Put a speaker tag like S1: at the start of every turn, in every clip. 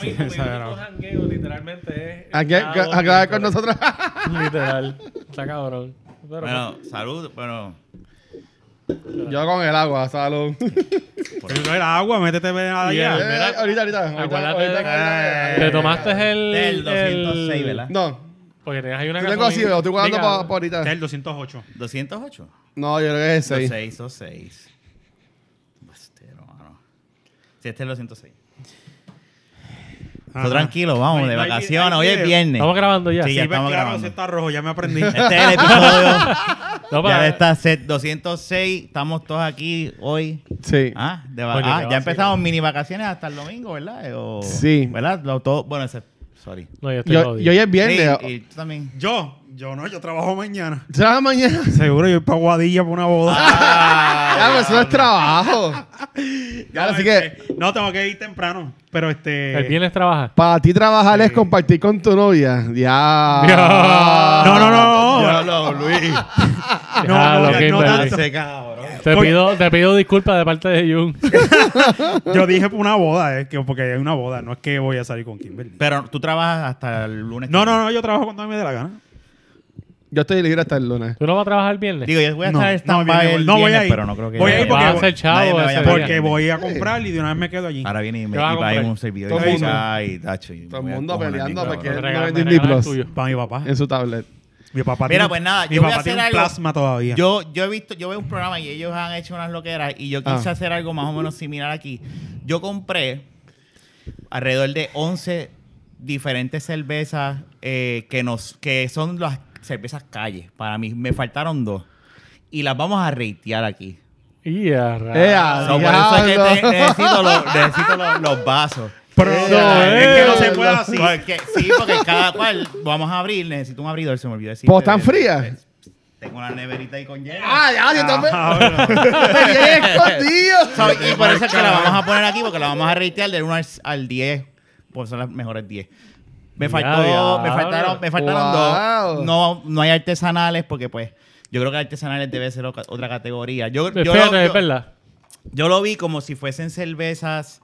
S1: cinco
S2: Exagerado.
S1: minutos jangueo, literalmente es.
S3: Aquí,
S1: cada dos
S3: acá con
S1: minutos.
S3: nosotros.
S1: Literal. Está cabrón. Pero,
S4: Bueno, salud, bueno.
S3: Yo con el agua, Eh, salud.
S2: Pero no era agua, métete en la
S1: Y el-
S2: guía.
S1: mira,
S3: Eh, ahorita, ahorita. ahorita,
S1: acuérdate
S3: ahorita,
S1: de-
S3: ahorita,
S1: Te
S3: ahorita.
S1: tomaste el.
S4: Del 206,
S1: el-
S4: ¿verdad?
S3: No,
S1: Porque tenías ahí una
S3: yo tengo así,
S1: gasolina.
S3: pero estoy guardando
S1: Venga,
S3: para ahorita.
S2: Este es el 208.
S4: 208.
S3: No, yo creo que es el 6.
S4: 206 o 6. Bastero, mano. Si este es el 206.
S2: Ajá.
S4: Tú tranquilo, vamos,
S2: Ay,
S4: de
S2: no hay-
S4: vacaciones.
S2: hay
S4: Hoy es
S2: video.
S4: viernes.
S1: Estamos grabando ya.
S4: Sí, ya
S2: Sí, pues
S4: estamos
S2: claro,
S4: grabando.
S2: ese está rojo, ya me aprendí.
S4: Este es el episodio.
S1: No,
S4: ya
S1: para-
S4: de esta set 206. Estamos todos aquí hoy.
S3: Sí.
S4: Ah, de va-
S1: Coño, qué
S4: ah, ya
S1: vacilo.
S4: empezamos mini vacaciones hasta el domingo, ¿verdad? Eh, O-
S3: Sí.
S4: ¿Verdad? Lo- todo- bueno, ese, sorry.
S1: No, yo estoy
S3: Yo,
S1: jodido.
S3: yo hoy es viernes.
S4: Sí, y tú también.
S2: Yo, yo no, yo trabajo mañana. Ah,
S3: ¿Será la mañana?
S2: Seguro, yo voy para Guadilla para una boda.
S3: Ya, pues, eso no es trabajo. Ya,
S2: No,
S3: así que
S2: este, No, tengo que ir temprano. Pero este.
S1: El viernes trabaja.
S3: para ti trabajar es compartir con tu novia. Ya.
S1: Ya.
S2: No, no, no, Ah. no.
S4: Diablo, Luis.
S2: No,
S1: Ah,
S2: no,
S1: lo que
S2: no
S1: imbécil.
S2: tanto.
S4: Ese cabrón.
S1: Te
S2: Coño.
S1: pido, te pido disculpas de parte de Jun.
S2: Yo dije una boda, eh, que porque es una boda, no es que voy a salir con Kimberly.
S4: Pero tú trabajas hasta el lunes.
S2: No, no, no, yo trabajo cuando a mí me dé la gana.
S3: Yo estoy libre hasta el lunes.
S1: ¿Tú no vas a trabajar el viernes?
S4: Digo, yo voy a
S2: No,
S4: estar en
S2: no,
S4: stand-by
S2: viene-
S4: el
S2: no voy
S4: viernes,
S2: a ir.
S4: pero no creo que.
S2: Voy a ir
S1: Vas
S2: porque
S1: a
S2: voy-
S1: ser
S4: nadie
S1: chavo
S4: me vaya
S1: ese
S4: a
S1: día.
S4: pagar.
S2: Porque voy a comprar y de una vez me quedo allí.
S4: Ah, Ahora viene y me
S1: ¿Qué vas a
S4: y va a ir
S1: comprar?
S4: un servidor
S3: Todo
S4: de
S3: el mundo.
S4: pizza y tacho. y
S3: Todo el
S4: voy a
S3: mundo
S4: cojonar,
S3: peleando pues,
S4: cabrón.
S3: porque-
S1: Me
S3: no
S1: regala-
S3: vendí
S1: me regala el
S3: Plus.
S1: tuyo.
S2: Para mi papá.
S3: En su tablet.
S2: Mi papá
S4: Mira,
S2: tiene-
S4: pues nada,
S2: mi
S4: yo voy
S2: papá
S4: a
S2: tiene
S4: hacer
S2: un
S4: algo.
S2: plasma todavía.
S4: Yo, yo he visto, yo veo un programa y ellos han hecho unas loqueras y yo quise
S3: Ah.
S4: hacer algo más o menos similar aquí. Yo compré alrededor de 11 diferentes cervezas eh, que nos que son las cervezas calles. Para mí me faltaron dos y las vamos a reitear aquí.
S1: Y a ra-
S3: Ea,
S4: So, por eso es que
S3: Eh, Ah, diablo.
S4: te- necesito, los- necesito los- los vasos.
S2: Pero
S3: Eh,
S2: no, es que no se
S3: eh,
S2: puede
S3: no.
S2: así.
S4: Porque, sí, porque cada cual vamos a abrir, necesito un abridor, se me olvidó decir.
S3: ¿Pues están frías?
S4: Tengo una neverita ahí con hielo.
S3: Ah, ya, yo también.
S2: Ah, bueno.
S3: Me tiene escondido.
S4: So, y por eso es que la vamos a poner aquí, porque la vamos a reitear del 1 al, al 10. Pues son las mejores 10. Me,
S1: Ya,
S4: faltó, me
S1: diablo.
S4: faltaron, me faltaron
S3: Wow.
S4: dos. No, no hay artesanales, porque pues yo creo que artesanales debe ser oca- otra categoría. Yo, yo,
S1: Espérate,
S4: lo,
S1: es
S4: yo,
S1: verdad.
S4: yo lo vi como si fuesen cervezas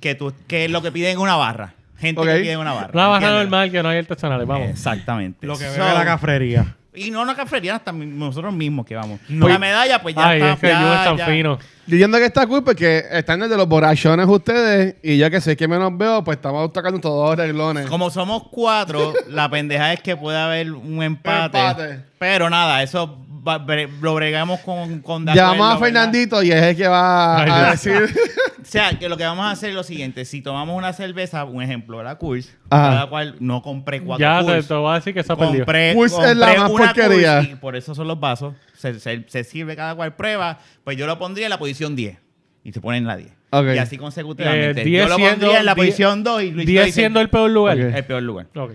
S4: que, tú, que es lo que piden en una barra. Gente
S3: Ok.
S4: que pide en una barra.
S1: Una baja
S4: ¿entiendes?
S1: normal que no hay artesanales, vamos.
S4: Exactamente.
S2: Lo que
S4: So,
S2: bebe la cafrería.
S4: Y no una cafrería, hasta mi- nosotros mismos que vamos.
S2: No.
S4: La medalla, pues ya
S1: Ay,
S4: está.
S1: es que
S4: ya-
S1: Jun es tan
S4: ya.
S1: fino.
S3: Diciendo que está cool porque están desde los borrachones ustedes y yo que sé que menos veo, pues estamos tocando todos los reglones.
S4: Como somos cuatro, la pendeja es que puede haber un empate.
S3: Empate.
S4: Pero nada, eso va- bre- lo bregamos con, con de
S3: Llamamos a
S4: acuerdo, ¿verdad?
S3: Fernandito y es el que va
S1: Ay,
S3: a
S1: Dios.
S3: decir.
S4: O sea, que lo que vamos a hacer es lo siguiente. Si tomamos una cerveza, un ejemplo, la Coors,
S3: Ajá.
S4: cada cual no compré cuatro
S1: Ya te,
S4: Coors.
S1: te voy a decir que está perdido.
S4: Compré,
S3: Coors es la
S4: compré
S3: más
S4: una
S3: porquería.
S4: Coors y por eso son los vasos. Se, se- se sirve cada cual prueba. Pues yo lo pondría en la posición 10. Y se pone en la 10.
S3: Ok.
S4: Y así consecutivamente.
S1: Eh, 10
S4: yo lo
S1: siendo-
S4: pondría en la
S1: 10
S4: posición 2 y Luis
S1: 10
S4: Luis en
S1: siendo el peor lugar.
S3: Ok.
S4: el peor lugar.
S1: Ok.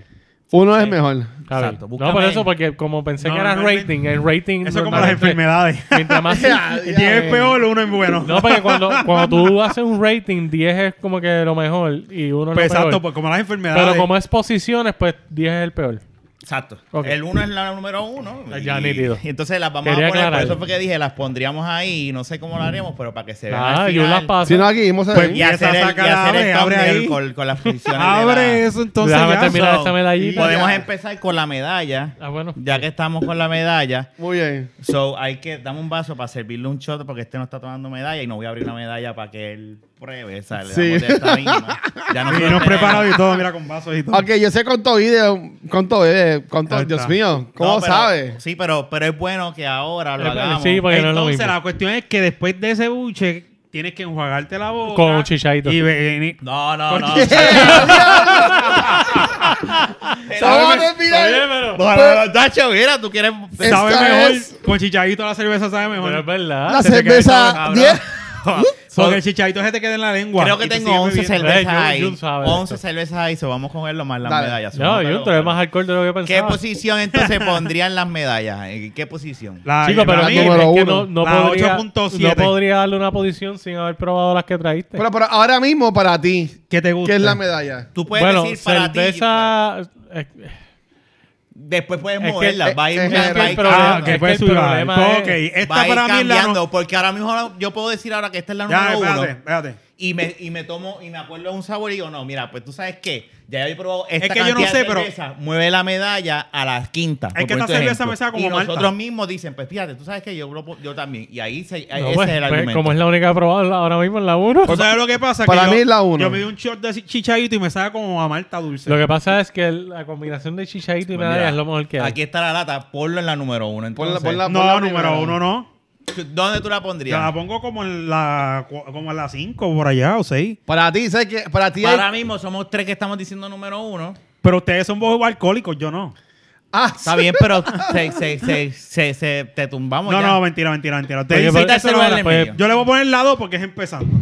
S3: Uno es mejor.
S1: Está bien.
S4: Exacto,
S1: No, por
S4: búscame-
S1: eso, porque como pensé
S2: No,
S1: que era
S2: normalmente-
S1: rating, el rating.
S2: Eso es como las
S1: normalmente-
S2: enfermedades.
S1: Mientras más.
S3: Ya, ya,
S2: 10 es peor, uno es bueno.
S1: No, porque cuando, cuando tú haces un rating, 10 es como que lo mejor y uno es lo
S2: Pues exacto,
S1: peor.
S2: pues como las enfermedades.
S1: Pero como es posiciones, pues 10 es el peor.
S4: Exacto.
S1: Ok. Ah,
S4: El 1 es la número 1.
S1: Ya, nítido.
S4: Y entonces las vamos
S1: Quería
S4: a poner.
S1: aclarar.
S4: Por eso fue que dije, las pondríamos ahí. No sé cómo lo haremos, pero para que se vean.
S1: Ah,
S4: al
S1: yo
S4: final.
S1: las paso.
S3: Si no, aquí vamos a
S2: Pues
S4: Y
S2: ya-
S4: hacer
S2: Empieza
S4: el,
S2: a sacar,
S4: y hacer el
S2: abre, abre
S4: thumbnail
S2: ahí.
S4: con, con las posiciones. de la-
S2: Abre eso entonces.
S1: Déjame
S2: ya.
S1: terminar. Mira esta medallita.
S4: Podemos
S1: Ya.
S4: empezar con la medalla.
S1: Ah, bueno.
S4: Ya que estamos con la medalla.
S3: Muy bien.
S4: So, hay que dame un vaso para servirle un shot porque este no está tomando medalla y no voy a abrir una medalla para que él pruebe. O sea, le
S3: Sí.
S4: damos de esta misma. Ya nosotros
S2: Y nos
S4: tenemos-
S2: preparado y todo, mira, con vasos y todo.
S3: Ok, yo sé cuánto video, cuánto bebe, cuánto,
S2: Ahí
S3: Dios
S2: está.
S3: mío, ¿cómo
S4: No, pero-
S3: sabes?
S4: Sí, pero, pero es bueno que ahora lo
S1: Eh,
S4: hagamos.
S1: sí, porque no es lo
S2: Entonces,
S1: mismo.
S2: la cuestión es que después de ese buche, tienes que enjuagarte la boca.
S1: Con un chichaito.
S2: Y venir.
S4: No, no, no.
S3: Vamos a terminar.
S1: pero.
S4: Bueno, Nacho, mira, tú quieres.
S3: Esta
S2: Sabe mejor.
S3: es-
S2: Con chichadito la cerveza sabe
S1: Pero es
S2: mejor.
S1: verdad.
S3: La
S2: Ah, se te
S3: cerveza
S2: quedó,
S3: 10.
S2: Porque el chichadito se te queda en la lengua.
S4: Creo que
S2: Y tú
S4: tengo
S2: sigues
S4: 11
S2: bebiendo.
S4: cervezas
S1: Eh, Jun-
S4: ahí.
S1: Jun sabe
S4: 11
S1: esto.
S4: cervezas ahí, so vamos a cogerlo más las
S3: Dale.
S4: medallas.
S1: No,
S4: Somos
S1: yo
S4: pelos,
S1: te
S4: pero-
S1: más alcohol de lo que
S4: ¿Qué
S1: pensaba.
S4: posición entonces pondrían las medallas? ¿En qué posición?
S2: La,
S1: Chico, pero
S2: la-
S1: mira,
S3: número
S1: es que no,
S3: uno.
S1: no,
S2: La
S1: podría,
S2: 8.7.
S1: no podría darle una posición sin haber probado las que traíste.
S3: Pero, pero ahora mismo para ti,
S2: ¿Qué te gusta?
S3: ¿qué es la medalla?
S4: Tú puedes
S1: bueno,
S4: decir para ti.
S1: cerveza. eh,
S4: Después puedes
S1: Es que-
S4: moverla. Va a ir
S3: es que
S4: va a ir
S3: el
S1: problema-
S4: cambiando.
S2: Ah, que
S1: Es
S2: puedes
S1: que el
S2: subir.
S1: problema es-
S2: Ok, esta
S4: va a ir
S2: para mí es la.
S4: cambiando.
S2: no-
S4: Porque ahora mismo la- yo puedo decir ahora que esta es la
S2: Ya,
S4: número
S2: espérate,
S4: uno.
S2: espérate.
S4: Y me, y me tomo, y me acuerdo de un sabor y digo, no, mira, pues tú sabes qué, ya yo he probado esta
S2: Es que yo no
S4: cantidad de
S2: sé, pero-
S4: cerveza, mueve la medalla a las quintas.
S2: Es que esta cerveza me sabe como
S4: Y
S2: Malta.
S4: nosotros mismos dicen, pues fíjate, tú sabes que yo, propo- yo también. Y ahí se,
S1: No,
S4: ese
S1: pues,
S4: es el
S1: pues,
S4: argumento. Pues,
S1: como es la única probada ahora mismo en la 1.
S2: ¿Tú sabes lo que pasa?
S3: Para
S2: que
S3: mí
S2: yo,
S3: es la uno.
S2: Yo me di un shot de chichadito y me sabe como a Marta Dulce.
S1: Lo que pasa es que la combinación de chichadito y
S4: Pues
S1: medalla
S4: mira,
S1: es lo mejor que hay.
S4: Aquí está la lata, ponlo en la número uno.
S3: Ponla-
S4: Entonces,
S3: ponla-
S2: no,
S3: Ponla primera.
S2: número uno no.
S4: ¿Dónde tú la
S2: Yo
S4: pondrías?
S2: la pongo como en la cua- como en la 5 por allá o 6.
S3: Para ti, ¿sabes qué? Para ti hay-
S4: Ahora mismo somos tres que estamos diciendo número uno.
S2: Pero ustedes son bojos alcohólicos, yo no.
S3: Ah,
S4: Está bien, pero se, se, se, se, se- te tumbamos
S2: No,
S4: ya.
S2: no, mentira, mentira, mentira. Ustedes
S1: Oye,
S2: dicen
S1: pero-
S2: que eso no
S1: pero-
S2: vale.
S1: pues-
S2: yo le voy a poner la 2 porque es empezando.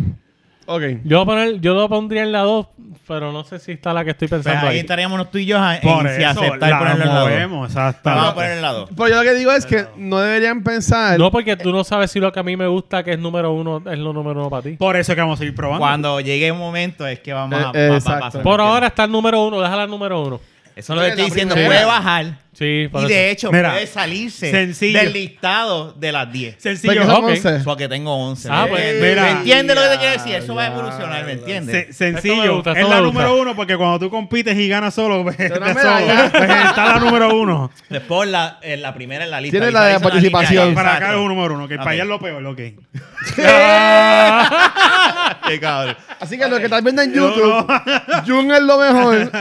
S3: ok.
S1: Yo, voy a poner- yo lo pondría en la 2, pero no sé si está la que estoy
S4: Pues
S1: pensando
S4: ahí
S1: ahí.
S4: estaríamos tú y yo en
S2: Por
S4: si
S2: eso
S4: aceptar
S2: la
S4: ponerlo en la dos.
S2: movemos, exacto.
S4: Vamos a poner en la dos.
S3: Pero Pues yo lo que digo es que no deberían pensar.
S1: No, porque tú no sabes si lo que a mí me gusta, que es número uno, es lo número uno para ti.
S2: Por eso es que vamos a ir probando.
S4: Cuando llegue el momento es que vamos a...
S3: Eh,
S4: va- va-
S3: exacto.
S4: pasar.
S1: Por ahora está el núero uno, déjala el número uno.
S4: Eso es lo que
S3: Es la
S4: estoy diciendo.
S3: primera.
S4: Puede bajar.
S1: Sí, por
S4: Y
S1: eso.
S4: de hecho
S2: Mira,
S4: puede salirse
S2: sencillo.
S4: del listado de las 10.
S3: Porque
S2: Sencillo.
S3: son
S1: ok.
S3: once.
S4: Eso que tengo 11.
S1: Ah,
S4: ¿me
S1: pues,
S4: entiendes?
S2: mira.
S4: ¿Me entiendes lo que te quiero decir? Eso va a evolucionar, ¿me entiendes?
S2: Se- sencillo.
S1: Esto me gusta, esto
S2: es la
S1: me gusta.
S2: número uno porque cuando tú compites y ganas solo, pues,
S3: Pero
S2: estás
S3: me
S2: solo.
S3: da ya.
S2: Pues está la número uno.
S4: Después pon la, eh, la primera en la lista.
S3: Tiene
S4: Ahí
S3: la
S4: está,
S3: de
S4: hizo una
S3: participación.
S4: línea,
S2: Para
S4: exacto.
S2: acá es uno número uno, que
S4: Ok.
S2: para allá es lo peor, ok.
S4: Qué cabrón.
S3: Así que lo que estás viendo en YouTube, Jun es lo mejor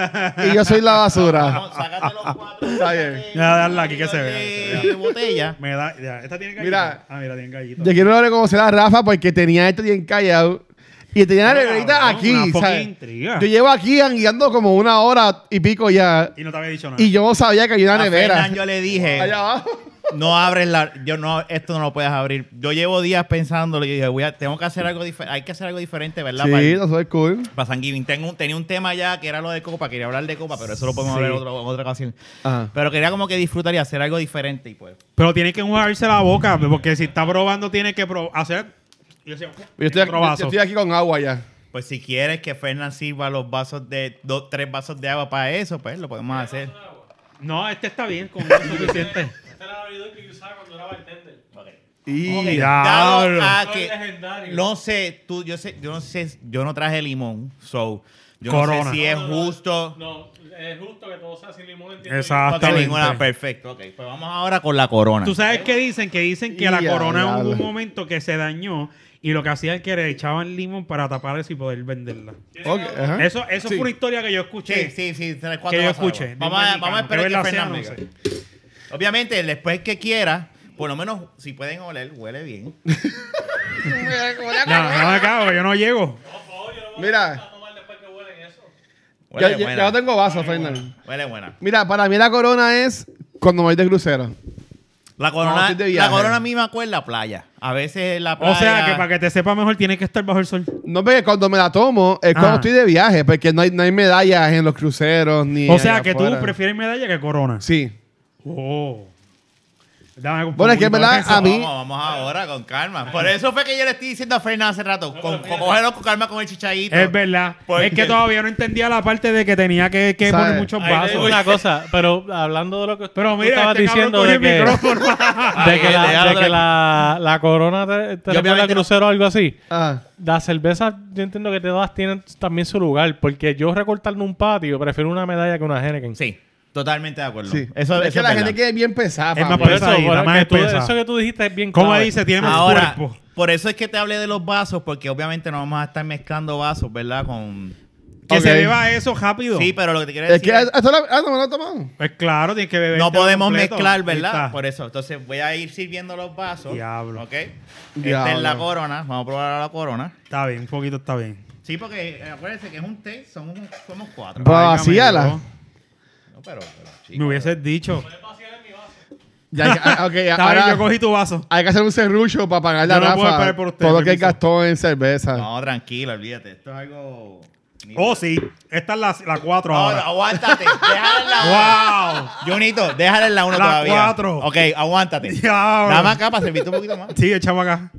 S3: y yo soy la basura.
S4: No, sácate los cuatro.
S3: Está bien.
S4: sácate
S2: Ya, darla aquí que se vea,
S4: de-
S2: que se vea.
S4: de botella.
S2: Me da, ya, esta tiene gallito.
S3: Mira.
S2: ah, mira, tiene gallito.
S3: Yo quiero reconocer a Rafa porque tenía esto bien callado y tenía la
S2: Pero,
S3: neverita
S2: cabrón, una
S3: aquí.
S2: fucking
S3: ¿sabes?
S2: intriga.
S3: Yo llevo aquí guiando como una hora y pico ya
S2: Y no te había dicho nada.
S3: y yo no sabía que había
S4: A
S3: una nevera.
S4: Fernan yo le
S2: eh,
S4: dije,
S3: Allá abajo.
S4: no abres la, yo no, esto no lo puedes abrir. Yo llevo días pensándolo y dije, voy a, tengo que hacer algo diferente, hay que hacer algo diferente, ¿verdad? para,
S3: Sí,
S4: el-
S3: no soy cool.
S4: para San Giving. Tengo un- tenía un tema ya que era lo de copa, quería hablar de copa, pero eso lo podemos
S2: Sí.
S4: hablar otro- en otra ocasión.
S3: Ajá.
S4: Pero quería como que disfrutar y hacer algo diferente y pues.
S2: Pero tiene que enjuagarse la boca, porque si está probando, tiene que pro- hacer. Yo, decía,
S3: Yo estoy,
S2: otro
S3: yo
S2: vaso.
S3: estoy aquí con agua ya.
S4: Pues si quieres que Fernan sirva los vasos de dos, tres vasos de agua para eso, pues lo podemos hacer.
S2: No, este está bien, con eso es suficiente.
S1: Este era el abridor que yo usaba cuando era bartender.
S3: Y
S4: Ok, dado
S2: diablo.
S4: a
S1: Soy
S4: que-
S1: legendario.
S4: no sé, tú, yo sé, yo no sé, yo no traje limón, so, yo no
S2: Corona.
S4: sé si es justo.
S1: No, es justo que todo sea sin limón. entiendo yo.
S2: Exacto.
S4: Ok, ninguna,
S2: Exactamente.
S4: perfecto. Ok, pues vamos ahora con la corona.
S2: Tú sabes qué dicen, que dicen que la
S3: Ya,
S2: corona hubo
S3: diablo.
S2: un momento que se dañó y lo que hacía es que le echaban limón para tapar eso y poder venderla.
S3: Ok, ajá.
S2: Eso, eso
S3: Sí.
S2: fue una historia que yo escuché.
S4: Sí, sí, sí, tres, cuatro
S2: Que yo
S4: vasos de agua.
S2: escuché.
S4: Vamos a, vamos a esperar que Fernan
S2: Fernández.
S4: venga. Obviamente, después que quiera, por lo menos si pueden oler, huele bien.
S2: No, no me acabo, yo no llego.
S3: Mira,
S4: Huele
S3: ya, ya-
S4: buena.
S3: ya no tengo vaso, Fernando.
S4: Huele buena.
S3: Mira, para mí la corona es cuando me voy de crucero.
S4: La corona,
S3: estoy de
S4: la
S3: viaje.
S4: corona a mí me acuerda a playa. A veces la playa.
S2: O sea, que para que te sepa mejor, tienes que estar bajo el sol.
S3: No, porque cuando me la tomo es cuando
S2: Ah.
S3: estoy de viaje, porque no hay, no hay medallas en los cruceros ni.
S2: O sea,
S3: allá
S2: que
S3: afuera.
S2: tú prefieres medalla que corona.
S3: Sí.
S2: Oh. Dame un
S3: Bueno, es que en
S2: poquito
S3: verdad, ah,
S2: de eso.
S3: a mí-
S4: Vamos, vamos ahora con calma. Por eso fue que yo le estoy diciendo a Fernández hace rato, con, con- cógelo con calma con el chichadito.
S2: Es verdad.
S4: Porque-
S2: Es que todavía no entendía la parte de que tenía que, que
S3: ¿Sabe?
S2: poner muchos
S1: Ahí te digo
S2: vasos.
S1: una cosa, pero hablando de lo que
S2: Pero
S1: tú
S2: mira,
S1: estabas
S2: este
S1: diciendo
S2: cabrón
S1: de
S2: cogió
S1: que,
S2: el micrófono.
S1: de que,
S4: Ay, le da
S1: la, de
S4: otra-
S1: que la, la corona te, te
S4: Yo
S1: recuerda
S4: obviamente no-
S1: crucero o algo así.
S3: Ah.
S1: Las cervezas, yo entiendo que todas tienen también su lugar, porque yo recortarme un patio, prefiero una medalla que una Henneken.
S4: Sí, totalmente de acuerdo.
S3: Sí.
S4: Eso,
S3: es
S4: eso
S3: que la
S4: verdad.
S3: gente que es bien pesada.
S2: Es
S3: pa'
S2: más
S3: mí.
S1: Por eso,
S2: Pesa y
S1: por-
S2: la más
S1: que tú-
S2: espesa.
S1: eso que tú dijiste es bien
S2: ¿Cómo
S1: clave.
S2: dice? Tiene más
S4: Ahora,
S2: cuerpo.
S4: por eso es que te hablé de los vasos, porque obviamente no vamos a estar mezclando vasos, ¿verdad? Con...
S2: Que
S3: Ok.
S2: se beba eso rápido.
S4: Sí, pero lo que te quiero
S3: Es
S4: decir
S3: que
S4: es,
S3: hasta la- ah, no me lo he tomado.
S2: Pues claro, tienes que beber.
S4: no podemos
S2: completo.
S4: mezclar,
S2: Ahí
S4: ¿verdad?
S2: está.
S4: Por e- eso. Entonces voy a ir sirviendo los vasos.
S2: Diablo.
S4: ¿Ok? Esta es
S3: Diablo.
S4: la corona. Vamos a probar ahora la corona.
S2: Está bien, un poquito está bien.
S3: Pues
S4: Sí, porque eh, acuérdense que es un té, son un- somos cuatro.
S3: Pa-
S2: Válgame
S3: vacíala.
S2: Dios.
S4: No, pero, pero,
S2: Me
S4: chico,
S2: hubiese dicho.
S3: Ya, hay que- ah, ok,
S2: Está
S3: ahora
S2: bien, yo cogí tu vaso.
S3: hay que hacer un serrucho para pagarle a
S2: Yo no puedo
S3: Rafa
S2: esperar por usted,
S3: todo lo que él
S2: permiso.
S3: gastó en cerveza.
S4: No, tranquilo, olvídate. Esto es algo.
S2: Oh, sí. Esta es la, la cuatro
S4: Ahora,
S2: ahora.
S4: aguántate. Déjala en la
S2: ¡Wow!
S4: Junito, déjala en la 1
S2: La
S4: todavía.
S2: cuatro.
S4: Ok, aguántate.
S2: Diablo.
S4: Dame acá para servirte un poquito más.
S2: Sí, echamos acá.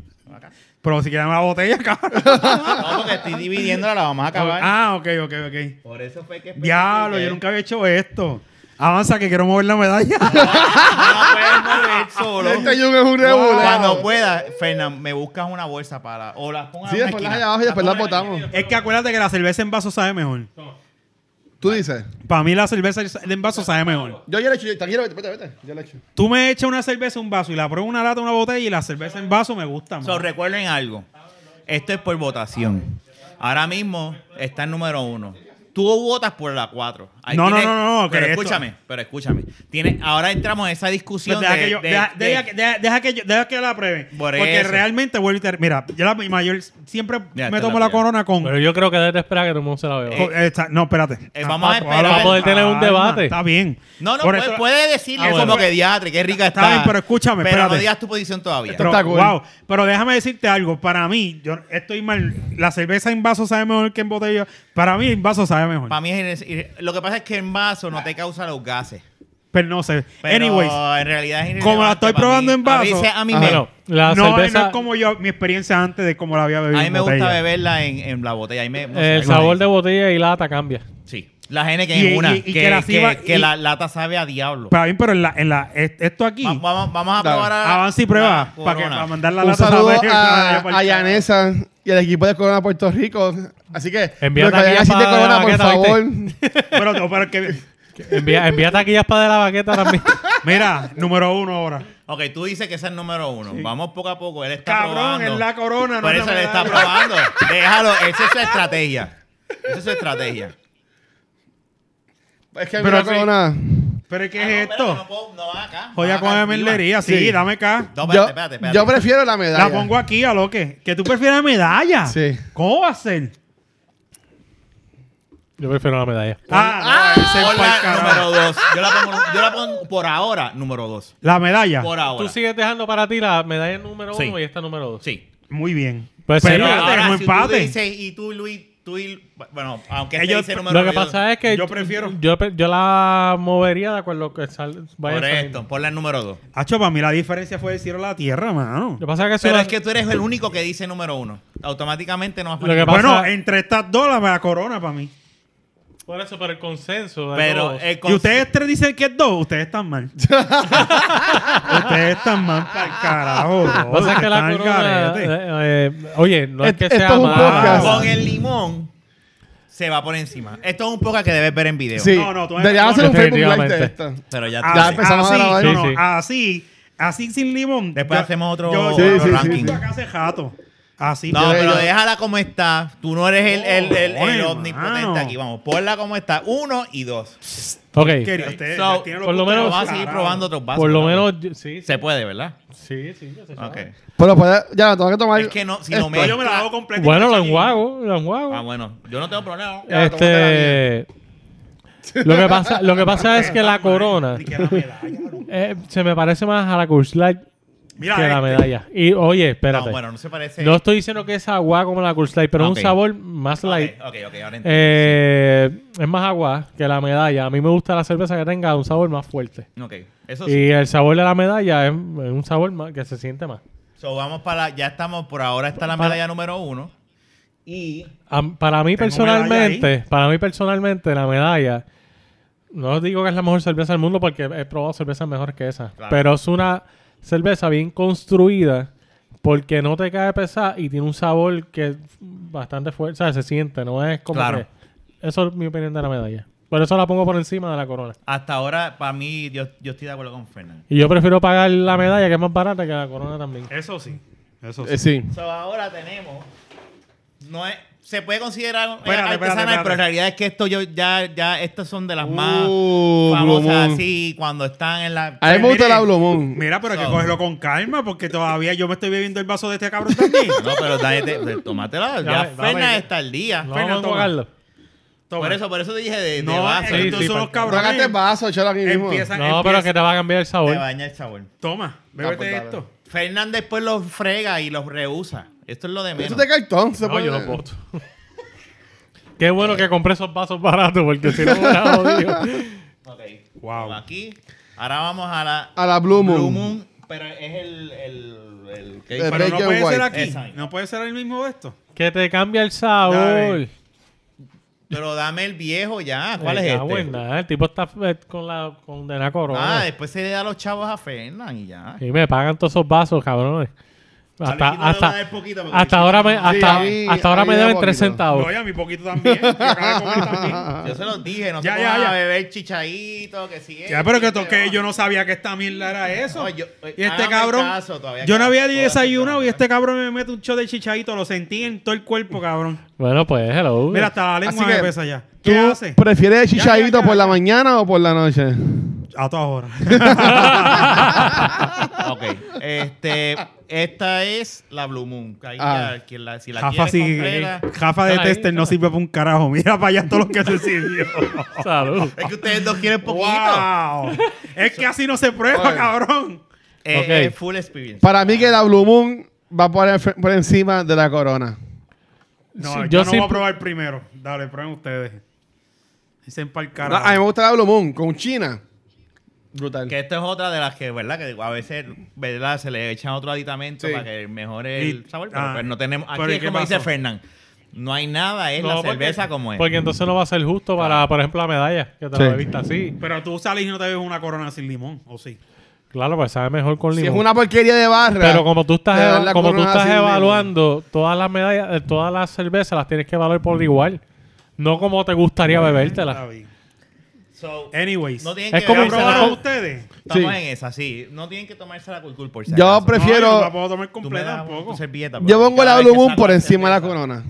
S2: Pero si quieren la botella, cabrón.
S4: No, porque estoy dividiéndola, la vamos a acabar.
S2: Ah, ok, ok, ok.
S4: Por eso fue que.
S2: Diablo, yo nunca había hecho esto. Avanza que quiero mover la medalla.
S4: puedes mover solo.
S3: Este yugo es un
S4: Cuando
S3: regulado.
S4: pueda, Fernán, me buscas una bolsa para. O las pongas
S3: Sí,
S4: en una
S3: después las allá
S4: esquina.
S3: abajo y después las botamos.
S2: es que acuérdate que la cerveza en vaso sabe mejor.
S3: Tú dices.
S2: Para mí la cerveza en vaso sabe mejor.
S3: Yo ya le he hecho. yo- Tranquilo, vete, vete, vete. Yo le he hecho.
S2: Tú me echas una cerveza en un vaso y la pruebo una lata, una botella y la cerveza en vaso me gusta más.
S4: So, recuerden algo. Esto es por votación. Ahora mismo está el número uno. Tú votas por la cuatro. Ahí
S2: No, no, no, no, no, que
S4: Pero
S2: esto-
S4: escúchame, pero escúchame. Tiene, ahora entramos en esa
S2: Pues
S4: discusión
S2: deja,
S4: de-
S2: que yo,
S4: de-
S2: deja,
S4: de-
S2: deja que- deja- deja que yo- deja que la prueben.
S4: Por
S2: porque
S4: eso.
S2: realmente vuelvo y te- Mira, yo la mayor siempre
S4: Ya,
S2: me
S4: te
S2: tomo
S4: la
S2: la,
S4: pillo.
S2: corona con.
S1: Pero yo creo que debes esperar a que todo el mundo se la beba.
S4: Eh,
S2: con- esta- Oh, no, espérate.
S4: eh, vamos a
S2: Tampoco,
S4: esperar.
S2: ahora-
S1: Para poder tener un
S2: calma,
S1: debate.
S2: Está bien.
S4: No, no,
S2: Por
S4: puede,
S2: eso-
S4: puede decirle
S1: Ah,
S4: eso
S1: bueno.
S4: como que diatre, qué rica
S2: Está
S4: está.
S2: bien, pero escúchame,
S4: Pero no
S2: espérate.
S4: digas tu posición todavía.
S3: Esto-
S2: Pero,
S3: está cool.
S2: wow. Pero déjame decirte algo. Para mí, yo estoy mal. La cerveza en vaso sabe mejor que en botella. Para mí, en vaso sabe mejor.
S4: Para mí es irre- Lo que pasa es que en vaso no te causa los gases.
S2: Pero no sé.
S4: Pero
S2: Anyways,
S4: en realidad es
S2: como la estoy
S4: irrelevante para
S2: probando
S4: mí.
S2: en vaso.
S4: A veces a mí
S1: Ah,
S4: me,
S1: bueno, la
S2: no, no
S1: cerveza,
S2: es como yo, mi experiencia antes de cómo la había bebido.
S4: a mí
S2: en
S4: me
S2: botella.
S4: gusta beberla en, en la botella. A mí me- no sé,
S1: eh, el
S4: algo
S1: sabor
S4: ahí.
S1: de botella y lata cambia.
S4: Sí. La gente que
S2: Y-
S4: es una.
S2: y- y
S4: que,
S2: que la
S4: que-
S2: ciba-
S4: que
S2: y-
S4: la lata sabe a diablo.
S2: Para mí, pero en la, en la, est- esto aquí.
S4: Va- vamos, vamos a
S3: Dale.
S4: probar a.
S2: Avanza y prueba.
S4: la
S2: Para que
S4: Corona.
S2: para mandar la
S3: Un
S2: lata
S3: saludo
S2: saber-
S3: a,
S2: para-
S3: a Yanesa y al equipo de Corona Puerto Rico. Así que,
S1: Envía
S3: los que vayan
S1: taquilla
S3: a City
S1: para
S3: Corona,
S1: la
S3: por
S1: baqueta,
S3: favor.
S2: Pero, no, pero que,
S1: Envía, envía taquillas para de la baqueta también.
S2: mira, número uno ahora.
S4: Ok, tú dices que ese es el número uno. Vamos poco a poco. Él está
S2: Cabrón,
S4: probando.
S2: es la corona. no
S4: Por
S2: es la
S4: eso le está
S2: medalla.
S4: probando. Déjalo. Esa es su estrategia. Esa es su estrategia.
S3: Es que
S2: Pero
S3: mira,
S2: sí.
S3: Corona.
S2: Pero ¿qué
S4: Ah, no,
S2: es
S4: espérate,
S2: esto?
S4: No, puedo- no va acá.
S1: Ah,
S2: Joya
S4: Va
S2: con
S4: acá
S2: la
S4: arriba.
S2: merlería. Sí,
S3: Sí.
S2: dame acá.
S4: No,
S3: yo,
S4: espérate, espérate, espérate.
S3: yo prefiero la medalla.
S2: La pongo aquí a lo que. Que tú prefieras medalla.
S3: Sí.
S2: ¿Cómo va a ser?
S1: Yo prefiero la medalla.
S2: Ah, no, ese es
S4: Ponla
S2: pa'l carajo.
S4: número dos. Yo la, pongo, yo la pongo por ahora número dos.
S2: La medalla.
S4: Por
S1: Tú
S4: ahora.
S1: sigues dejando para ti la medalla número
S4: Sí.
S1: uno y esta número dos.
S4: Sí.
S2: Muy bien.
S1: Pues
S2: Pero
S1: sí,
S2: espérate,
S1: ahora
S2: es un
S4: si tú
S2: empate.
S4: dices, y tú, Luis, tú y... Bueno, aunque este
S2: Ellos-
S4: dice número
S1: Lo que
S4: dos, yo-
S1: pasa es que
S2: yo prefiero-
S1: yo, pe- yo la movería de acuerdo a que sal, vaya saliendo.
S4: Correcto, ponla en número dos.
S2: Hacho, para mí la diferencia fue el cielo a la tierra, mano.
S1: Lo que pasa es que, es
S4: Pero
S1: una-
S4: es que tú eres el único que dice número uno. Automáticamente no vas a
S1: Lo que pasa-
S2: Bueno, entre estas dos, la corona para mí.
S1: por eso, por el consenso. de
S4: Pero
S1: todos.
S4: el
S2: Y ustedes tres dicen que es dos, ustedes están mal. ustedes están mal para el carajo.
S1: Lo que pasa es que la
S2: están al
S1: corona,
S2: garete.
S1: eh, eh, oye, no es
S3: Esto-
S1: que
S3: esto
S1: sea
S3: es un
S1: mala.
S3: podcast.
S4: con el limón se va por encima. Esto es un poco que debes ver en video.
S3: Sí.
S2: No, no, tú me-
S3: Deberíamos hacer un Facebook Live de
S1: Definitivamente.
S3: esta.
S4: Pero ya,
S3: Ah,
S4: tú-
S2: Así,
S4: sí.
S3: empezamos a
S2: así,
S3: grabar.
S2: no, no,
S1: Sí, sí.
S2: así, así sin limón.
S4: Después hacemos otro-
S2: yo,
S4: Sí,
S2: yo
S4: sí,
S2: lo
S4: sí,
S2: tengo
S4: sí.
S2: acá hace jato. Así.
S4: No,
S3: Yo-
S4: pero
S3: yo-
S4: déjala como está. Tú no eres el, el, el- el
S2: Oye,
S4: omnipotente
S2: mano.
S4: aquí. Vamos, ponla como está. Uno y dos.
S1: Ok,
S2: Querido, ustedes
S4: So,
S2: ya tienen los
S1: por lo
S2: putos
S1: menos-
S4: Pero vas a
S2: carajo.
S4: seguir probando otros vasos.
S1: por lo
S4: ¿verdad?
S1: menos, yo- sí, sí,
S4: Se puede, ¿verdad?
S1: sí, sí, yo sé,
S4: Ok.
S1: chaval.
S3: Pero puede- ya la tengo que tomar. este,
S4: Es que no, si no
S2: No,
S4: me.
S2: yo me la hago completa.
S1: Bueno, lo enjuago, lo enjuago.
S4: Ah, bueno, yo no tengo
S1: Eh,
S4: problema.
S3: Ya,
S1: este, lo que pasa, lo que pasa es que la corona eh, se me parece más a la Coors Light
S2: Mira,
S1: que la
S2: este.
S1: medalla. Y oye,
S4: No,
S1: espérate. No,
S4: Ah, bueno, no se parece.
S1: estoy diciendo que es agua como la Coors Light, pero
S4: Este, Ok.
S1: es un sabor más light.
S4: Ok, ok, ahora entiendo.
S1: Eh, es más agua que la medalla. A mí me gusta la cerveza que tenga un sabor más fuerte.
S4: Ok, eso sí.
S1: Y el sabor de la medalla es es un sabor más, que se siente más.
S4: So, vamos para. Ya estamos, por ahora está la
S1: Para-
S4: medalla número uno. Y.
S1: Am- para mí
S2: Tengo medalla
S1: personalmente, para mí personalmente la medalla, no digo que es la mejor cerveza del mundo porque he probado cervezas mejores que esa,
S4: Claro.
S1: pero es una cerveza bien construida porque no te cae pesada y tiene un sabor que es bastante fuerte, o sea, se siente, no es como
S4: Claro.
S1: que- eso es mi opinión de la medalla. Por eso la pongo por encima de la corona.
S4: Hasta ahora, para mí, yo, yo estoy de acuerdo con Fernández.
S1: Y yo prefiero pagar la medalla que es más barata que la corona también.
S2: Eso sí. Eso sí.
S3: Eh, sí.
S4: So, ahora tenemos. No es, se puede considerar eh,
S2: Espérate, espérate,
S4: artesanal,
S2: espérate.
S4: pero en realidad es que esto yo ya, ya estas son de las más
S3: Uh, Blue
S4: famosas
S3: Moon.
S4: así cuando están en la.
S3: A mí me gusta
S2: Miren,
S3: la Blue Moon.
S2: Mira, pero hay que
S4: So.
S2: cogerlo con calma porque todavía yo me estoy bebiendo el vaso de este cabrón también.
S4: No, pero dale, te- te- tómatela. Ya,
S1: Dame, dame,
S4: Fernández
S1: ya.
S4: está al día.
S1: No,
S2: Fernan,
S1: vamos a
S2: toma.
S1: pagarlo.
S2: Toma.
S4: Por eso, por eso te dije de, de
S2: no,
S4: vaso.
S2: estos
S1: Sí, sí,
S2: son los
S1: porque-
S2: cabrones.
S3: Trágate el vaso, échalo aquí mismo.
S2: Empiezan-
S1: No, pero que te va a cambiar el
S4: Te
S1: sabor.
S4: baña el sabor.
S2: Toma,
S3: pues,
S2: bébete
S3: dale.
S2: esto.
S4: Fernández después los frega y los rehúsa. Esto es lo de
S3: Eso
S4: menos.
S3: es de cartón. se
S1: No,
S3: puede-
S1: yo no puedo. Qué bueno que compré esos vasos baratos porque si no me hubiera jodido.
S4: Ok.
S2: Wow.
S4: Como Aquí. Ahora vamos a la,
S3: A la Blue Moon.
S4: pero es el. el, el ¿qué
S3: Eh,
S4: dice?
S2: Pero no
S3: Bacon
S2: puede
S3: white.
S2: ser aquí.
S4: Esa.
S2: No puede ser el mismo de esto.
S1: Que te cambia el sabor.
S2: Dale.
S4: Pero dame el viejo ya. ¿Cuál
S1: Eh,
S4: es
S1: ah,
S4: este?
S1: buena, el tipo está eh, con la condena
S4: Ah,
S1: corona.
S4: después se le da a los chavos a Fernan y ya.
S1: y me pagan todos esos vasos, cabrones. Hasta,
S5: Alejito le va a
S1: hasta,
S5: dar poquito porque
S1: hasta ahora me,
S5: Sí,
S1: hasta,
S3: ahí-
S1: hasta ahora
S3: ahí
S1: me
S3: da
S1: deben
S3: poquito.
S1: 3 centavos.
S2: No, y a mi poquito también. Yo acabo de comer también.
S3: Ah.
S4: Yo se los dije, no
S2: Ya,
S4: se
S2: ya,
S4: pongan
S2: ya.
S4: a beber chichadito, que este, si
S2: Ya,
S4: esto,
S2: pero que
S4: si
S2: toqué,
S4: aquello.
S2: yo no sabía que esta mierda era eso.
S4: No, yo- eh,
S2: y este
S4: hágame
S2: cabrón.
S4: caso, todavía
S2: yo no había
S4: quedan cosas
S2: desayunado y
S4: que
S2: este cabrón me mete un shot de chichadito. Lo sentí en todo el cuerpo, cabrón.
S1: Bueno, pues hello.
S2: Mira, hasta la
S3: Así
S2: lengua
S3: que,
S2: me pesa ya.
S3: ¿Tú
S2: ¿Qué hace?
S3: prefieres
S2: ya,
S3: chichadito
S2: ya,
S3: por la
S2: ya.
S3: mañana o por la noche?
S2: A todas horas.
S4: Ok. Este, esta es la Blue Moon. Ahí
S3: Ah.
S4: ya, quien la, si la
S2: Jafa,
S4: quieres
S2: sí,
S4: completa.
S2: Jafa de
S1: Está ahí,
S2: tester no
S1: está.
S2: sirve para un carajo. Mira para allá todo lo que se sirvió.
S1: Salud.
S4: Es que ustedes dos quieren poquito.
S2: ¡Wow! Es que así no se prueba,
S3: Oye.
S2: cabrón.
S4: Eh,
S1: Ok.
S4: eh, full experience.
S3: Para mí que la Blue Moon va por, el- por encima de la corona.
S2: No,
S1: Sí, yo
S2: yo, no voy a
S1: siempre-
S2: probar primero. Dale, prueben ustedes. Dicen para el
S3: No,
S2: carajo.
S3: Ah, a mí me gusta la Blue Moon con China. Brutal.
S4: Que esta es otra de las que, ¿verdad? Que a veces, ¿verdad? Se le echan otro aditamento
S3: Sí.
S4: para que mejore el
S2: Y-
S4: sabor. Pero
S2: ah,
S4: pues no tenemos...
S2: pero
S4: Aquí
S2: ¿y
S4: es
S2: qué
S4: como dice
S2: pasó?
S4: Fernán. No hay nada, es
S1: No,
S4: la
S1: porque-
S4: cerveza como es.
S1: Porque entonces no va a ser justo para, por ejemplo, la medalla, que te
S3: Sí.
S1: la bebiste así.
S2: Pero tú sales y no te ves una corona sin limón, ¿o sí?
S1: Claro, pues sabe mejor con
S3: Si
S1: limón.
S3: es una porquería de barra.
S1: Pero como tú estás,
S3: te dan
S1: eva-
S3: la
S1: como tú
S3: corona
S1: estás
S3: sin
S1: evaluando todas las medallas, eh, todas las cervezas las tienes que evaluar por igual. No como te gustaría
S2: Está
S1: bebértelas.
S2: bien.
S4: So,
S2: Anyways.
S4: no tienen
S1: es
S4: que
S1: como
S2: ¿Ya
S1: el
S4: beberse la-
S2: probaron
S1: senador-
S2: ustedes?
S4: Estamos
S3: Sí.
S4: en esa, sí. No tienen que tomarse la culcul por si
S3: Yo
S4: acaso.
S3: pre- Prefiero-
S2: No, yo no la puedo tomar
S4: Tú me
S2: completa
S4: das
S2: tampoco.
S4: tu servilleta,
S3: Yo
S4: porque
S3: pongo
S4: cada
S3: la
S4: vez
S3: Blue
S4: que
S3: Moon
S4: saco
S3: por
S4: la
S3: encima de la
S4: cerveza-
S3: corona.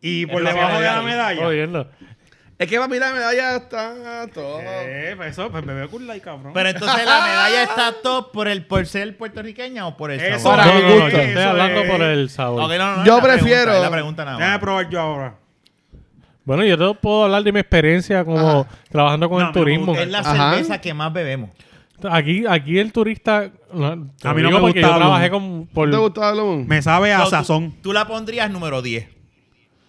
S2: Y
S4: Es
S2: por
S4: la
S2: debajo de la
S4: medalla.
S2: medalla.
S1: Jodiendo.
S3: Es que para mí la medalla está todo.
S2: Eh, pues eso, pues me veo con like, cabrón.
S4: Pero entonces la medalla está top por el por ser puertorriqueña o por el
S2: Eso
S4: sabor.
S3: Para
S1: No, no,
S3: mi
S1: no, yo
S3: gusto.
S1: estoy
S2: Eso
S1: hablando
S2: es.
S1: por el sabor.
S4: Ok, no, no, no,
S3: Yo
S4: es la
S3: prefiero-
S4: pregunta, es la pregunta nada más.
S2: Déjame probar yo ahora.
S1: Bueno, yo te puedo hablar de mi experiencia como trabajando con el
S2: No, a mí no me
S1: turismo.
S4: Es la
S3: Ajá.
S4: cerveza que más bebemos.
S1: Aquí, aquí el turista.
S2: A mí no me
S1: porque yo
S2: gustaba.
S1: trabajé con. por-
S3: ¿No ¿Te gustó la Blue Moon?
S2: Me sabe a
S4: So, tú-
S2: sazón.
S4: Tú, la pondrías número 10.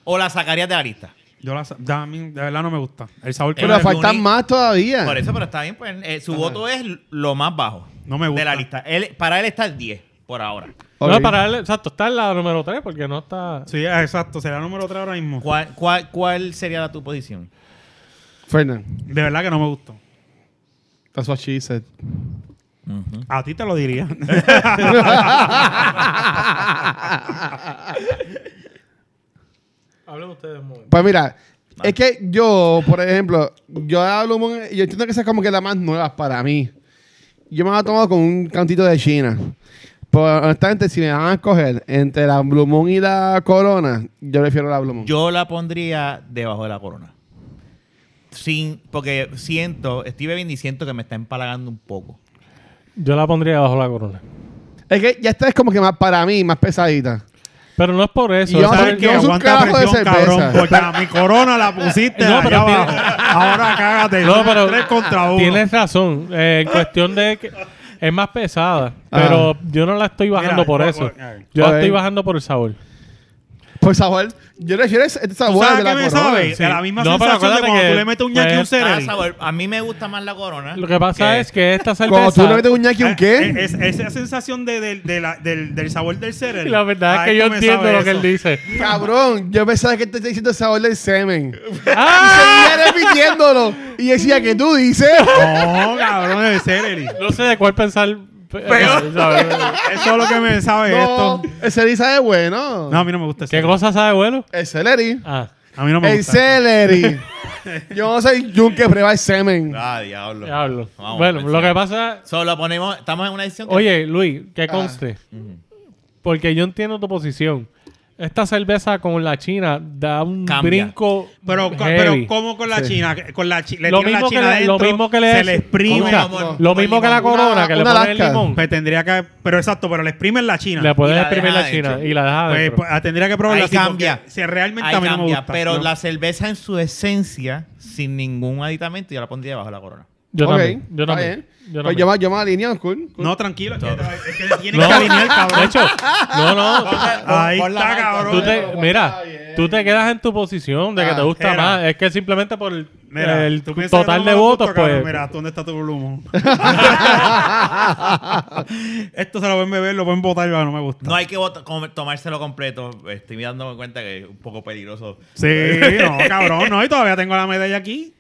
S4: O la sacarías de la lista.
S2: Yo la sa- da- a mí, de verdad no me gusta. El sabor que
S4: Eh,
S3: Pero
S4: la-
S2: me-
S3: faltan
S4: Blue-
S3: más todavía.
S4: Por eso, pero está bien. Pues, eh, su voto es lo más bajo.
S2: No me gusta.
S4: De la lista. Él- para él está el 10 por ahora.
S1: No,
S3: Ok.
S1: para él, exacto, está en la número 3 porque no está.
S2: Sí, ah, exacto. Será número 3 ahora mismo.
S4: ¿Cuál, cuál, cuál sería la tu posición?
S3: Fernan,
S2: De verdad que no me gustó.
S3: that's what she said.
S2: A ti te lo diría.
S1: Hablen ustedes un momento.
S3: Pues mira,
S2: Ah.
S3: es que yo, por ejemplo, yo la Blue Moon, yo entiendo que esa es como que la más nueva para mí. Yo me la he tomado con un cantito de China. Pero honestamente, si me van a escoger entre la Blue Moon y la Corona, yo prefiero la Blue Moon.
S4: Yo la pondría debajo de la corona. Sin, porque siento, estoy bebiendo y siento que me está empalagando un poco.
S1: Yo la pondría bajo la corona.
S3: Es que ya esta es como que más para mí, más pesadita.
S1: Pero no es por eso.
S3: Y
S1: es
S3: vamos a
S1: por-
S3: ver qué- yo soy un carajo de cerveza.
S2: cabrón. Porque a mi corona la pusiste
S1: No, pero
S2: allá
S1: tiene-
S2: abajo. Ahora cágate.
S1: No, pero
S2: Tres contra uno.
S1: tienes razón. Eh, en cuestión de que es más pesada,
S3: Ah.
S1: pero yo no la estoy bajando
S2: Mira, eh,
S1: por
S2: voy-
S1: eso.
S2: voy- a ver.
S1: Yo
S3: A
S1: la estoy
S3: ver.
S1: bajando por el sabor.
S3: Por sabor, yo prefiero es- este
S2: ¿Tú
S3: sabor
S2: sabes
S3: de la
S2: qué me
S3: Corona.
S2: sabe?
S1: Sí.
S2: A la misma
S1: No, pero
S2: sensación de
S1: acuérdate
S2: cuando
S1: que,
S2: tú le metes un
S1: pues,
S2: ñaki y un
S4: Ah,
S2: cereal.
S4: sabor, a mí me gusta más la corona.
S1: Lo que pasa es que esta
S3: Cuando tú le
S1: cerveza.
S3: metes un ñaki, ¿un
S2: Eh,
S3: qué?
S2: es- esa sensación de, de- de la- del, del sabor del cereal.
S1: La verdad
S2: A
S1: es que yo
S2: esto me
S1: entiendo
S2: sabe
S1: lo que
S2: eso.
S1: él dice.
S3: Cabrón, yo pensaba que te está diciendo el sabor del semen.
S1: ¡Ah!
S3: Seguía repitiéndolo. Y decía que tú dices.
S2: No, cabrón, el cereal.
S1: No sé de cuál pensar. eh, ¿sabes?
S2: Eso es lo que me sabe
S3: No,
S2: esto.
S3: el celery sabe bueno.
S2: No, a mí no me gusta el
S1: ¿Qué
S2: cereal.
S1: cosa sabe bueno?
S3: El celery.
S1: Ah,
S2: A mí no me
S3: El
S2: gusta.
S3: celery. Yo no soy Jun que prueba el semen.
S4: Ah, diablo.
S1: diablo.
S4: Vamos,
S1: bueno,
S4: pensé.
S1: lo que pasa.
S4: Solo ponemos, estamos en una edición. que-
S1: Oye, Luis,
S3: Ah.
S1: que conste. Porque yo entiendo tu posición. Esta cerveza con la China da un
S4: Cambia.
S1: brinco.
S2: Pero, co-
S1: heavy.
S2: pero ¿cómo con la china? Con la chi- le
S1: lo
S2: tiran
S1: mismo,
S2: la china
S1: que le, lo
S2: adentro,
S1: mismo que le
S2: se le exprime.
S1: Escucha,
S4: Como-
S1: lo mismo
S4: como
S1: que la
S4: el
S1: corona
S3: limón.
S1: que le
S3: Una-
S1: pones
S3: una
S1: el
S3: lasca.
S1: limón
S2: Pues tendría que. Pero exacto, pero le exprimen la china.
S1: le puedes
S4: la
S1: exprimir
S4: deja
S1: la china
S4: adentro.
S1: y la dejas
S2: pues,
S1: adentro.
S2: pues, ah, tendría que probarla
S4: Ahí
S2: así.
S4: cambia.
S2: porque Si realmente
S4: Ahí
S2: a mí no me
S4: cambia,
S2: gusta.
S4: Pero
S2: no.
S4: la cerveza en su esencia, sin ningún aditamento, yo la pondría bajo la corona.
S1: yo
S3: Ok,
S1: también. Yo
S3: está
S1: también.
S3: bien.
S1: Yo
S3: Pues
S1: también.
S3: yo, me- yo me alineo, cool. cool.
S2: No, tranquilo. Es que, es que tiene
S1: No,
S2: que alinear,
S1: de
S2: cabrón.
S1: hecho, no, no.
S2: Ahí está,
S4: alta.
S2: cabrón.
S1: tú te-
S3: Pero,
S1: mira,
S3: está bien.
S1: tú te quedas en tu posición de que
S3: Ah,
S1: te gusta
S2: era.
S1: más. Es que simplemente por el
S2: Mira,
S1: el
S2: tú piensas que
S1: total
S2: estamos
S1: de
S2: hablando
S1: votos,
S2: justo, cabrón.
S1: pues-
S2: Mira, ¿dónde está tu volumen? Esto se lo pueden beber, lo pueden botar, pero no me gusta.
S4: No hay que vota- com- tomárselo completo. Estoy dándome cuenta que es un poco peligroso.
S2: Sí, no, cabrón, no. Y todavía tengo la medalla aquí.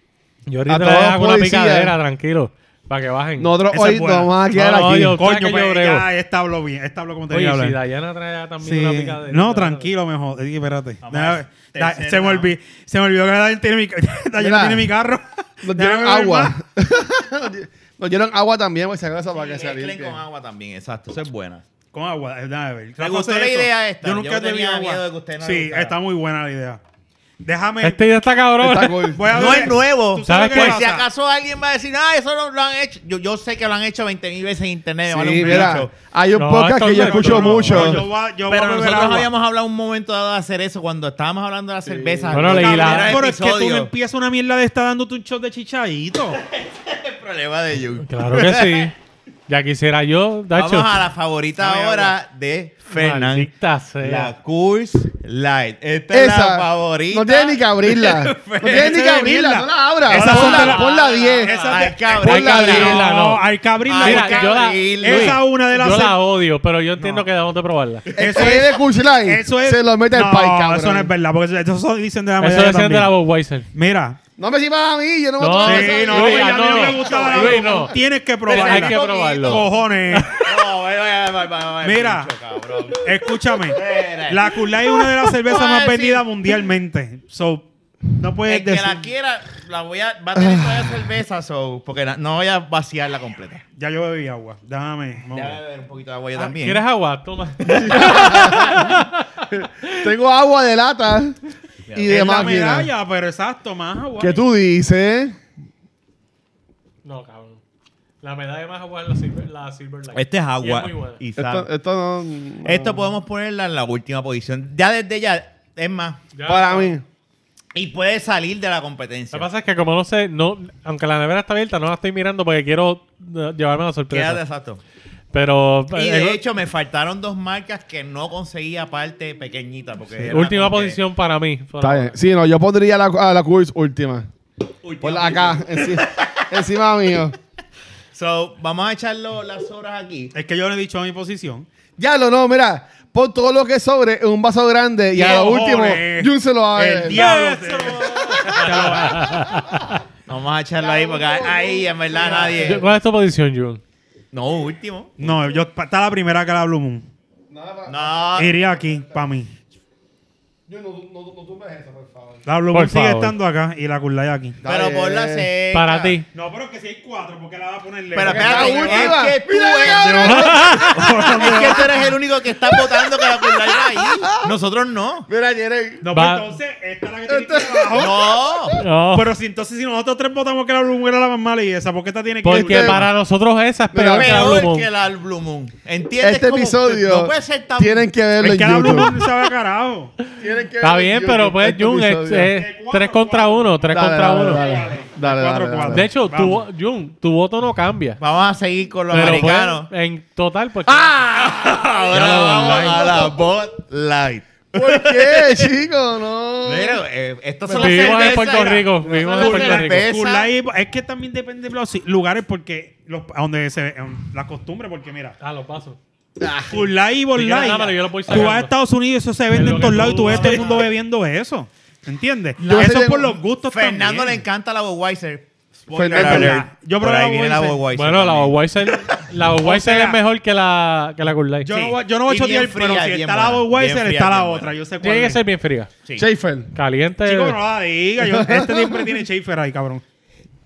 S1: Yo ahorita
S3: A
S1: le
S3: todos
S1: hago una
S3: policías.
S1: picadera, tranquilo. Para que bajen.
S3: Nosotros
S2: Esa es
S3: hoy nos
S2: buena.
S3: vamos a quedar
S1: No, no,
S3: aquí.
S1: yo- O sea,
S2: Coño,
S1: que
S2: pues
S1: brego.
S2: ya, esta habló bien. Esta habló como tenía que
S1: Oye,
S2: hablar.
S1: si Dayana trae también
S2: Sí.
S1: una picadera.
S2: No, tranquilo, mejor. Eh, espérate.
S4: Vamos
S2: Déjame-
S4: a ver.
S2: da-
S4: Tercera,
S2: se, me
S4: ¿no?
S2: olvidó, se me olvidó que Dayan tiene mi, Dayan
S3: Mira.
S2: tiene mi carro.
S3: Nos
S2: Déjame
S3: dieron
S2: beber
S3: agua.
S2: más.
S3: Nos dieron agua también, pues, si acaso, para que se
S4: Mezclen
S3: limpie.
S4: con agua también, exacto. Eso es buena.
S2: Con agua, eh, déjame ver.
S4: Me gustó
S2: Hace
S4: la
S2: eso.
S4: idea esta.
S2: Yo nunca
S4: Yo
S2: he bebido
S4: tenía
S2: agua.
S4: miedo de que usted no le
S2: sí,
S4: gustara.
S2: está muy buena la idea. Déjame.
S1: Esta idea Este está cabrón.
S3: Está cool.
S2: voy a
S4: No
S2: beber-
S4: es nuevo.
S2: ¿Tú
S1: ¿Sabes
S2: qué
S1: qué?
S4: Por
S2: pasa?
S4: si acaso alguien va a decir, ah, eso no lo han hecho. Yo, yo sé que lo han hecho 20 mil veces en internet. me vale
S3: Sí,
S4: un
S3: mira,
S4: bicho.
S3: hay un
S1: No,
S3: podcast
S1: esto
S3: que
S1: no
S3: yo
S1: es
S3: escucho
S1: otro, no,
S3: mucho.
S2: Pero yo voy- yo voy a
S4: Pero
S2: beber
S4: nosotros
S2: agua.
S4: habíamos hablado un momento dado de hacer eso cuando estábamos hablando de la cerveza.
S1: Bueno,
S4: Nunca
S1: leí la-
S4: hablé del
S2: Pero es que tú no
S4: episodio.
S2: empiezas una mierda de esta dándote un shot de chichadito.
S4: El problema de Jun.
S1: Claro que sí. Ya quisiera yo,
S4: Vamos
S1: Dacho.
S4: a la favorita
S2: Dame
S4: ahora de Fernan.
S1: Maldita sea.
S4: La Coors Light. Esta es
S3: Esa.
S4: la favorita.
S3: No tiene ni que abrirla. No tiene ni que
S2: Esa
S3: abrirla.
S2: es
S3: No la abras.
S2: Esa
S3: Ponla-
S2: son de la-
S3: Ponla 10.
S4: Esa
S2: Esa
S4: Hay
S2: te-
S4: que abrirla.
S3: Ponla
S4: Hay que
S3: bien.
S1: abrirla,
S4: abrirla.
S1: no.
S2: hay que abrirla.
S4: Ay,
S1: Mira,
S2: porque-
S1: yo la,
S4: Luis,
S2: esa una de las
S1: yo
S2: cer-
S1: la odio, pero yo entiendo que debemos de probarla.
S3: Eso es de Kursline.
S2: Eso es.
S3: Se lo mete
S2: No,
S3: al país, cabrón.
S2: Eso no es verdad, porque eso eso dicen de la
S1: Eso
S2: medalla.
S1: decían de la
S2: también.
S1: Budweiser.
S2: Mira.
S3: No me sirvas a mí. Yo no me
S1: No,
S3: tomo
S1: sí,
S3: eso.
S1: no,
S2: porque
S1: Luis,
S2: a mí
S1: no.
S2: me gusta la
S1: Luis, no.
S2: Tienes que
S1: Pero hay
S2: probarla.
S1: que probarlo.
S2: Cojones.
S4: No, vaya, vaya, vaya, vaya, vaya,
S2: Mira.
S4: bicho, cabrón.
S2: Escúchame.
S4: Espera.
S2: La Kulai es una de las cervezas
S4: Voy a
S2: más
S4: decir-
S2: vendidas mundialmente. So, no puedes
S4: El que
S2: decir.
S4: la quiera, la voy a, va a tener todavía cerveza, so, porque na- no voy a vaciarla completa.
S2: Ya yo bebí agua. Déjame. vamos.
S4: Déjame beber un poquito de agua yo también.
S1: Ah, ¿Quieres agua? Toma.
S3: Tengo agua de lata y
S2: Es
S3: de
S2: la
S3: máquina.
S2: medalla, pero exacto, más agua.
S3: ¿Qué tú dices?
S1: No, cabrón. La medalla más agua es la Silver, la Silver Light.
S4: Este es agua.
S1: Y es muy buena.
S4: y
S3: Esto,
S4: sabe. Esto,
S3: esto no, no-
S4: podemos ponerla en la última posición. Ya desde ya, es más.
S1: Ya.
S3: Para mí.
S4: Y puede salir de la
S1: Lo
S4: competencia.
S1: que pasa es que como no sé, no, aunque la nevera está abierta, no la estoy mirando porque quiero eh, llevarme la sorpresa.
S4: Quédate exacto.
S1: Pero
S4: Y
S1: eh,
S4: de hecho, me faltaron dos marcas que no conseguí aparte pequeñita. Porque era
S1: eh, última
S4: como que-
S1: posición para mí. Por
S3: Está
S1: ahora.
S3: bien. Sí, no, yo pondría la, a la Kurz última.
S4: Última
S3: Ponla acá, encima, encima mío.
S4: So, vamos a echarlo las horas aquí.
S2: Es que yo no he dicho a mi posición.
S3: Ya lo no, mira. Pon todo lo que sobre en un vaso grande y a lo
S2: Cojones.
S3: último, Jun se lo va a
S2: eh, El
S3: ver.
S2: diablo. te-
S4: Vamos a echarlo ahí porque ahí en verdad nadie.
S1: Yo- ¿Cuál es tu posición, Jun?
S4: No, último.
S2: No, yo pa- está la primera que la Blue Moon.
S3: Ah.
S4: No.
S2: Iría aquí, para mí.
S3: Jun, no, no, no tumbes eso, por favor.
S2: La Blue
S1: Por
S2: Moon sigue
S1: favor.
S2: estando acá y la Kulai aquí.
S4: Pero por la seca.
S1: Para ti.
S2: No, pero que si hay cuatro, porque la va a ponerle.
S4: Pero
S3: la
S4: espérate,
S3: última.
S4: es que tú
S3: Mira,
S4: eres-
S3: cabrón.
S4: es que tú eres el único que está votando que la culpa era ahí. Nosotros no.
S3: Mira, Jerry.
S2: No,
S1: Va-
S2: pues entonces, esta es la que tiene que ir abajo.
S4: No.
S1: No,
S2: Pero si entonces si nosotros tres votamos que la Blue Moon era la más mala y esa, ¿por qué esta tiene que
S1: porque
S3: este-
S1: para nosotros esa es peor que la Blue
S4: Peor
S1: Moon.
S4: que la Blue Moon. ¿Entiendes?
S3: Este
S4: cómo?
S3: episodio
S4: No puede ser tan.
S3: tienen que verlo
S2: Es
S3: en
S2: que la Blue Moon
S3: YouTube.
S2: se va a carajo.
S3: Tienen que
S1: Está
S3: verlo en
S1: bien,
S3: YouTube,
S1: pero pues,
S3: este
S1: Jun, es,
S3: episodio.
S1: es tres contra uno, tres
S3: Dale,
S1: contra
S3: dale,
S1: uno.
S3: Dale, dale, dale,
S2: Cuatro,
S3: dale.
S2: cuatro.
S1: De hecho, tu,
S2: Vamos.
S1: vo- Jun, tu voto no cambia.
S4: Vamos a seguir con los
S1: Pero pues,
S4: americanos.
S1: en total, pues...
S2: ¡Ah!
S4: Ahora
S1: Ya lo
S4: vamos
S1: online.
S4: a la bot light.
S3: ¿Por qué, chico? No.
S4: Pero eh, estas son las
S1: Vivimos en
S4: cervezas.
S1: Puerto Rico, vivimos en
S4: Las
S1: Puerto Rico.
S4: cervezas.
S2: Kulai, es que también depende de los si- lugares porque los, a donde se em, la costumbre, porque mira,
S1: Ah, lo paso.
S2: Kulai y Borlai,
S1: quieres, dámelo, yo lo voy
S2: tú vas a
S1: sacando.
S2: Estados Unidos y eso se
S1: En
S2: vende
S1: lo
S2: en
S1: que
S2: todos lados y
S1: tú
S2: tú ves todo el
S1: vas.
S2: mundo bebiendo eso. ¿Entiendes?
S3: Yo
S2: eso
S3: sé
S2: es
S3: de-
S2: por los gustos
S4: Fernando le
S2: también.
S4: encanta la Budweiser.
S3: Fernando-
S4: alert.
S2: Yo
S4: Por
S2: probé
S4: ahí
S2: la
S4: viene la
S2: Budweiser.
S4: Budweiser.
S1: Bueno, la
S4: también.
S1: Budweiser, la Budweiser
S2: sea,
S1: es mejor que la que la Coors Light.
S2: Yo,
S1: Sí.
S2: no, voy- yo no voy
S4: Y
S2: a
S4: bien
S2: chotear, pero
S4: fría,
S2: si
S4: bien
S2: está la
S4: buena.
S2: Budweiser,
S4: Bien
S2: está
S4: fría,
S2: la
S4: bien
S2: otra.
S4: buena.
S2: Yo sé cuál
S1: Tiene que
S2: es.
S1: ser bien fría.
S4: Sí.
S3: Schaefer.
S1: Caliente.
S2: Chico, no la diga. Yo, este siempre tiene Schaefer ahí, cabrón.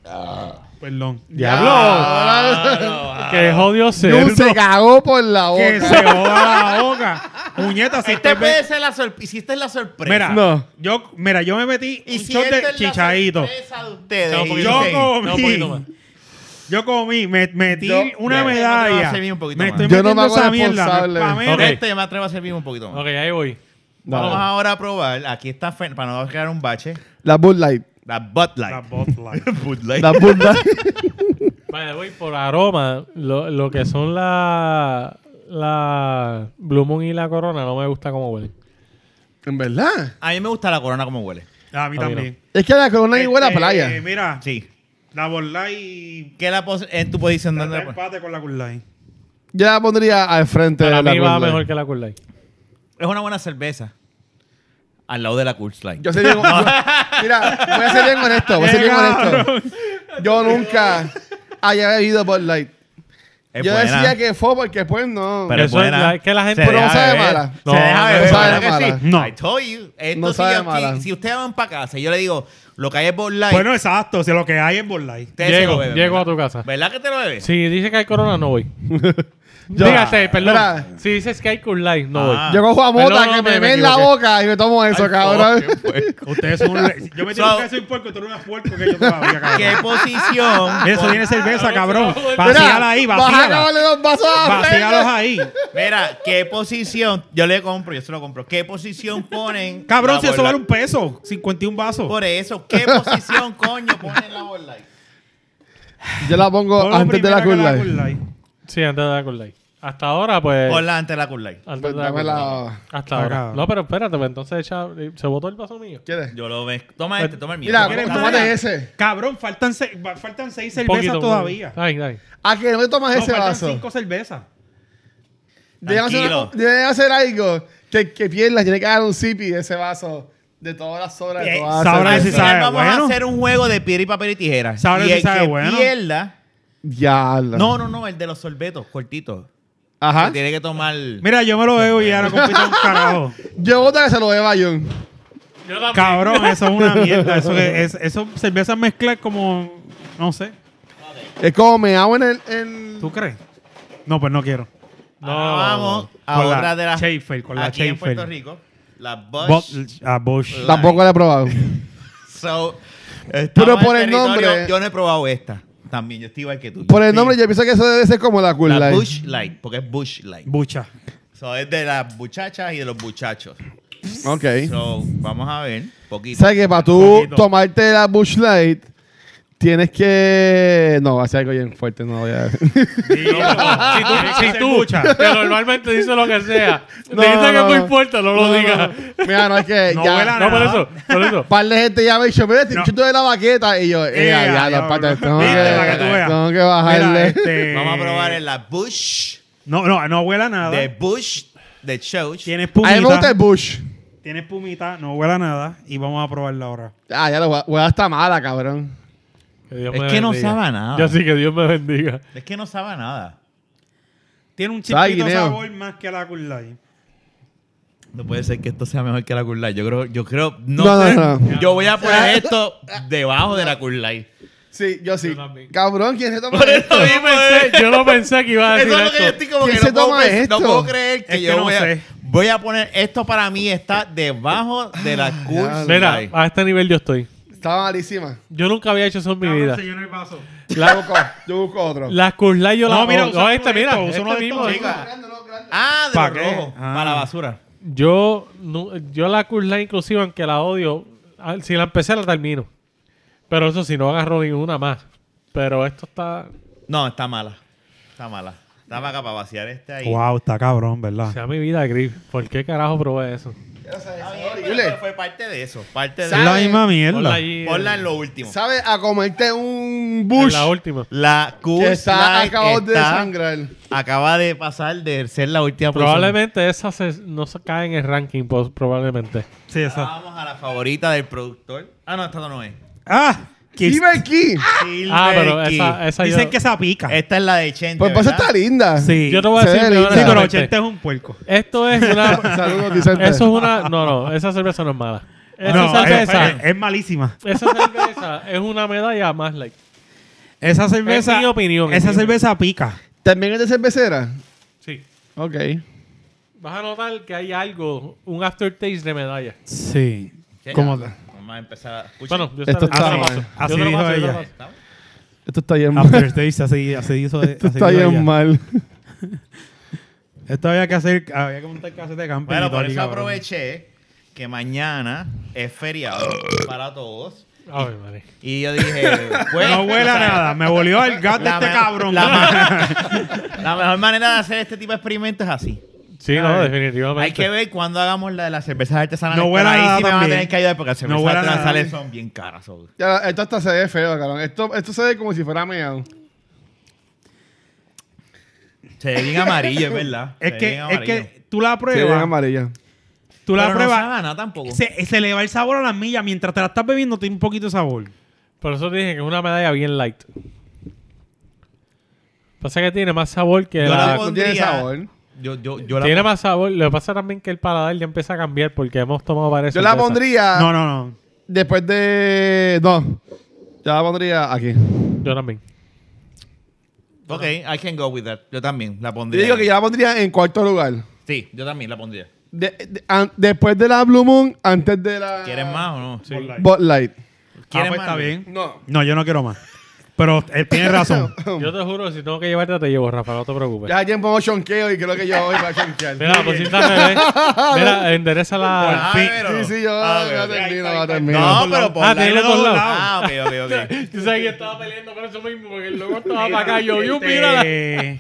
S2: Ah. Perdón.
S1: Diablo. que jodió ser.
S3: Jun se cagó por la
S2: Que
S3: boca.
S2: se joda la boca. Muñeca, si
S4: Este
S2: estoy
S4: puede ser la sorpresa. Hiciste la sorpresa.
S2: Mira,
S3: No.
S2: yo, mira, yo me metí
S4: y
S2: un
S4: si
S2: shot
S4: esta
S2: de
S4: es la
S2: chichadito.
S4: sorpresa de ustedes.
S1: No, porque
S4: y
S2: Yo
S1: yo
S4: dicen,
S2: comí.
S1: No, un poquito más.
S2: Yo comí, me metí
S3: Yo-
S2: una
S4: Ya. Yo me voy a
S2: medalla.
S4: servir un poquito
S2: Me
S4: más.
S2: estoy
S3: Yo no
S2: metiendo
S3: me hago
S2: esa mierda.
S3: responsable.
S2: no es pa' menos.
S1: Ok.
S4: Este yo me atrevo a servir un poquito más.
S1: Ok, ahí voy.
S4: Vamos
S3: Dale.
S4: ahora a probar. Aquí está Fer- para no crear un bache.
S3: La Bud Light.
S4: La Bud
S2: La
S4: Light.
S2: Bud Light.
S4: Bud Light.
S3: La Bud Light.
S1: Vale, voy por aroma. Lo, lo que son la la Blue Moon y la Corona no me gusta cómo huelen.
S3: ¿En verdad?
S4: A mí me gusta la corona como huele.
S2: A mí
S1: A mí no.
S2: también.
S3: Es que la corona es
S2: Este,
S3: igual a playa.
S2: Mira,
S4: Sí.
S2: la Borla y.
S4: ¿Qué la pos- en tu posición? ¿dónde la pon-
S2: empate con la Curlay.
S3: Yo la pondría al frente
S1: Para
S3: de la
S1: mí va
S3: Coors Light.
S1: mejor que la Cool Light.
S4: Es una buena cerveza. Al lado de la Coors Light.
S3: Yo soy bien, yo- mira, voy a ser bien honesto, voy a ser bien honesto. Yo nunca haya bebido Bud Light.
S4: Es
S3: yo
S4: buena.
S3: decía que fue porque pues no.
S4: Pero es
S1: Eso es
S4: buena.
S1: la- es que la gente-
S4: Se
S1: Pero
S3: no
S4: deja
S3: sabe
S4: beber.
S3: mala.
S4: Se
S1: No,
S4: deja
S1: no
S4: beber.
S1: sabe
S4: ¿verdad que
S3: mala.
S4: sí?
S2: No.
S4: I told you. Esto
S3: No
S4: sí,
S3: sabe
S4: aquí-
S3: mala.
S4: Si ustedes van para casa, yo le digo, lo que hay es Bud Light.
S2: Bueno, exacto. Si lo que hay es Borlay.
S4: ustedes se lo
S1: Llego,
S4: beben,
S1: llego a
S4: ¿verdad?
S1: tu casa.
S4: ¿Verdad que te lo bebes?
S1: Si dice que hay corona, no voy.
S3: Yo-
S1: Dígate, perdón.
S3: Mira.
S1: Si dices que hay Cool Light, no
S4: Ah.
S1: voy.
S3: Yo cojo a mota
S1: Perdón,
S3: que
S1: hombre,
S3: me
S1: me
S3: ve en la
S1: equivoqué.
S3: boca y me tomo eso, cabrón.
S2: Ustedes son. un le- Yo me digo
S4: So-
S2: que soy puerco, tú eres un puerco que yo todavía,
S4: ¿Qué
S2: cabrón.
S4: posición?
S2: Eso tiene cerveza, cabrón.
S3: Mira,
S2: Vacíala ahí,
S3: vas a
S2: vacíala.
S3: acabarle dos vasos a la
S2: Vacíalos
S3: gente.
S2: ahí.
S4: Mira, ¿qué posición? Yo le compro, yo se lo compro. ¿Qué posición ponen?
S2: Cabrón,
S4: la
S2: si eso
S4: Bud
S2: vale un
S4: Light?
S2: peso, 51 vasos.
S4: Por eso, ¿qué posición, coño, ponen la Bud Light?
S3: Yo la pongo
S2: Ponlo
S3: antes de la
S2: primero
S3: Cool
S2: que
S3: Light.
S2: Coors Light.
S1: Sí, antes de la Cool Light. Hasta ahora, pues.
S4: Ponla antes de la Coors Light.
S1: antes
S3: Pues
S1: de la
S3: dame
S1: Coors Light.
S3: la...
S1: Hasta
S2: Acá.
S1: ahora. No, pero espérate, pues entonces echa- se botó el vaso mío.
S3: ¿Quieres?
S4: Yo lo veo. Toma este, toma el mío.
S3: Mira,
S4: Toma el
S2: ¿Quieres
S4: mío.
S3: tómate
S2: más?
S3: ese.
S2: Cabrón, faltan, se- va- faltan seis
S1: Un
S2: cervezas
S1: poquito, un
S2: todavía.
S1: poquito. Ay, ay.
S3: ¿A Ah, que no me tomas
S2: No,
S3: ese
S2: faltan
S3: vaso?
S2: cinco cervezas.
S3: Deben hacer,
S4: Tranquilo.
S3: deben hacer algo que, que pierdas. Tiene que dar un sipi de ese vaso de todas las sobras. De
S4: Eh,
S3: todas las
S2: sabrá
S4: Al
S2: si
S3: cervezas.
S4: final
S2: sabe
S4: vamos
S2: bueno.
S4: a hacer un juego de piedra y papel y tijera.
S2: Sabrá
S4: y
S2: si
S4: el
S2: sabe
S4: que
S2: bueno.
S4: pierda...
S3: Diablo.
S4: No, no, no, el de los sorbetos, cortitos.
S3: Ajá.
S4: Que tiene que tomar...
S2: ¿Ah? Mira, yo me lo veo y ahora compito un carajo.
S3: Yo voto que se lo beba John.
S2: Cabrón, eso es una mierda. Eso, que es, eso cerveza mezcla es como. No sé.
S3: Es como me hago en el. en-
S2: ¿Tú crees? No, pues no quiero.
S1: No,
S4: Ahora Ah, vamos a
S2: Con la
S4: otra de las...
S2: Schaefer, con la
S4: aquí en
S2: Schaefer.
S4: Puerto Rico. La Bush.
S2: Bo- ah, a Bush.
S4: La-
S3: Tampoco lo he probado.
S4: So, estamos
S3: por
S4: en
S3: el
S4: territorio-
S3: nombre-
S4: Yo no he probado esta. También, yo estoy igual que tú.
S3: Por
S4: Yo
S3: el
S4: estoy-
S3: nombre, yo pienso que eso debe ser como la Cool
S4: La
S3: Light.
S4: Bush Light, porque es Bush Light.
S2: Bucha.
S4: So, es de las muchachas y de los muchachos.
S3: Ok.
S4: So, vamos a ver, poquito.
S3: ¿Sabes que para tú
S2: Poquito.
S3: tomarte la Bush Light, tienes que. No, hacer algo bien fuerte. No voy a.
S1: Si tú, si tú, que normalmente dice lo que sea,
S3: No,
S1: te dice que
S3: no,
S1: es
S3: no.
S1: muy fuerte, no lo
S3: No, no,
S1: digas.
S3: no. Mira, no es que.
S2: No
S3: ya,
S2: huela
S1: No, por
S2: Nada.
S1: eso, por eso.
S3: par de gente ya me dicho, mira, estoy
S2: No.
S3: chuto de la baqueta. Y yo, eh,
S2: Ea,
S3: ya, los
S2: diablo.
S3: patas, tengo que,
S2: Viste, para que tú veas.
S3: tengo que
S2: Mira,
S3: bajarle.
S2: este-
S4: Vamos a probar en la Bush
S2: No, no, no huela nada.
S4: de Bush de Church.
S2: Tiene
S3: A mí me gusta el
S2: espumita.
S3: Bush.
S2: Tiene espumita, no huela nada. Y vamos a probarla ahora.
S3: Ah, ya la hue- hueá está mala, cabrón.
S1: Que Dios
S4: Es
S1: me
S4: que no
S1: bendiga.
S4: sabe a nada.
S1: Yo sí que Dios me bendiga.
S4: Es que no sabe a nada.
S2: Tiene un
S3: Sabe
S2: chispito
S3: guineo.
S2: sabor más que la Cool Light.
S4: No puede ser que esto sea mejor que la Curlay. Yo creo, yo creo, no,
S3: No, no,
S4: sé.
S3: no.
S4: Yo voy a poner esto debajo de la Curlay.
S3: Sí, yo sí.
S1: Yo también.
S3: Cabrón, ¿quién se toma
S4: Por
S3: esto?
S4: eso
S1: Yo,
S4: mismo es-
S1: pensé, yo no pensé que iba a decir
S4: Eso es lo que yo
S1: esto.
S4: estoy como que
S3: ¿Quién se
S4: no puedo,
S3: toma
S4: creer- no
S3: esto?
S4: puedo creer que
S2: Es que
S4: yo
S2: no
S4: voy, a,
S2: sé.
S4: voy a poner esto para mí está debajo de la
S3: Ah,
S4: Curlay.
S1: Mira, a este nivel yo estoy.
S3: Está malísima.
S1: Yo nunca había hecho eso en mi vida.
S2: el vaso.
S3: Yo busco, yo busco otro.
S1: Las Curlay yo
S2: No,
S1: las...
S2: mira, usa
S1: no,
S2: uno
S1: este,
S2: de
S1: mira,
S2: estos, usa
S1: este
S2: uno de estos,
S1: mismo.
S2: chica.
S4: Ah, de
S2: ¿Pa'
S4: los
S2: qué?
S4: rojos,
S2: Ah.
S4: para la basura.
S1: Yo, no- yo la Curlay inclusive, aunque la odio, al- si la empecé la termino. Pero eso sí, no agarro ninguna más. Pero esto está...
S4: No, está mala. Está mala. Está para acá para vaciar este ahí.
S2: Wow, está cabrón, ¿verdad?
S1: Sea mi vida, Griff. ¿Por qué carajo probé eso?
S4: Está bien, pero
S3: Horrible.
S4: eso fue parte de eso. Parte
S2: Es
S4: de
S3: ¿Sabe?
S2: la misma
S1: Ponla
S2: mierda.
S1: ahí,
S4: Ponla
S1: eh,
S4: en lo último.
S3: ¿Sabes? A comerte un
S1: en
S3: Bush
S1: la última.
S4: La Curlay
S3: que está acabado de
S4: está-
S3: sangrar.
S4: acaba de pasar de ser la última posición.
S1: Probablemente esa se- no se cae en el ranking, pues, probablemente.
S2: Sí,
S4: Ahora
S1: Ah.
S2: esa.
S4: Vamos a la favorita del productor. Ah, no, esta no es.
S2: Ah, que-
S3: Dime aquí.
S4: Silver
S1: Ah, pero
S4: Key.
S1: esa, esa yo... Eh,
S2: dicen que esa pica.
S4: Esta es la de Chente.
S3: Pues por eso
S4: ¿verdad?
S3: está linda.
S2: Sí.
S1: Yo te voy a
S3: Se
S1: decir...
S3: ve linda.
S2: Sí, pero
S1: honestamente,
S2: 80 es un puerco.
S1: Esto es una...
S3: Saludos, Vicente.
S1: Eso es una. No, no, esa cerveza no es mala. Esa
S2: No, es,
S1: cerveza.
S2: es- es malísima.
S1: esa cerveza es una medalla más like.
S2: Esa cerveza.
S1: Es mi opinión,
S2: Esa
S1: es mi
S2: cerveza pica.
S3: ¿También es de cervecera?
S1: Sí.
S3: Ok.
S1: Vas a notar que hay algo, un aftertaste de medalla.
S2: Sí.
S4: ¿Qué?
S3: ¿Cómo está?
S4: Vamos a empezar a escuchar.
S1: Bueno, yo
S3: Esto
S1: te- yo te lo
S2: está-
S1: paso.
S2: así
S1: Yo te lo
S2: dijo
S1: paso, yo te lo
S2: ella.
S1: paso.
S4: ¿Estamos?
S3: Pues, Esto está bien mal.
S2: After Taste, así, así hizo.
S3: Esto está bien mal.
S2: Esto había que hacer. Había que montar casete de camping. y
S4: Bueno,
S2: todo
S4: por
S2: aquí,
S4: eso
S2: cabrón.
S4: aproveché que mañana es feriado para todos.
S1: Ay, madre.
S4: Y yo dije, pues,
S2: No huele
S4: o
S2: a
S4: sea,
S2: nada. Me volvió el gato
S4: La
S2: este
S4: me-
S2: cabrón.
S4: la ma- La mejor manera de hacer este tipo de experimentos es así.
S1: Sí, no, definitivamente.
S4: Hay que ver cuando hagamos la de las cervezas artesanales.
S2: No huele
S4: pero
S2: a
S4: ahí
S2: nada
S4: sí me van a
S2: también.
S4: tener que ayudar porque las
S2: No
S4: cervezas
S2: huele a nada.
S4: artesanales son bien caras. son.
S3: Ya, esto hasta se ve feo, cabrón. Esto, esto se ve como si fuera meado.
S4: Se ve bien amarillo, es verdad. Se
S2: Es
S4: ve
S2: que,
S4: bien
S2: es
S4: amarillo.
S2: que tú la
S3: Se ve
S2: pruebas.
S3: amarilla.
S4: Pero
S2: Tú la
S4: No sabe
S2: pruebas.
S4: a nada tampoco.
S2: se, se le va el sabor a las millas. Mientras te la estás bebiendo, tiene un poquito de sabor.
S1: Por eso te dije que es una medalla bien light. Pasa que tiene más sabor que
S4: Yo
S1: la...
S4: la
S3: No tiene
S4: pondría-
S3: sabor.
S4: Yo, yo, yo la-
S1: Tiene más sabor. Lo que pasa también que el paladar ya empieza a cambiar porque hemos tomado varias
S3: Yo la
S1: cervezas.
S4: Ah.
S3: pondría
S2: No, no, no.
S3: después de... No. Yo la pondría aquí.
S1: Yo también.
S4: Ok, I can go with that. Yo también la
S3: Yo
S4: pondría.
S3: digo que yo la pondría en cuarto lugar.
S4: Sí, yo también la pondría.
S3: De- de- an- después de la Blue Moon, antes de la...
S4: ¿Quieres más o no?
S2: Bud Light.
S3: Bud Light.
S2: Ah,
S4: ¿Quieres
S2: pues
S4: más?
S2: está bien.
S3: No.
S2: No, yo no quiero más. Pero él tiene razón.
S1: Yo te juro, si tengo que llevarte, te llevo, Rafa, no te preocupes.
S3: Ya tiempo de chonqueo y creo que yo voy para chonquear.
S1: Pues. Mira, la pusiste al revés. Mira, endereza la...
S4: Ah,
S2: fin.
S4: pero-
S3: Sí, sí, yo
S4: Ah, ok,
S3: la
S4: ok.
S3: termino, la
S4: No,
S3: termino.
S4: pero por
S1: Ah,
S4: la-
S1: tiene los dos lados.
S4: Ah, ok, ok, ok.
S1: Tú sabes que estaba peleando con eso mismo porque el loco estaba
S2: Este,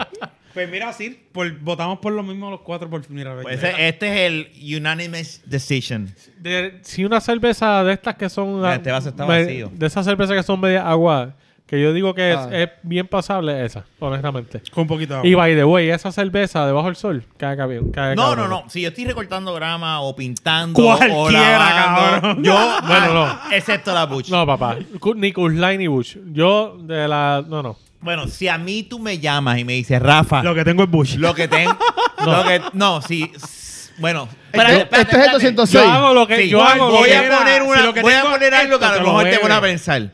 S2: Pues mira, sí, por- votamos por lo mismo los cuatro por primera vez.
S4: Pues ese- este es el unanimous decision.
S1: De- si una cerveza de estas que son
S4: Mira, este vaso está
S1: me-
S4: vacío.
S1: de esas cervezas que son media agua que yo digo que es,
S3: Ah.
S1: es bien pasable esa honestamente
S2: Con un poquito
S4: Ah,
S2: de agua.
S1: y by the way esa cerveza debajo del sol cae cabrón cae
S4: No, no,
S1: Ah, cabrón.
S4: no. Si yo estoy recortando grama o pintando o
S2: Cualquiera,
S4: lavando,
S2: cabrón.
S4: Yo, ah,
S1: Bueno, no.
S4: Excepto la bucha.
S1: no papá Cu- ni Kuzline ni Bush yo de la no no
S4: Bueno, si a mí tú me llamas y me dices, Rafa,
S2: Lo
S4: lo,
S2: que tengo es Bush.
S4: que tengo...
S1: No.
S4: no. Lo que, no, si... Bueno, espérate,
S3: Este este
S4: espérate,
S3: es el
S4: espérate.
S3: 206.
S1: yo hago lo que
S4: Sí,
S1: yo hago lo
S4: voy
S1: que
S4: a poner, una,
S2: Si lo que
S4: voy a
S2: tengo
S4: poner algo que a
S2: esto,
S4: lo
S2: te lo
S4: mejor te
S2: bebes.
S4: van a pensar.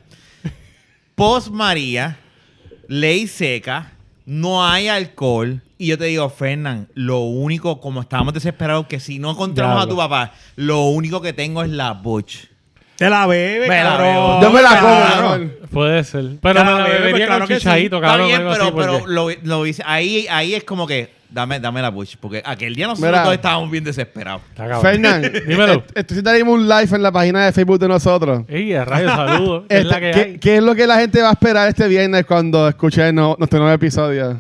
S4: Post María, ley seca, no hay alcohol. Y yo te digo, Fernán, lo único, como estábamos desesperados, que si no encontramos a
S1: Diablo.
S4: tu papá, lo único que tengo es la butch.
S2: Te la bebe,
S4: Me la
S2: cabrón.
S4: bebo.
S3: Yo me la como,
S2: Claro.
S3: cabrón.
S1: puede ser pero
S2: Claro,
S1: me la
S4: pues,
S2: bebé,
S1: bebería
S2: claro
S1: con
S2: que sí.
S1: chichadito
S4: Está
S1: cabrón
S4: bien,
S1: algo así,
S4: pero, pero
S1: porque-
S4: lo, lo hice- ahí, ahí es como que, dame, dame la butch. Porque aquel día nosotros
S3: Mira.
S4: todos estábamos bien desesperados.
S1: Está cabrón.
S3: Fernán,
S1: Dímelo.
S3: est- esto sí tenemos un live en la página de Facebook de nosotros.
S1: Ey, a rayos saludos es
S3: Este,
S1: la que
S3: ¿qué,
S1: hay
S3: qué es lo que la gente va a esperar este viernes cuando escuche no- nuestro nuevo episodio?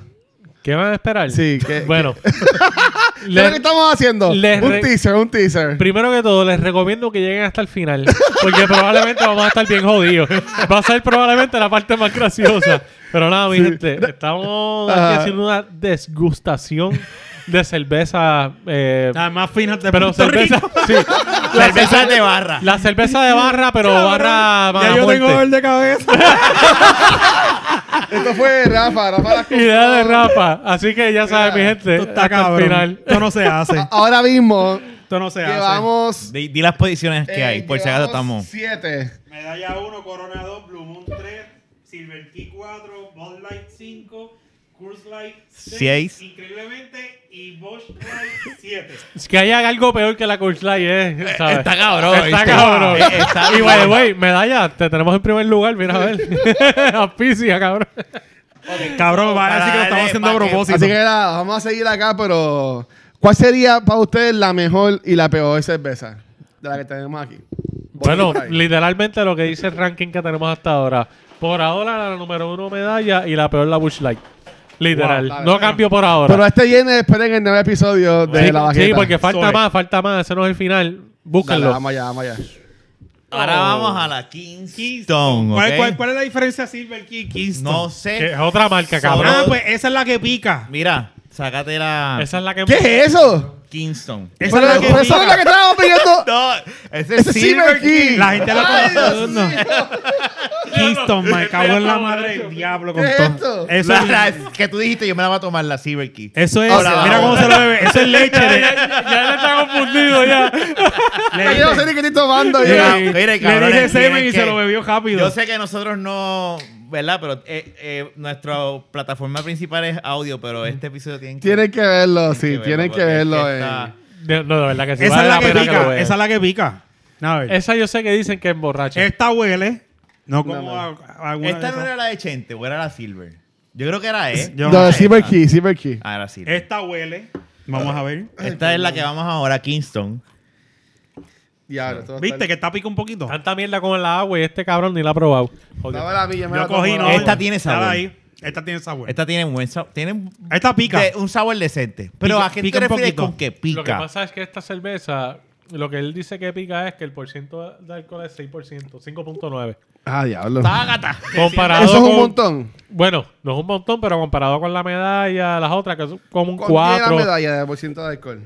S1: ¿Qué van a esperar?
S3: Sí, que-
S1: bueno.
S3: ¿Qué
S1: Le-
S3: es lo que estamos haciendo?
S1: les
S3: un
S1: re-
S3: teaser, un teaser.
S1: Primero que todo, les recomiendo que lleguen hasta el final, porque probablemente vamos a estar bien jodidos. Va a ser probablemente la parte más graciosa. Pero nada, mi gente, estamos aquí
S3: Ajá.
S1: haciendo una desgustación de cerveza. eh,
S2: Las más finas de
S1: pero
S2: Ah, Puerto
S1: cerveza,
S2: Rico.
S1: sí,
S4: Cerveza de barra.
S1: la cerveza de barra, pero barra para
S2: Ya yo
S1: muerte.
S2: tengo dolor de cabeza.
S3: Esto fue Rafa, Rafa las compró.
S1: Idea de rapa. Así que ya saben, mi gente,
S2: Ah, Esto está
S1: hasta el
S2: cabrón.
S1: final.
S2: Esto no se hace.
S3: Ahora mismo
S2: Esto no se hace.
S3: llevamos...
S4: Di, di las posiciones que
S3: eh,
S4: hay, por si acaso
S3: llevamos
S4: estamos...
S3: Siete.
S2: Medalla 1, Corona 2, Blue Moon 3, Silver Key 4, Bud Light 5, Curse Light
S4: Seis.
S2: increíblemente, y Bosch Light 7.
S1: Es que haya algo peor que la Curse Light, eh, ¿sabes?
S4: Está cabrón.
S1: Está
S4: ¿viste?
S1: cabrón.
S4: Eh, está
S1: y by the
S4: cabrón.
S1: way, medalla, te tenemos en primer lugar, mira a ver. Auspicia, cabrón.
S2: Cabrón, va a decir que lo estamos haciendo a propósito.
S3: Así que nada, vamos a seguir acá, pero... ¿Cuál sería para ustedes la mejor y la peor cerveza de la que tenemos aquí?
S1: Bueno,
S3: Botella.
S1: literalmente lo que dice el ranking que tenemos hasta ahora. Por ahora la número uno medalla y la peor la Bush Light. Literal.
S3: Wow, dale,
S1: no cambio por ahora.
S3: Pero este viernes esperen el nuevo episodio de
S1: sí,
S3: La Baqueta.
S1: sí, porque falta
S2: Soy.
S1: más, falta más. Ese no es el final.
S3: Dale,
S1: Búsquenlo.
S3: vamos allá, vamos allá.
S4: Ahora vamos a la Kingston.
S2: Oh. ¿Cuál,
S4: ¿ok?
S2: cuál, cuál es la diferencia Silver Key y Kingston?
S4: No
S1: Que es
S4: sé.
S1: otra marca, cabrón.
S2: Ah, pues esa es la que pica.
S4: Mira, sácate la
S1: Esa es la que.
S3: ¿Qué es eso?
S4: Kingston.
S2: Esa
S3: Pero,
S2: es la que
S3: pero eso es lo que
S2: pica.
S3: estábamos pidiendo.
S4: No, ese
S3: Ese es Silver King.
S2: La gente la
S3: Ay,
S2: conoce.
S3: Dios
S2: No.
S3: mío.
S2: Kingston, me cago en la madre del diablo con
S3: ¿Qué es
S2: todo.
S3: esto?
S2: Eso
S4: La-
S2: es,
S4: la- que tú dijiste, yo me la voy a tomar la Silver Key.
S2: eso es
S3: Ahora,
S2: mira
S3: ahora.
S2: cómo se lo bebe. Eso es leche.
S1: Ya,
S2: de-
S1: ya, ya, ya le está confundido ya.
S2: le,
S3: Ay, Yo no sé ni qué estoy tomando. yo.
S4: Mira,
S2: le-
S4: mira,
S2: le
S4: cabrones,
S2: dije semen
S4: tienen
S2: y se
S4: que-
S2: lo bebió rápido.
S4: Yo sé que nosotros no, ¿verdad? Pero eh, eh, nuestra plataforma principal es audio, pero este episodio tiene que,
S3: Tienen que verlo, sí,
S4: verlo,
S3: tienen que
S4: porque es
S3: verlo. eh.
S4: está-
S1: De- No, de verdad que sí.
S2: esa
S1: vale
S2: es la que
S1: pena lo
S2: pica.
S1: vean.
S2: esa es la que pica. A ver.
S1: Esa yo sé que dicen que es borracha.
S2: Esta huele. No como
S3: no.
S2: a- a alguna
S4: Esta
S2: de
S4: no
S2: esas.
S4: era la de Chente, o era la Silver. Yo creo que era, ¿eh?
S2: Yo
S3: No,
S2: no sé.
S3: Silver Key, Silver Key.
S4: Ah, era Silver.
S2: Esta huele. Vamos a ver.
S4: Esta es la que vamos ahora, Kingston.
S3: Diablo, esto va a
S2: ¿Viste
S3: estar-
S2: que está pica un poquito?
S1: Tanta mierda como en la agua y este cabrón ni la ha probado. Jodido.
S3: Estaba la milla, me
S2: Yo
S3: la
S2: cogí,
S3: tomo.
S2: no.
S4: Esta tiene
S2: Dale
S4: sabor.
S2: ahí. Esta tiene sabor. Esta,
S4: Esta tiene un buen sabor. Tiene un-
S2: Pues, pica.
S4: de- un sabor decente. Pero
S2: Pica-
S4: ¿a qué
S2: pica
S4: te
S2: un
S4: refieres
S2: poquito.
S4: con que
S1: Lo que
S4: pica?
S1: pasa es que esta cerveza, lo que él dice que pica es que el porciento de alcohol es 6%, 5.9.
S3: Ah, diablo.
S4: Tágata.
S1: Comparado
S3: Eso es un
S1: con-
S3: montón.
S1: Bueno, no es un montón, pero comparado con la medalla, las otras, que es como un
S3: ¿Con qué la
S1: 4.
S3: medalla de por ciento de alcohol?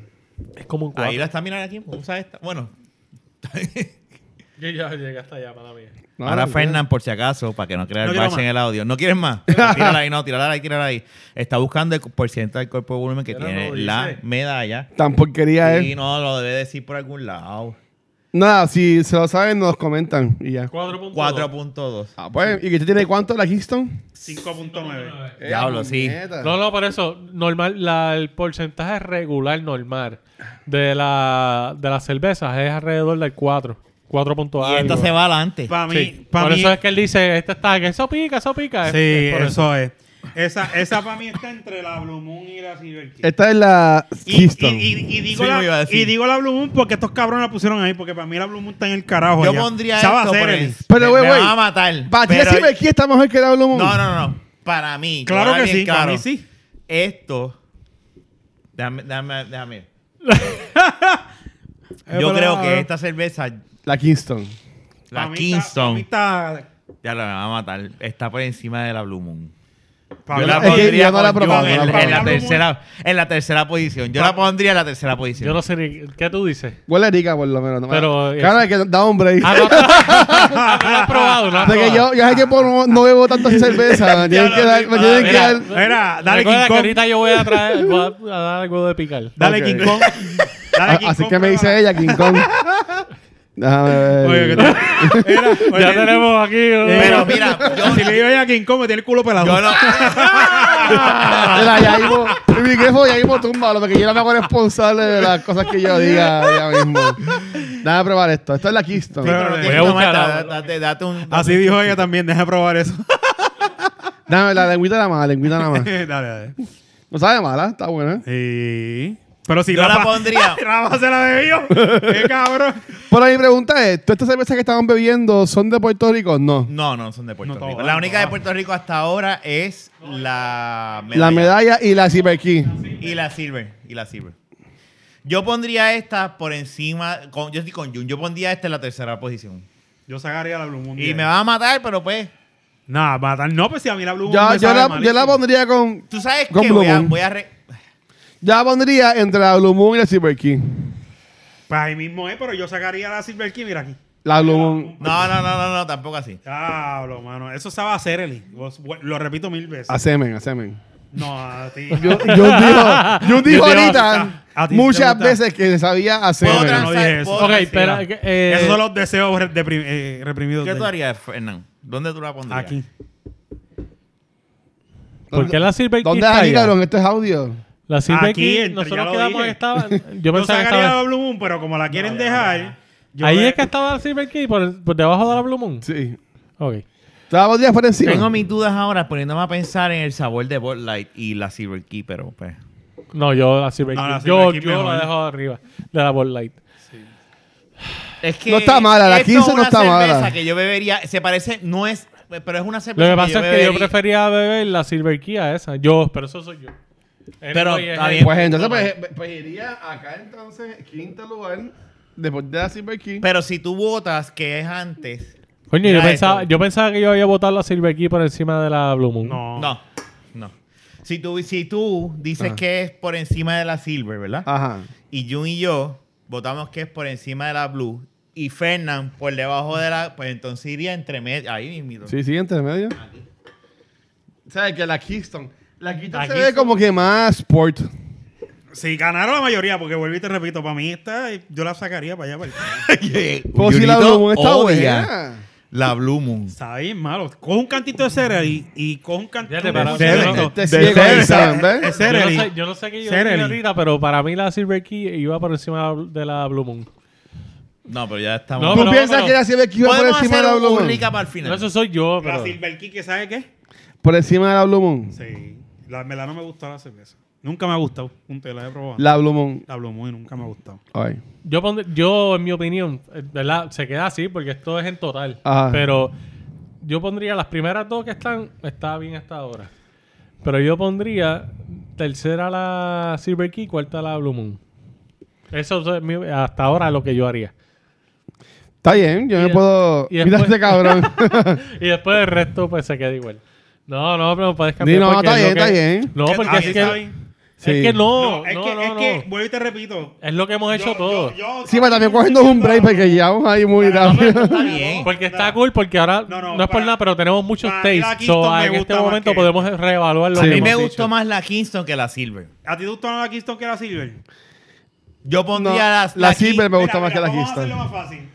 S1: Es como un 4.
S4: Ahí la está mirando aquí. Usa esta. Bueno.
S1: Yo ya llegué hasta allá, mala mía.
S3: No,
S4: Ahora
S3: no,
S4: Fernán, por si acaso, para que no crea
S2: No
S4: el
S2: quiero
S4: bache en
S2: más.
S4: el audio. ¿No quieres más? Tírala ahí, no, tírala ahí, tírala ahí. Está buscando el porcentaje del cuerpo de volumen que
S1: Pero
S4: tiene
S1: no dice.
S4: la medalla.
S3: Tan porquería
S4: Y
S3: es.
S4: no, lo debe decir por algún lado.
S3: Nada, si se lo saben, nos comentan y ya.
S1: 4.2.
S4: 4.2.
S3: Ah, pues, ¿y que tú tienes cuánto la Kingston?
S2: 5.9.
S3: Eh,
S4: Diablo, sí.
S3: puñeta.
S1: No, no, por eso, normal, la- el porcentaje regular normal de la, de las cervezas es alrededor del 4. 4.1.
S4: Y esta se va adelante.
S2: Para mí,
S1: Sí.
S2: para
S1: por
S2: mí.
S1: eso es que él dice, esta está, que eso pica, eso pica. Es-
S2: sí,
S1: es por
S2: eso, es. Esa, esa para mí está entre la Blue Moon y la Silver King.
S3: Esta es la
S2: Y, y,
S3: Keystone.
S2: y- y digo
S4: Sí, me iba a
S2: la,
S4: decir.
S2: y digo la Blue Moon porque estos cabrones la pusieron ahí, porque para mí la Blue Moon está en el carajo.
S4: Yo
S2: ya.
S4: pondría
S2: Esa va a
S4: esto,
S2: ser
S4: pero,
S2: el-
S3: Pero,
S4: me-
S3: güey,
S4: me
S3: güey.
S4: va a matar.
S3: Para ti,
S4: Pero-
S3: decime aquí está mejor que la Blue Moon.
S4: No, no, no, no. Para mí.
S2: Claro
S4: ahora
S2: que
S4: bien
S2: sí, para
S4: claro,
S2: mí sí.
S4: Esto. Déjame, déjame, déjame.
S2: Eh,
S4: Yo
S2: pero-
S4: creo que esta cerveza,
S3: La Kingston.
S2: para
S4: la
S2: mí
S4: Kingston,
S2: está- Para mí está-
S4: ya la va a matar. Está por encima de la Blue Moon.
S2: para
S4: Yo
S2: mí-
S4: la
S3: es que
S4: pondría
S3: yo no la
S4: con
S3: probaba,
S4: John
S3: no la
S4: en, en
S3: probaba.
S4: la tercera, en la tercera posición. Yo la pondría en la tercera posición.
S1: Yo no sé ni. ¿Qué tú dices?
S3: Huele a rica, por lo menos. no me-
S1: Pero, eh,
S3: Cara, que da un break.
S1: Ah, no, ah, no lo has probado, no lo has
S3: De que
S1: probado.
S3: yo, yo hace tiempo no, no bebo tanta cerveza. me tienen que dar. Me tienen que
S2: Ah, Mira,
S3: dar.
S2: mira, dale King
S1: Recuerda que
S2: Kong.
S1: ahorita yo voy a traer, voy a, a dar algo de picar.
S2: Dale
S3: Ok.
S2: King Kong. Dale King
S3: Ah, Así
S2: Kong,
S3: que me dice
S2: pruébala.
S3: ella, King Kong. Déjame ver.
S2: Oye, que te- Era, oye, eh,
S1: Ya tenemos aquí.
S4: Pero mira, yo,
S2: si le digo ya a King Kong, me tiene el culo pelado.
S4: yo no.
S3: Mira, ya mismo. El micrófono ya mismo túmbalo, porque yo no me hago responsable de las cosas que yo diga ya mismo. Nada, probar esto. Esto es la Kingston.
S2: Pero-
S4: no
S2: Voy
S4: tienes
S1: a
S4: que
S1: buscar
S4: tomar,
S1: algo.
S4: date, date un.
S2: Así dijo ella también, deja de probar eso.
S3: Dame la lengüita nada más, la lengüita nada más.
S2: dale, dale.
S3: No sabe mala, está buena. ¿eh?
S2: Sí. Pero si
S4: Yo la
S2: Rafa-
S4: pondría.
S2: Rafa se la bebió. Qué cabrón.
S3: Pero mi pregunta es: ¿tú estas cervezas que estaban bebiendo son de Puerto Rico? No.
S4: No, no, son de Puerto
S2: No, todo
S4: Rico.
S2: va,
S4: La
S2: no
S4: única de
S2: va.
S4: Puerto Rico hasta ahora es la medalla.
S3: La medalla y la Cyber Key.
S4: Y la silver. Y la silver. Yo pondría esta por encima. con- yo estoy con Jun. Yo pondría esta en la tercera posición.
S2: Yo sacaría la Blue Moon.
S4: Y me va a matar, pero pues.
S2: Nah, matar. No, pues si a mí la Blue Moon.
S3: Yo,
S2: me
S3: yo
S2: sabe
S3: la, yo
S2: malísimo.
S3: la pondría con.
S4: Tú sabes
S3: Con
S4: que voy a,
S3: Blue Moon.
S4: voy a re-
S3: Yo la pondría entre la Blue Moon y la Cyber Key.
S2: Pues ahí mismo es, pero yo sacaría la Silver King, mira aquí.
S3: La Blue Moon.
S4: No, no, no, no, no, tampoco así.
S2: Diablo, mano. Eso sabe a Cereli. Vos- vu- Lo repito mil veces.
S3: Acemen, acemen.
S2: No, a ti.
S3: Yo, yo dijo, yo dijo
S2: Yo te
S3: ahorita
S2: gusta. A ti te
S3: muchas
S2: gusta.
S3: veces que sabía hacer.
S4: ¿Puedo
S2: no
S4: transar?
S2: dije eso.
S4: ¿Puedo
S1: Ok,
S4: transar?
S1: espera. que, eh,
S2: Esos son los deseos re- deprim- eh, reprimidos.
S4: ¿Qué
S2: de
S4: tú
S2: ella.
S4: harías, Fernán? ¿Dónde tú la pondrías?
S2: Aquí.
S1: ¿Por qué la Silver King
S3: ¿Dónde es
S1: está
S3: aquí,
S1: allá?
S3: cabrón? Esto es audio.
S1: La Silver
S2: Aquí,
S1: King,
S2: entre, ya
S1: nosotros
S2: lo
S1: quedamos
S2: dije.
S1: que estaba. Yo
S2: Yo,
S1: pensaba que
S2: sacaría la
S1: estaba.
S2: Blue Moon, pero como la quieren
S4: ya,
S2: dejar.
S4: ya.
S2: yo
S1: Ahí
S2: le-
S1: es que estaba la Silver King, por, por debajo de la Blue Moon.
S3: Sí.
S1: Ok.
S3: ¿Te la pondrías por encima?
S4: Tengo mis dudas ahora poniéndome a pensar en el sabor de Bud Light y la Silver Key, pero pues.
S1: No, yo la Silver
S2: No,
S1: King.
S2: la
S1: yo
S2: Silver King
S1: yo
S2: mejor.
S1: la dejo arriba de la Bud Light.
S4: Es que
S3: No está mala, la
S4: esto
S3: 15
S4: es
S3: no
S4: una
S3: está
S4: cerveza
S3: mala.
S4: que yo bebería, se parece, no es, pero es una
S1: Lo
S4: cerveza
S1: que pasa
S4: yo
S1: es que yo
S4: bebería.
S1: prefería beber la Silver King a esa. Yo, pero eso soy yo.
S4: Pero,
S1: Anyway,
S4: está
S1: es-
S4: bien.
S3: Pues entonces, pues, pues iría acá entonces, quinto lugar, después de la Silver Key.
S4: Pero si tú votas que es antes.
S1: Coño, yo
S4: mira
S1: pensaba,
S4: esto.
S1: yo pensaba que yo había votado la Silver Key por encima de la Blue Moon.
S2: No.
S4: No, Ah. no. Si tú, si tú dices
S3: Ajá.
S4: que es por encima de la Silver, ¿verdad?
S3: Ajá.
S4: Y Jun y yo votamos que es por encima de la Blue. Y Fernán por debajo de la. Pues entonces iría entre medio. Ahí mismo.
S3: Sí, siguiente, de medio. ¿Sabes que la Kingston? La Kingston
S4: La
S3: se ve
S4: Kingston.
S3: como que más sport.
S2: Si ganaron la mayoría, porque vuelvo y te repito, para mí esta, yo la sacaría para allá. Para allá.
S3: Como si la
S4: Junito
S3: Blue Moon está
S4: odia
S3: buena.
S4: La Blue Moon.
S2: Está bien malo. Coge un cantito de Cereli y coge un cantito
S1: Ya te
S2: de
S1: pararon.
S2: Cereli.
S1: Yo no-
S3: Este ciego
S2: Cereli.
S3: ahí, ¿saben? ¿Ves?
S2: Es
S1: Yo no,
S2: Cereli.
S1: sé, yo no sé qué yo
S2: Cereli.
S1: dije ahorita, pero para mí la Silver Key iba por encima de la Blue Moon.
S4: No, pero ya estamos.
S1: No,
S3: ¿Tú
S1: pero-
S3: piensas
S1: pero-
S3: que la Silver Key va por
S4: Podemos
S3: encima de
S4: hacer
S3: la Blue
S4: un, un
S3: Moon?
S4: recap al final.
S1: No, eso soy yo, pero...
S2: La Silver Key, ¿sabe qué?
S3: Por encima de la Blue Moon.
S2: Sí. La verdad no me gusta la cerveza. Nunca me ha gustado. Punto, yo la he probado. La,
S3: La Blue Moon.
S2: Blue Moon nunca me ha gustado.
S3: Ay.
S1: Yo, pondré- yo, en mi opinión, eh, ¿verdad? Se queda así porque esto es en total.
S3: Ajá.
S1: Pero yo pondría las primeras dos que están, está bien hasta ahora. Pero yo pondría tercera la Silver Key, cuarta la Blue Moon. Eso es mi- hasta ahora lo que yo haría.
S3: Está bien, yo
S1: Y
S3: me
S1: de-
S3: puedo.
S1: y
S3: Mira
S1: después-
S3: este cabrón.
S1: Y después el resto pues se queda igual. No, no, pero puedes cambiar.
S3: Di, no,
S1: porque
S3: está
S1: es lo
S3: bien, está bien.
S1: No,
S2: Ah,
S1: porque es
S2: sí,
S1: que,
S2: está
S1: es
S2: bien.
S3: Sí.
S1: que no, no,
S2: es
S1: no,
S2: que,
S1: no.
S2: es que, vuelvo y te repito.
S1: Es lo que hemos hecho
S2: yo-
S1: todos.
S2: yo- yo-
S3: Sí, pero también cogiendo un break porque ya vamos ahí muy
S2: No, pero
S3: rápido.
S2: está
S4: bien.
S1: Porque está
S2: Nada.
S1: cool, porque ahora no,
S2: No, no,
S1: es por
S2: para-
S1: nada, pero tenemos muchos
S2: para mí la
S1: takes.
S2: Kingston
S1: So,
S2: me
S1: en este
S2: gusta más
S1: momento
S2: que-
S1: podemos reevaluar lo
S3: Sí.
S1: que
S4: A mí
S1: hemos
S4: me
S1: dicho.
S4: gustó más la Kingston que la Silver.
S2: ¿A ti te gustó la Kingston que la Silver?
S4: Yo
S3: No,
S4: pondría
S3: la,
S4: las la, King-
S3: Silver me gusta
S2: Mira,
S3: más
S2: mira,
S3: que la
S2: vamos a hacerlo
S3: Houston.
S2: más fácil.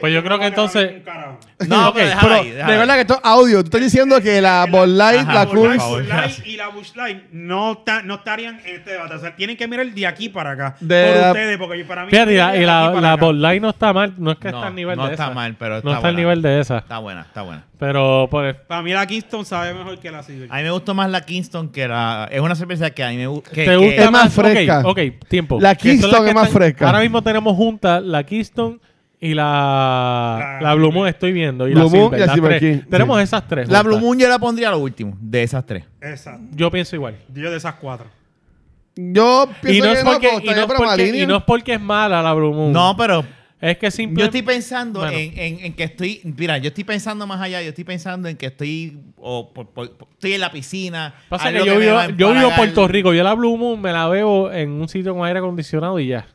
S1: Pues yo
S2: Esto
S1: creo que
S2: no va a
S1: entonces-
S2: caber en un carajo.
S4: No, pero
S1: Ok,
S4: déjala
S3: Pero
S4: ahí, déjala
S3: de
S4: ahí.
S3: verdad que esto es audio. Tú estás diciendo que la Ball Light,
S4: Ajá,
S3: la
S4: Bud
S3: Cool.
S4: Light,
S2: Por
S4: favor.
S2: la Light y la Bush Light no, ta- no estarían en este debate. O sea, tienen que mirar de aquí para acá.
S3: De
S2: por
S3: la-
S2: ustedes, porque para mí.
S1: Fíjate, y la,
S2: de
S1: y
S2: aquí
S1: la,
S2: para
S1: la
S2: acá.
S1: Bud Light no está mal. No es que
S4: No,
S1: está al nivel
S4: no
S1: de esa.
S4: está mal, pero
S1: No
S4: está
S1: está al
S4: buena.
S1: nivel de esa.
S4: Está buena, está buena.
S1: Pero, pues,
S2: Para mí la Kingston sabe mejor que la Silver.
S4: A mí me gustó más la Kingston que la... Es una cerveza que a mí me gusta.
S1: ¿Te gusta
S3: Es más fresca.
S1: Ok, ok, tiempo.
S3: La
S1: Que son las
S3: Keystone
S1: que
S3: es más
S1: están-
S3: fresca.
S1: Ahora mismo tenemos juntas la Keystone y la,
S2: La-
S1: la Blue Moon, estoy viendo. Y la
S3: Blue Moon
S1: Silver,
S3: y la
S1: las
S3: Silver
S1: tres.
S3: King,
S1: Tenemos
S3: sí.
S1: esas tres.
S4: La
S1: juntas.
S4: Blue Moon yo la pondría a lo último de esas tres.
S2: Exacto.
S1: Yo pienso igual.
S2: Yo de esas cuatro.
S3: Yo
S1: Y
S3: pienso
S1: no, es
S3: que no, pues,
S1: porque, y,
S3: pero
S1: no
S3: estaría
S1: es
S3: por
S1: porque,
S3: Malini.
S1: y no es porque es mala la Blue Moon.
S4: No, pero
S1: Es que simplemente.
S4: yo estoy pensando
S1: Bueno.
S4: en, en- en que estoy... Mira, yo estoy pensando más allá. Yo estoy pensando en que estoy... o por- por- por- estoy en la piscina.
S1: Pasa que
S4: algo
S1: yo,
S4: me
S1: vivo,
S4: va a
S1: yo vivo en
S4: empalagar.
S1: Puerto Rico. Yo la Blue Moon me la veo en un sitio con aire acondicionado y ya.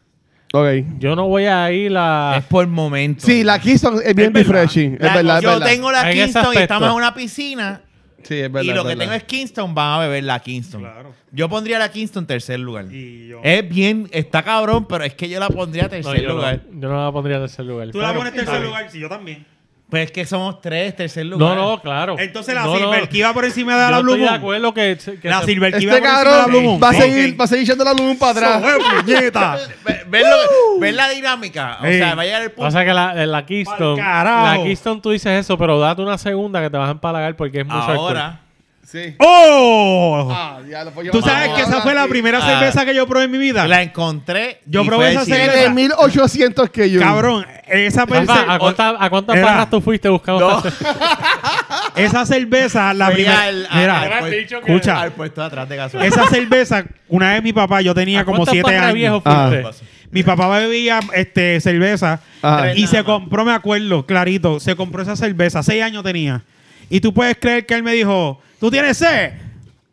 S3: Ok.
S1: Yo no voy a ir la.
S4: Es por momentos.
S3: Sí, la Keystone es bien
S2: verdad.
S3: refreshing. Es
S4: La-
S3: verdad, es
S4: yo
S3: verdad.
S4: tengo la
S1: En ese
S4: Kingston y
S1: aspecto.
S4: estamos en una piscina.
S3: Sí, es
S4: y
S3: verdad,
S4: lo que
S3: verdad.
S4: tengo es Kingston, van a beber la Kingston.
S2: Claro.
S4: Yo pondría la Kingston tercer lugar.
S2: Y yo.
S4: Es bien, está cabrón, pero es que yo la pondría
S1: No,
S4: tercer
S1: yo, no,
S4: lugar.
S1: yo no la pondría en tercer lugar.
S2: Tú la
S1: Pero-
S2: pones en tercer lugar, sí, yo también.
S4: Pues es que somos tres, tercer
S1: No,
S4: lugar.
S1: no, claro.
S2: Entonces la
S1: No, no.
S2: Silver que iba por encima
S1: Yo
S2: de la Blue
S1: estoy de
S2: Moon.
S1: acuerdo que, que
S2: La
S1: se-
S2: Silver que iba
S3: Este
S2: por encima de la Blue
S3: cabrón
S2: Moon.
S3: va a
S2: Ok.
S3: seguir, va a seguir echando la luz para atrás.
S2: ¡Sobre, puñeta!
S4: Ve- Ver, lo- ver la dinámica. O
S2: Sí.
S4: sea, va a llegar el punto.
S1: O sea que la, eh, la Keystone.
S2: Pa'l carajo.
S1: La Keystone tú dices eso, pero date una segunda que te vas a empalagar porque es mucho alcohol.
S4: Ahora,
S3: Sí.
S2: ¡Oh!
S3: Ah, ya lo puedo
S2: Tú
S3: llevar.
S2: sabes que esa
S3: Ahora
S2: fue la
S3: sí.
S2: primera
S4: Ah.
S2: cerveza que yo probé en mi vida.
S4: la encontré.
S2: Yo
S4: y
S2: probé
S4: fue
S2: esa
S4: el cielo.
S2: cerveza.
S3: 7800 que yo.
S2: Cabrón, esa
S1: Papá,
S2: cerveza,
S1: ¿a, cuántas- ¿A cuántas
S2: Era.
S1: barras tú fuiste buscando?
S4: No.
S2: esa cerveza, la
S4: Fui
S2: primera.
S4: al- al-
S2: Mira,
S4: al-
S2: escucha.
S4: al puesto de atrás de gasolina.
S2: esa cerveza, una vez mi papá, yo tenía
S1: ¿A
S2: como
S1: cuántas
S2: siete
S1: barras
S2: años.
S1: viejo
S3: Ah.
S1: fuiste?
S2: Mi papá bebía este, cerveza
S3: Ah.
S2: y
S4: Nada
S2: se
S4: más.
S2: compró, me acuerdo, clarito, se compró esa cerveza, seis años tenía. Y tú puedes creer que él me dijo, ¿tú tienes sed?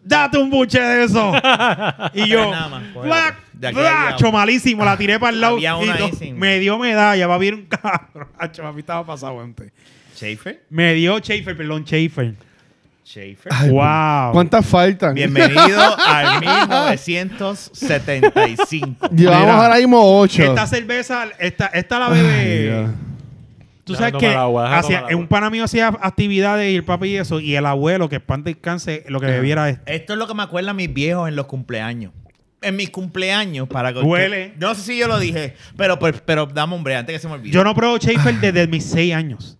S2: Date un buche de eso. y yo,
S4: Nada más, cógelo.
S2: ¡blac!
S4: De aquí había
S2: ¡blacho!
S4: una.
S2: malísimo, la tiré para el lado.
S4: Había
S2: y
S4: una
S2: no-
S4: ahí sin-
S2: me dio medalla, va a haber un cabrón. Hacho, papi, estaba pasado antes.
S4: Schaefer,
S2: Me dio Schaefer, perdón, Schaefer.
S4: Schaefer.
S2: wow.
S3: ¿Cuántas faltan?
S4: Bienvenido al 1975.
S3: Llevamos
S2: Mira.
S3: ahora mismo 8.
S2: Esta cerveza, esta, esta la bebe. Tú
S1: Deja
S2: sabes
S1: tomar
S2: que
S1: agua, deja
S2: hacía-
S1: tomar agua.
S2: un pana mío hacía actividades y el papi y eso, y el abuelo, que espanta y cáncer, lo que bebiera es.
S4: Esto es lo que me acuerdan mis viejos en los cumpleaños. En mis cumpleaños, para que.
S2: Huele.
S4: que- no sé si yo lo dije, pero, pero, pero dame un break antes que se me olvide.
S2: Yo no pruebo Schaefer desde mis seis años.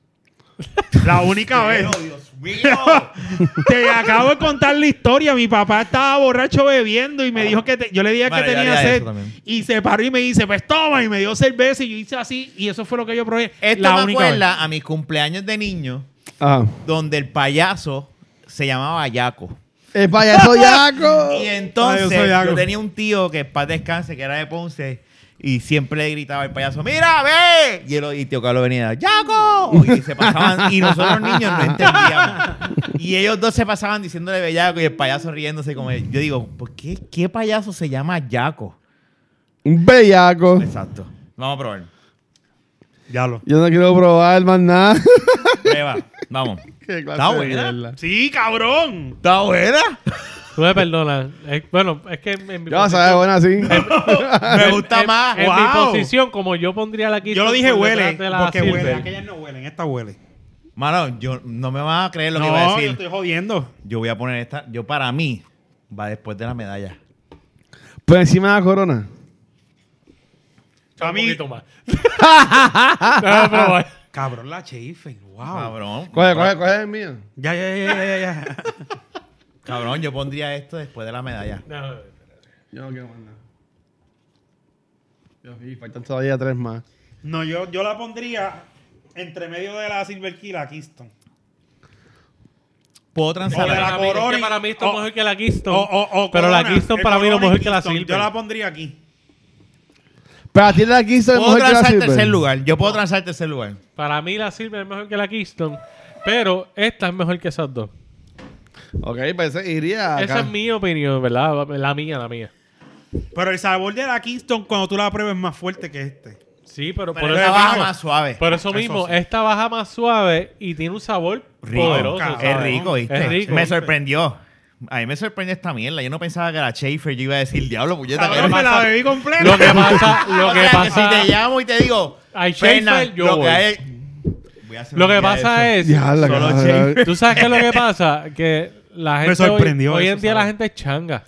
S2: La única vez.
S4: Pero, Dios mío.
S2: Te acabo de contar la historia. Mi papá estaba borracho bebiendo y me dijo que te- yo le dije
S4: Ah. Vale,
S2: que
S4: yo
S2: tenía
S4: haría
S2: sed.
S4: eso también.
S2: Y se paró y me dice, pues toma, y me dio cerveza y yo hice así y eso fue lo que yo probé.
S4: Esto
S2: la
S4: me
S2: única vez.
S4: acuerda a mis cumpleaños de niño,
S3: Ah.
S4: donde el payaso se llamaba Yaco.
S3: El payaso
S4: Y
S3: Yaco.
S4: entonces
S2: Ay, yo soy
S4: yo,
S2: Yaco.
S4: tenía un tío que para descanse, que era de Ponce, y siempre le gritaba al payaso, ¡Mira, ve! Y, el, y tío Carlos venía, ¡Yaco! Y se pasaban, y nosotros los niños no entendíamos. Y ellos dos se pasaban diciéndole bellaco y el payaso riéndose como él. Yo digo, ¿por qué, qué payaso se llama Yaco?
S3: Un bellaco.
S4: Exacto. Vamos a probar.
S2: Ya lo.
S3: Yo no quiero probar más nada.
S4: Prueba. Vamos.
S3: Qué clase
S4: Está
S3: de
S4: buena.
S3: mierda.
S2: Sí, cabrón.
S4: Está buena.
S1: Tú me perdonas. Eh, bueno, es que en, en mi
S3: Ya vas a ver, buena sí.
S4: Me gusta
S1: en-
S4: más.
S1: En mi
S2: Wow.
S1: posición, como yo pondría la Keystone.
S2: Yo lo dije
S1: por
S2: huele,
S1: detrás de la
S2: porque huele.
S1: Silver.
S2: Aquellas no huelen, esta huele.
S4: Mano, yo no me vas a creer lo
S2: no,
S4: que iba a
S2: yo
S4: decir.
S2: estoy jodiendo.
S4: Yo voy a poner esta. Yo para mí va después de la medalla.
S3: Por encima de la corona.
S1: Un
S2: A mí,
S1: poquito más. Déjame probar.
S2: cabrón, la Schaefer, wow.
S4: Cabrón.
S3: Coge, coge, coge el mío.
S2: Ya, ya, ya, ya, ya, ya.
S4: Cabrón, yo pondría esto después de la medalla.
S1: Déjame ver.
S3: Yo no quiero más nada. Dios mío, faltan todavía tres más.
S2: No, yo, yo la pondría entre medio de la Silver Key y la Keystone.
S4: Puedo transferir.
S2: Ojalá. la
S1: para mí- es que
S2: Corona y-
S1: para mí esto es
S2: o-
S1: mejor que la Keystone.
S2: O- o- o
S1: pero la
S2: Corona,
S1: Keystone
S2: el
S1: para mí no es
S2: Corona y
S1: mejor que la
S2: Keystone.
S1: Silver.
S2: Yo la pondría aquí.
S3: Pero a ti la Keystone es
S4: Puedo
S3: mejor que la
S4: transar tercer
S3: Silver.
S4: lugar. Yo puedo transar tercer lugar.
S1: Para mí la Silver es mejor que la Keystone. Pero esta es mejor que esas dos.
S3: Ok, pues ese iría acá.
S1: Esa es mi opinión, ¿verdad? La mía, la mía.
S2: Pero el sabor de la Kingston cuando tú la pruebas es más fuerte que este.
S1: Sí, pero,
S2: Pero
S1: por
S2: esa
S1: eso
S4: baja
S1: mismo.
S4: más suave.
S1: Por eso
S2: Eso
S1: mismo,
S2: sí.
S1: esta baja más suave y tiene un sabor
S4: Rico.
S1: poderoso.
S2: cabrón.
S1: ¿sabes?
S4: Es rico, ¿viste?
S1: Es rico.
S4: Me sorprendió. A mí me sorprendió esta mierda. Yo no pensaba que era Schaefer. Yo iba a decir, diablo, puñeta.
S2: Cabrón,
S4: ¿qué
S2: me
S4: pasa?
S2: la bebí completa.
S1: Lo que pasa,
S4: O
S1: lo que
S4: sea,
S1: pasa,
S4: Si te llamo y te digo,
S1: Ay,
S4: Fernan,
S1: Schaefer, yo
S4: lo
S1: voy.
S4: que hay. Voy a hacer
S1: lo
S4: un
S1: que
S4: día
S1: pasa
S4: de
S1: es,
S3: Ya, la
S4: Solo
S3: cara.
S4: Schaefer.
S1: tú sabes qué es lo que pasa, que la gente
S2: Me sorprendió
S1: hoy, hoy
S2: eso,
S1: en día la
S2: ¿sabes?
S1: gente es changa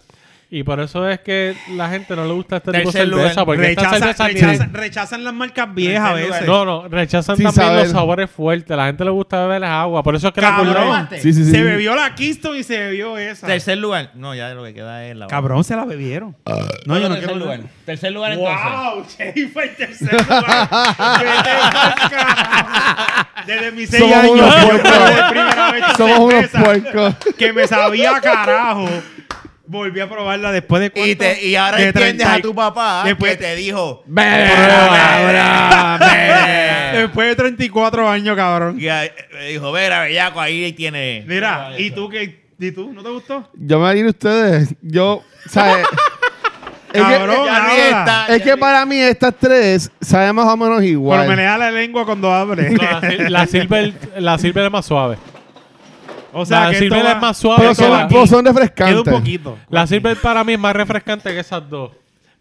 S1: y por eso es que la gente no le gusta este tipo de
S4: Tercer lugar,
S1: cerveza porque esta
S2: Rechaza-
S1: cerveza tiene-
S2: rechaza- rechazan las marcas viejas a
S4: Tercer lugar.
S2: veces.
S1: no, no, rechazan
S3: Sin
S1: también
S3: saber.
S1: los sabores fuertes. La gente le gusta beber agua, por eso es que la
S2: Cabrón.
S1: culona-
S4: probaste?
S3: Sí, sí, sí.
S2: Se bebió la Kingston y se bebió esa.
S4: Tercer lugar. No, ya lo que queda es la.
S2: Cabrón, se la bebieron. no, yo no
S4: tercer
S2: quiero
S4: lugar. Tercer lugar entonces.
S2: Wow, Schaefer, tercer lugar. Vete pa'l carajo. Desde mis seis
S3: Somos
S2: años,
S3: unos
S2: yo
S3: puercos.
S2: probé primera vez esta
S3: Somos unos
S2: cerveza
S3: puercos.
S2: Que me sabía a carajo. Volví a probarla después de cuánto?
S4: Y, te, y ahora
S2: De
S4: entiendes
S2: 30
S4: a
S2: y-
S4: tu papá
S2: Después-
S4: que te dijo.
S2: Después de 34 años, cabrón.
S4: y a- eh, dijo, ver, a bellaco, ahí tiene.
S2: Mira, ¿y tú qué? ¿Y tú? ¿No te gustó?
S3: Yo me diré ustedes. Yo, ¿sabes? es
S2: Cabrón,
S3: que,
S4: Ya
S2: nada.
S4: riesta.
S3: es que para mí estas tres saben más o menos
S2: Pero me
S3: igual.
S2: le da la lengua cuando abre.
S1: No, la, sil- la silver, la silver es más suave.
S2: o sea,
S1: la
S2: que
S1: silver
S2: esto va-
S1: es más suave.
S3: Pero
S1: que la-
S3: son, pero son
S2: Queda un
S3: refrescantes.
S2: poquito.
S1: La Silver para mí es más refrescante que esas dos.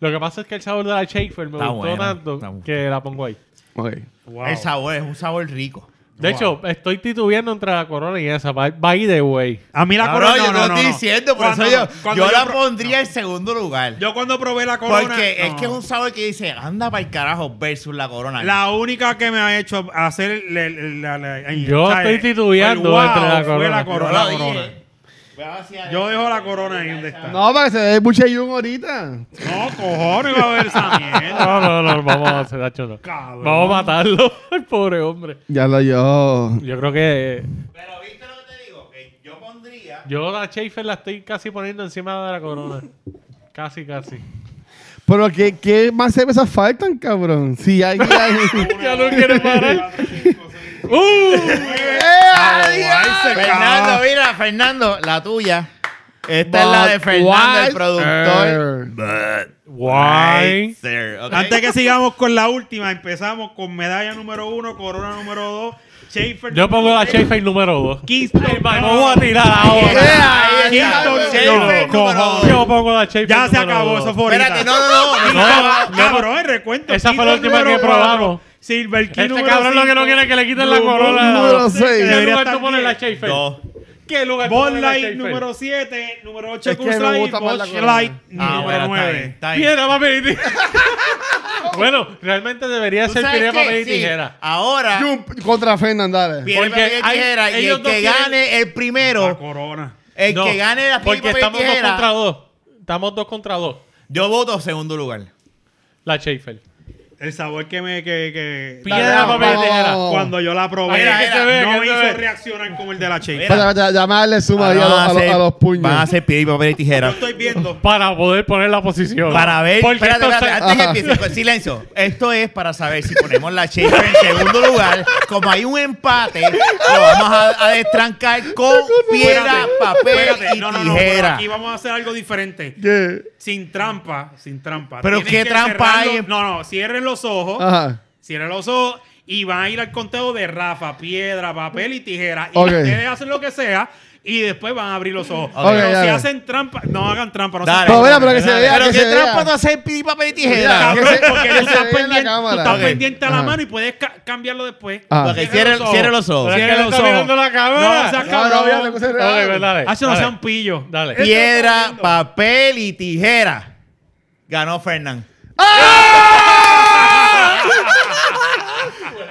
S1: Lo que pasa es que el sabor de la Schaefer me
S4: Está
S1: gustó
S4: buena,
S1: tanto
S4: está buena.
S1: que la pongo ahí.
S3: Ok.
S2: Wow.
S4: El sabor es un sabor rico.
S1: De hecho, estoy titubeando entre la corona y esa. By, by the way.
S2: A mí la
S4: Cabrón,
S2: corona.
S4: yo
S2: no,
S4: te lo
S2: no,
S4: estoy
S2: no.
S4: diciendo, por
S2: Cuando-
S4: eso yo,
S2: cuando
S4: yo, la
S2: pro-
S4: pondría en segundo lugar.
S2: Yo cuando probé la corona.
S4: porque es
S2: no.
S4: que es un sabor que dice, anda para el carajo versus la corona.
S2: La única que me ha hecho hacer. el- el- el- la- la- el-
S1: Yo
S2: ¿sabes?
S1: estoy titubeando
S2: El wow
S1: entre la
S2: fue
S1: corona.
S2: la
S4: Yo
S2: corona.
S4: lo
S2: la
S4: dije.
S2: corona.
S4: Voy a vaciar
S2: Yo
S4: esto.
S2: dejo la corona ahí donde está.
S3: No, para que se dé mucha yun ahorita.
S2: No, cojones, va a ver esa mierda.
S1: No, no, no, vamos a hacer Nacho, no.
S2: Cabrón.
S1: Vamos a matarlo, el pobre hombre.
S3: Ya lo yo.
S1: Yo creo que
S4: Pero viste lo que te digo, que yo pondría.
S1: yo la Schaefer la estoy casi poniendo encima de la corona. Casi, casi.
S3: Pero ¿qué, qué más cervezas faltan, cabrón? Si hay...
S1: ya no quiere parar.
S3: ¡Eh,
S2: Ay, se
S4: Fernando,
S2: acabó.
S4: mira, Fernando, la tuya. Esta es la de Fernando, el productor.
S3: Eh.
S1: Guay.
S4: Sir, ok.
S2: Antes que sigamos con la última, empezamos con medalla número uno, corona número dos, Schaefer.
S1: Yo pongo la
S2: número
S1: Schaefer número 2.
S2: tres,
S1: Ay,
S2: Kingston.
S1: man, vamos a tirar ahora.
S4: Ahí está,
S2: Quinto,
S4: Schaefer
S2: Schaefer,
S4: número dos.
S2: cojones.
S1: Yo pongo la Schaefer
S2: Ya se
S1: número
S2: acabó,
S1: dos.
S2: eso fue ahorita.
S4: Espérate, no, no, no.
S2: Ah,
S1: no,
S2: cabrón, el recuento.
S1: Esa fue la
S2: Kingston
S1: última
S2: número
S1: que
S2: cuatro,
S1: probamos.
S2: Silver King
S1: Este
S2: número
S1: cabrón lo que no
S2: cinco,
S1: quiere es que le quiten la
S2: Blue Moon
S1: corona.
S3: número seis.
S1: ¿Qué
S2: Debería
S1: lugar tú
S2: estar
S1: pones la
S2: diez.
S1: Schaefer?
S4: Dos.
S1: ¿Qué lugar tú
S2: Bud
S1: pones la
S2: Light
S1: Schaefer?
S2: número 7, número 8
S3: Es que me
S2: Coors Light,
S3: gusta más la
S2: Bud
S3: corona.
S2: Light
S4: Ah,
S2: número
S4: bueno, está bien,
S2: 9.
S4: está bien.
S1: Piedra, papel y tijera. bueno, realmente debería
S4: ¿Tú
S1: ser
S4: sabes
S1: piedra,
S4: qué?
S1: papel y
S4: Sí,
S1: tijera.
S4: Ahora,
S3: Jump Contra Fernan, dale.
S4: piedra,
S1: Porque
S4: papel y
S1: hay-
S4: tijera. Y
S1: ellos
S4: el
S1: dos
S4: que
S1: quieren-
S4: gane el
S2: La
S4: primero,
S2: corona.
S4: el
S1: No,
S4: que gane la piedra,
S1: Porque
S4: papel y
S1: estamos dos
S4: tijera,
S1: contra dos. Estamos dos contra dos.
S4: Yo voto segundo lugar.
S1: La Schaefer.
S2: El sabor que me. Que, que-
S1: Piedra,
S3: Dale, vamos,
S1: papel y
S3: vamos,
S1: tijera.
S3: vamos.
S2: Cuando yo la probé,
S1: Mira, que se ve,
S2: no
S1: que se
S2: me hizo
S1: ve.
S2: reaccionar como el de la Shape.
S4: Mira.
S3: Espérate, espérate, ya me darle suma ahí a, los-
S4: Ahora
S3: a los-
S4: van
S3: a los puños.
S4: Van Ah, a hacer piedra, y papel y tijera.
S2: Estoy viendo.
S1: Para poder poner la posición.
S4: Para ver,
S1: Porque
S4: espérate,
S1: esto
S4: espérate,
S1: se-
S4: antes que
S3: Ajá.
S4: empiece, pues, silencio. Esto es para saber si ponemos la Schaefer en segundo lugar. Como hay un empate, lo vamos a, a destrancar con piedra, papel
S2: Espérate,
S4: y
S2: no, no, no. pero
S4: tijera.
S2: Aquí vamos a hacer algo diferente.
S3: ¿Qué?
S2: Sin trampa, sin trampa.
S4: Pero
S2: Tienen
S4: ¿qué
S2: que
S4: trampa
S2: cerrar
S4: hay
S2: los-
S4: en-
S2: No, no, cierren los ojos.
S3: Ajá.
S2: Cierren los ojos y van a ir al conteo de Rafa, piedra, papel y tijera. Y
S3: Ok.
S2: ustedes hacen lo que sea y después van a abrir los ojos.
S4: Ok,
S2: pero si
S3: dale.
S2: hacen trampa, no hagan trampa. No
S4: Dale.
S2: sean
S3: Pero mira, pero que se
S4: Dale.
S3: vea,
S4: Pero
S3: que
S4: qué
S3: se vea.
S4: trampa no hacer piedra, papel y tijera.
S3: Mira,
S2: Cabrón,
S3: que se-
S2: porque
S3: que
S2: tú
S3: se
S2: estás
S3: vea en la
S2: pendiente, tú
S3: cámara.
S2: estás
S4: Ok.
S2: pendiente a la
S3: Ajá. Ah.
S2: mano y puedes ca- cambiarlo después.
S3: Ajá.
S4: Ok, cierren- cierren los ojos.
S1: Pero es que le
S2: Cierren los
S1: está
S2: ojos.
S1: mirando la cámara.
S2: No, seas
S3: No, no, mira, le
S2: cabrón.
S3: puse el
S1: Ok, pues dale.
S2: Hacho, Ah, no
S1: dale.
S2: sean pillos.
S1: Dale.
S4: Piedra, papel y tijera. Ganó Fernán.
S3: ¡Ah!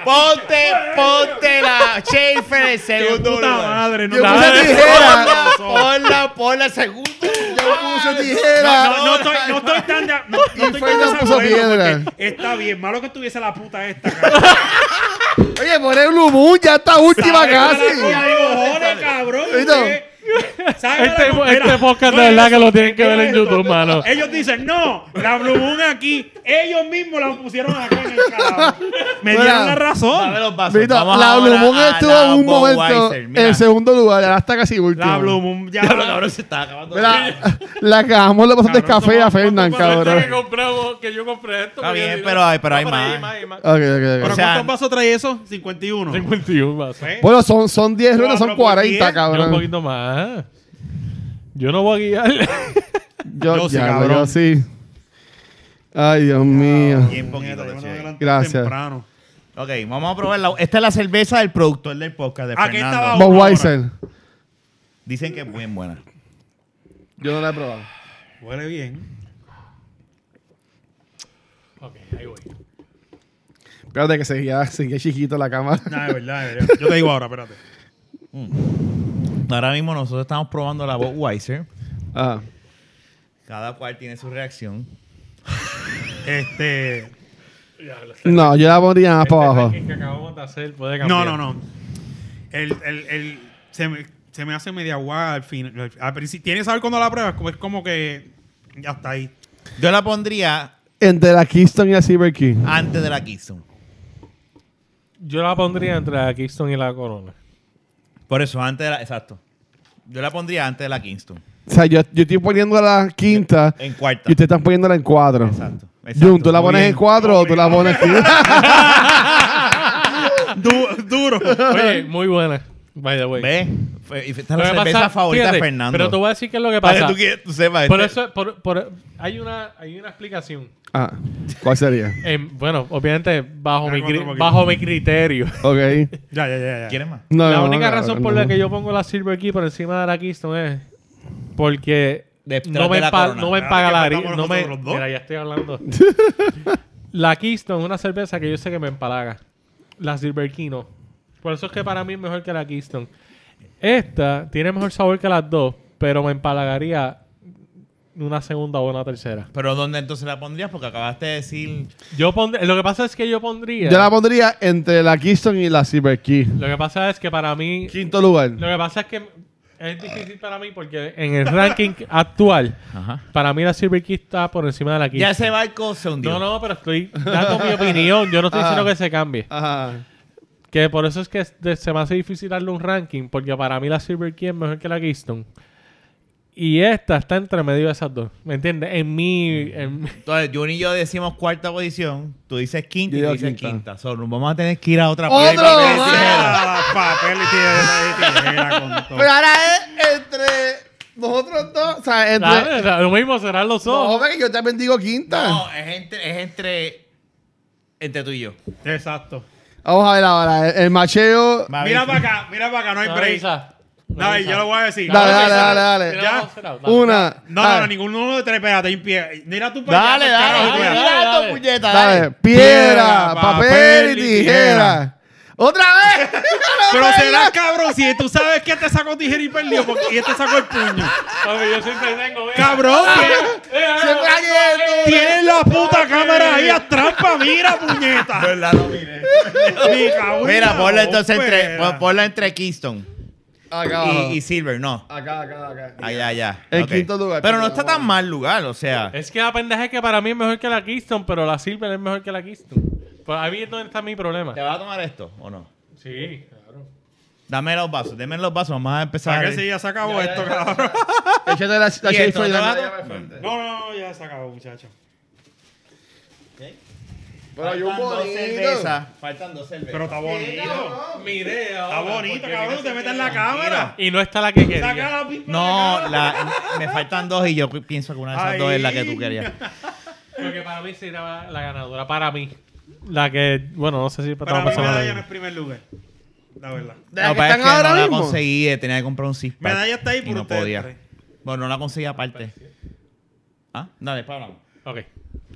S4: Ponte, ponte la Schaefer en
S2: Qué
S4: segundo
S2: puta
S4: lugar.
S2: madre, no
S3: Yo
S2: te-
S1: puse
S3: tijera.
S4: Ponla, ponla, ponla segundo
S3: Yo
S4: lugar.
S3: puse tijera.
S2: No, no estoy, no estoy tan de, no, no estoy
S3: fue y
S2: tan
S3: no puso
S2: desacuerdo
S3: piedra.
S2: porque Está bien, malo que estuviese la puta esta, cabrón.
S3: Oye, poner un lumún ya está última
S2: Ya
S3: casi.
S2: digo, joder, cabrón.
S3: ¿Viste?
S2: usted. Salga
S1: Este-
S2: la montera.
S1: este podcast de
S2: No,
S1: verdad
S2: eso-
S1: que lo tienen que ver en
S2: esto.
S1: YouTube, mano.
S2: Ellos dicen, no, la Blue Moon aquí, ellos mismos la pusieron acá en el carajo. Me
S3: Mira,
S2: dieron la razón.
S4: Dame los vasos.
S3: Mira,
S4: Vamos
S3: la
S4: ahora
S3: Blue Moon
S4: a
S3: estuvo
S4: la
S3: en un momento
S4: Budweiser. Mira,
S3: en segundo lugar, ahora está casi último.
S2: La Blue Moon ya.
S4: ya, pero cabrón, se está acabando.
S3: Mira, la cagamos los pasos de
S2: Cabrón,
S3: café a
S2: somos-
S3: Fernan,
S2: ¿cuántos vasos
S3: cabrón.
S1: que compramos, que yo compré esto.
S4: Está
S1: porque
S4: bien,
S1: yo-
S4: pero hay- pero hay
S1: por ahí,
S4: más.
S1: hay más.
S3: Ok, ok, ok.
S2: ¿Pero
S4: o sea,
S2: cuántos vasos trae eso? 51.
S1: 51 vasos.
S2: ¿Eh?
S3: Bueno, son, son 10 ruedas, son
S2: Cuatro por
S3: 40,
S2: diez.
S1: Era Un
S3: cabrón.
S1: poquito más. Yo no voy a guiar.
S3: Yo,
S2: Yo sí,
S3: ya,
S2: cabrón.
S3: yo sí. Ay, Dios mío.
S4: Bien poquito,
S2: Bueno,
S4: che.
S2: adelante
S3: Gracias.
S2: temprano.
S4: Ok, vamos a probarla. Esta es la cerveza del productor del podcast de
S2: Aquí
S4: Fernando.
S2: estaba-
S3: Bob
S2: una
S3: Weiser.
S4: Dicen que es muy buena.
S3: Yo no la he probado.
S2: Huele bien.
S1: ok, ahí voy.
S3: Espérate que seguía, seguía chiquito la cámara.
S2: No, de verdad, de verdad. Yo te digo ahora, espérate.
S4: Ahora mismo nosotros estamos probando la Budweiser.
S3: Ah.
S4: Cada cual tiene su reacción.
S2: Este.
S3: No, yo la pondría más para abajo.
S1: que acabamos de hacer puede
S2: No, no, no. El, el, el, se, me, se me hace media guada al final. Al- al principio- Tienes que saber cuando la pruebas, como es como que ya está ahí.
S4: Yo la pondría
S3: Entre la Keystone y la Silver King.
S4: antes de la Keystone.
S1: Yo la pondría entre la Kingston y la Corona.
S4: Por eso, antes de la. Exacto. Yo la pondría antes de la Kingston.
S3: O sea, yo, yo estoy poniendo la quinta
S4: En cuarta.
S3: y ustedes están poniéndola en cuatro.
S4: Exacto. exacto.
S3: Jun, ¿tú la
S4: Muy
S3: pones
S4: bien.
S3: en cuatro o tú la pones en
S2: Du- duro.
S1: Oye, muy buena. By the way.
S4: Ve. fe- y Esta
S1: Lo
S4: es la
S1: que
S4: cerveza
S1: pasa-
S4: favorita
S1: fíjate,
S4: de Fernando.
S1: Pero te voy a decir qué es lo que
S4: Para
S1: pasa.
S4: que tú, quieras- tú sepas.
S1: Por
S4: este-
S1: eso, por, por- hay, una, hay una explicación.
S3: ah, ¿Cuál sería?
S1: Eh, bueno, obviamente, bajo,
S2: Ah,
S1: mi,
S2: cuatro
S1: cri-
S2: poquitos.
S1: bajo mi criterio.
S3: Ok.
S2: Ya, ya, ya. ya.
S4: ¿Quieres más?
S3: No,
S1: la
S3: no,
S1: única
S3: no,
S1: razón
S3: no,
S1: por la
S3: no.
S1: que yo pongo la Silver Key por encima de la Keystone es porque
S4: Detrás
S1: no me,
S4: de la
S1: empa-
S4: corona.
S1: no me
S2: Claro,
S1: empaga
S2: que
S1: la
S2: faltamos
S1: harina. No me,
S2: nosotros dos.
S1: mira, ya estoy hablando. la Keystone es una cerveza que yo sé que me empalaga. La Silver Key no. Por eso es que para mí es mejor que la Keystone. Esta tiene mejor sabor que las dos, pero me empalagaría una segunda o una tercera.
S4: Pero ¿dónde entonces la pondrías? Porque acabaste de decir.
S1: Yo pondré, lo que pasa es que yo pondría.
S3: Yo la pondría entre la Keystone y la Silver Key.
S1: lo que pasa es que para mí
S3: Quinto lugar.
S1: Lo que pasa es que es difícil para mí porque en el ranking actual,
S4: Ajá.
S1: para mí la Silver Key está por encima de la Key.
S4: Ya ese barco se hundió. Ah.
S1: no, no, pero estoy dando mi opinión. Yo no estoy diciendo que se cambie.
S3: Ajá.
S1: Que por eso es que es- de- se me hace difícil darle un ranking porque para mí la Silver Key es mejor que la Keystone. Y esta está entre medio de esas dos. ¿Me entiendes? En mi... en mi-
S4: Entonces, Jun y yo decimos cuarta posición. Tú dices quinta y
S3: Yo digo
S4: tú dices
S3: quinta.
S4: quinta. So, nos vamos a tener que ir a otra
S3: ¡Otro
S4: piedra, papel y
S3: más!
S4: tijera.
S2: Ah, papel y tijera, y tijera con todo.
S3: Pero ahora es entre nosotros dos. O sea, entre.
S1: Claro, claro, Lo mismo serán los
S3: No,
S1: ojos.
S3: hombre, que yo también digo quinta.
S4: No, es entre, es entre. Entre tú y yo.
S2: Exacto.
S3: Vamos a ver ahora. El, el macheo.
S4: Me
S2: Mira
S4: avisa.
S2: para acá, mira para acá, no hay
S1: No,
S2: break.
S1: Isa, no,
S2: No, y
S1: Isa.
S2: yo lo voy a decir.
S3: Dale,
S1: No,
S3: dale,
S1: Isa,
S3: dale, dale.
S1: mira,
S2: Ya.
S1: vamos a hacer algo.
S3: Una.
S2: No, no,
S3: Ah,
S2: no, ninguno de tres, espérate, en pie. Mira tú para
S4: Dale, dale,
S2: allá,
S4: dale,
S2: carajo,
S1: dale,
S2: tú veas.
S1: dale,
S4: dale,
S1: dale.
S4: puñeta, dale.
S3: Dale. Piedra, papel y
S2: Piedra, papel y
S3: tijera. ¡Otra vez!
S2: Pero será cabrón si tú sabes que te sacó tijera y perdió, porque y este sacó el puño.
S1: Papi, yo siempre tengo... mira.
S2: Cabrón,
S4: Ah.
S2: que
S3: ¡Siempre cayendo!
S2: tienes la puta cámara ahí a trampa, mira, puñeta.
S4: ¿Verdad? No, mire.
S2: Mi cabrón,
S4: Mira, ponla
S2: la
S4: entonces entre,
S2: ópera.
S4: pon- ponla entre Keystone
S3: Acá,
S4: y, y Silver, no.
S3: acá, acá, acá.
S4: Allá, allá.
S3: En
S4: Ok.
S3: quinto lugar.
S4: Pero no está tan mal lugar, o sea.
S1: Es que la pendeja es que para mí es mejor que la Keystone, pero la Silver es mejor que la Keystone. Pues ahí es donde está mi problema.
S4: ¿Te vas a tomar esto o no?
S1: Sí, claro.
S4: Dame los vasos, dame los vasos, vamos a empezar.
S2: ¿Para qué si ya se acabó esto, cabrón?
S3: Échate la, la
S4: ¿Y
S3: Schaefer
S4: esto no
S3: y
S4: te
S3: la
S4: va a
S3: medalla
S4: to-
S3: para el frente.
S2: No, no, no, ya se acabó, muchacho.
S3: Pero hay un
S4: Faltan dos
S3: bonito.
S4: cervezas. Faltan dos cervezas.
S2: Pero está bonito.
S1: Mire,
S2: Está bonito, cabrón, te metes en la cámara.
S1: Y no está la que quería.
S2: Saca la pipa.
S4: No, la, me faltan dos y yo pienso que una de esas
S2: Ay.
S4: dos es la que tú querías.
S1: Porque para mí será la ganadora. Para mí. La que, bueno, no sé si
S2: Para
S1: para
S2: mí medalla no es primer lugar. La verdad.
S3: ¿De la
S4: No,
S3: que
S4: pero es
S3: están
S4: que no
S3: ahora
S4: la
S3: mismo?
S4: conseguí, eh, tenía que comprar un six pack
S2: Medalla está ahí
S4: y
S2: por
S4: no
S2: ustedes
S4: podía.
S2: tres.
S4: Bueno, no la conseguí aparte. Ah, dale, para.
S1: Ok.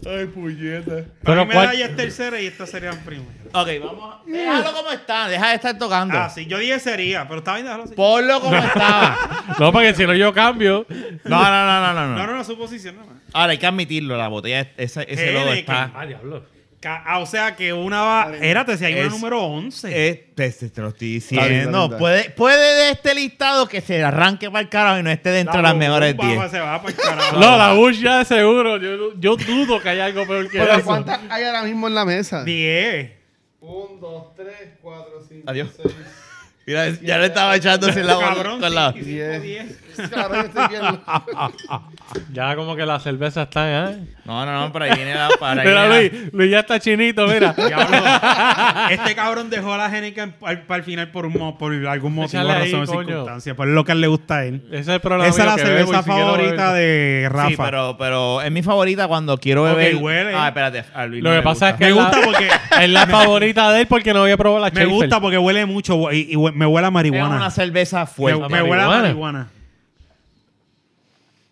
S4: Ay, puñeta.
S2: Para
S1: Pero
S2: mí
S1: cuál-
S2: medalla es tercera y esta sería primera.
S4: Ok, vamos. a- Déjalo como está, deja de estar tocando.
S2: Ah, sí, yo dije sería, pero está bien, déjalo así.
S4: Ponlo como estaba.
S1: No, porque si no yo cambio.
S4: No, no, no, no, no.
S2: No,
S4: no.
S2: no, no, su posición nada más.
S4: Ahora hay que admitirlo, la botella, ese, ese
S2: Eh,
S4: logo
S2: de
S4: está.
S1: Ah, diablo.
S2: Ca- ah, o sea que una va. Érate, si hay una
S4: Es-
S2: número 11.
S4: Eh, te, te- te lo estoy
S3: Está bien,
S4: diciendo.
S3: está bien, está bien.
S4: Puede, puede de este listado que se arranque para el carajo y no esté dentro de las mejores 10.
S2: Se va pa'l carajo.
S1: No, la Bush ya de seguro. Yo, yo dudo que haya algo peor que
S3: Pero
S1: eso.
S3: ¿cuántas hay ahora mismo en la mesa?
S2: 10.
S3: 1, 2, 3, 4, 5,
S4: Adiós.
S3: 6,
S4: Mira, ya le estaba echándose la
S2: Este Cabrón,
S4: con la.
S2: sí, sí,
S3: 10.
S2: 10.
S3: Claro, yo estoy bien.
S1: Ya como que las cervezas están, ¿eh?
S4: No, no, no, para ahí viene la. Para ahí
S1: Mira,
S4: viene la-
S1: Luis, Luis ya está chinito, mira.
S2: Diablo. este cabrón dejó a la Génica para el final por, un, mo- por algún motivo,
S1: Échale ahí,
S2: razón o
S1: coño.
S2: circunstancia. Por lo que a él le gusta a él.
S1: Ese es el problema.
S2: Esa
S1: mío,
S2: es la
S1: que bebo y
S2: cerveza
S1: si quiero
S2: favorita
S1: beber-
S2: de Rafa.
S4: Sí, pero, pero es mi favorita cuando quiero
S2: Ok,
S4: beber.
S2: huele.
S4: Ah, espérate. a Luis
S1: Lo
S4: no
S1: que
S4: le
S1: pasa es
S4: gusta.
S1: que
S2: Me
S1: es la-
S2: gusta porque.
S1: Es la favorita de él porque no había probado la
S2: Me
S1: Schaefer.
S2: gusta porque huele mucho y, y hue- me huele a
S4: es
S2: marihuana.
S4: una cerveza
S2: Me,
S4: fuerte.
S2: me huele a
S1: Marihuana.
S2: marihuana.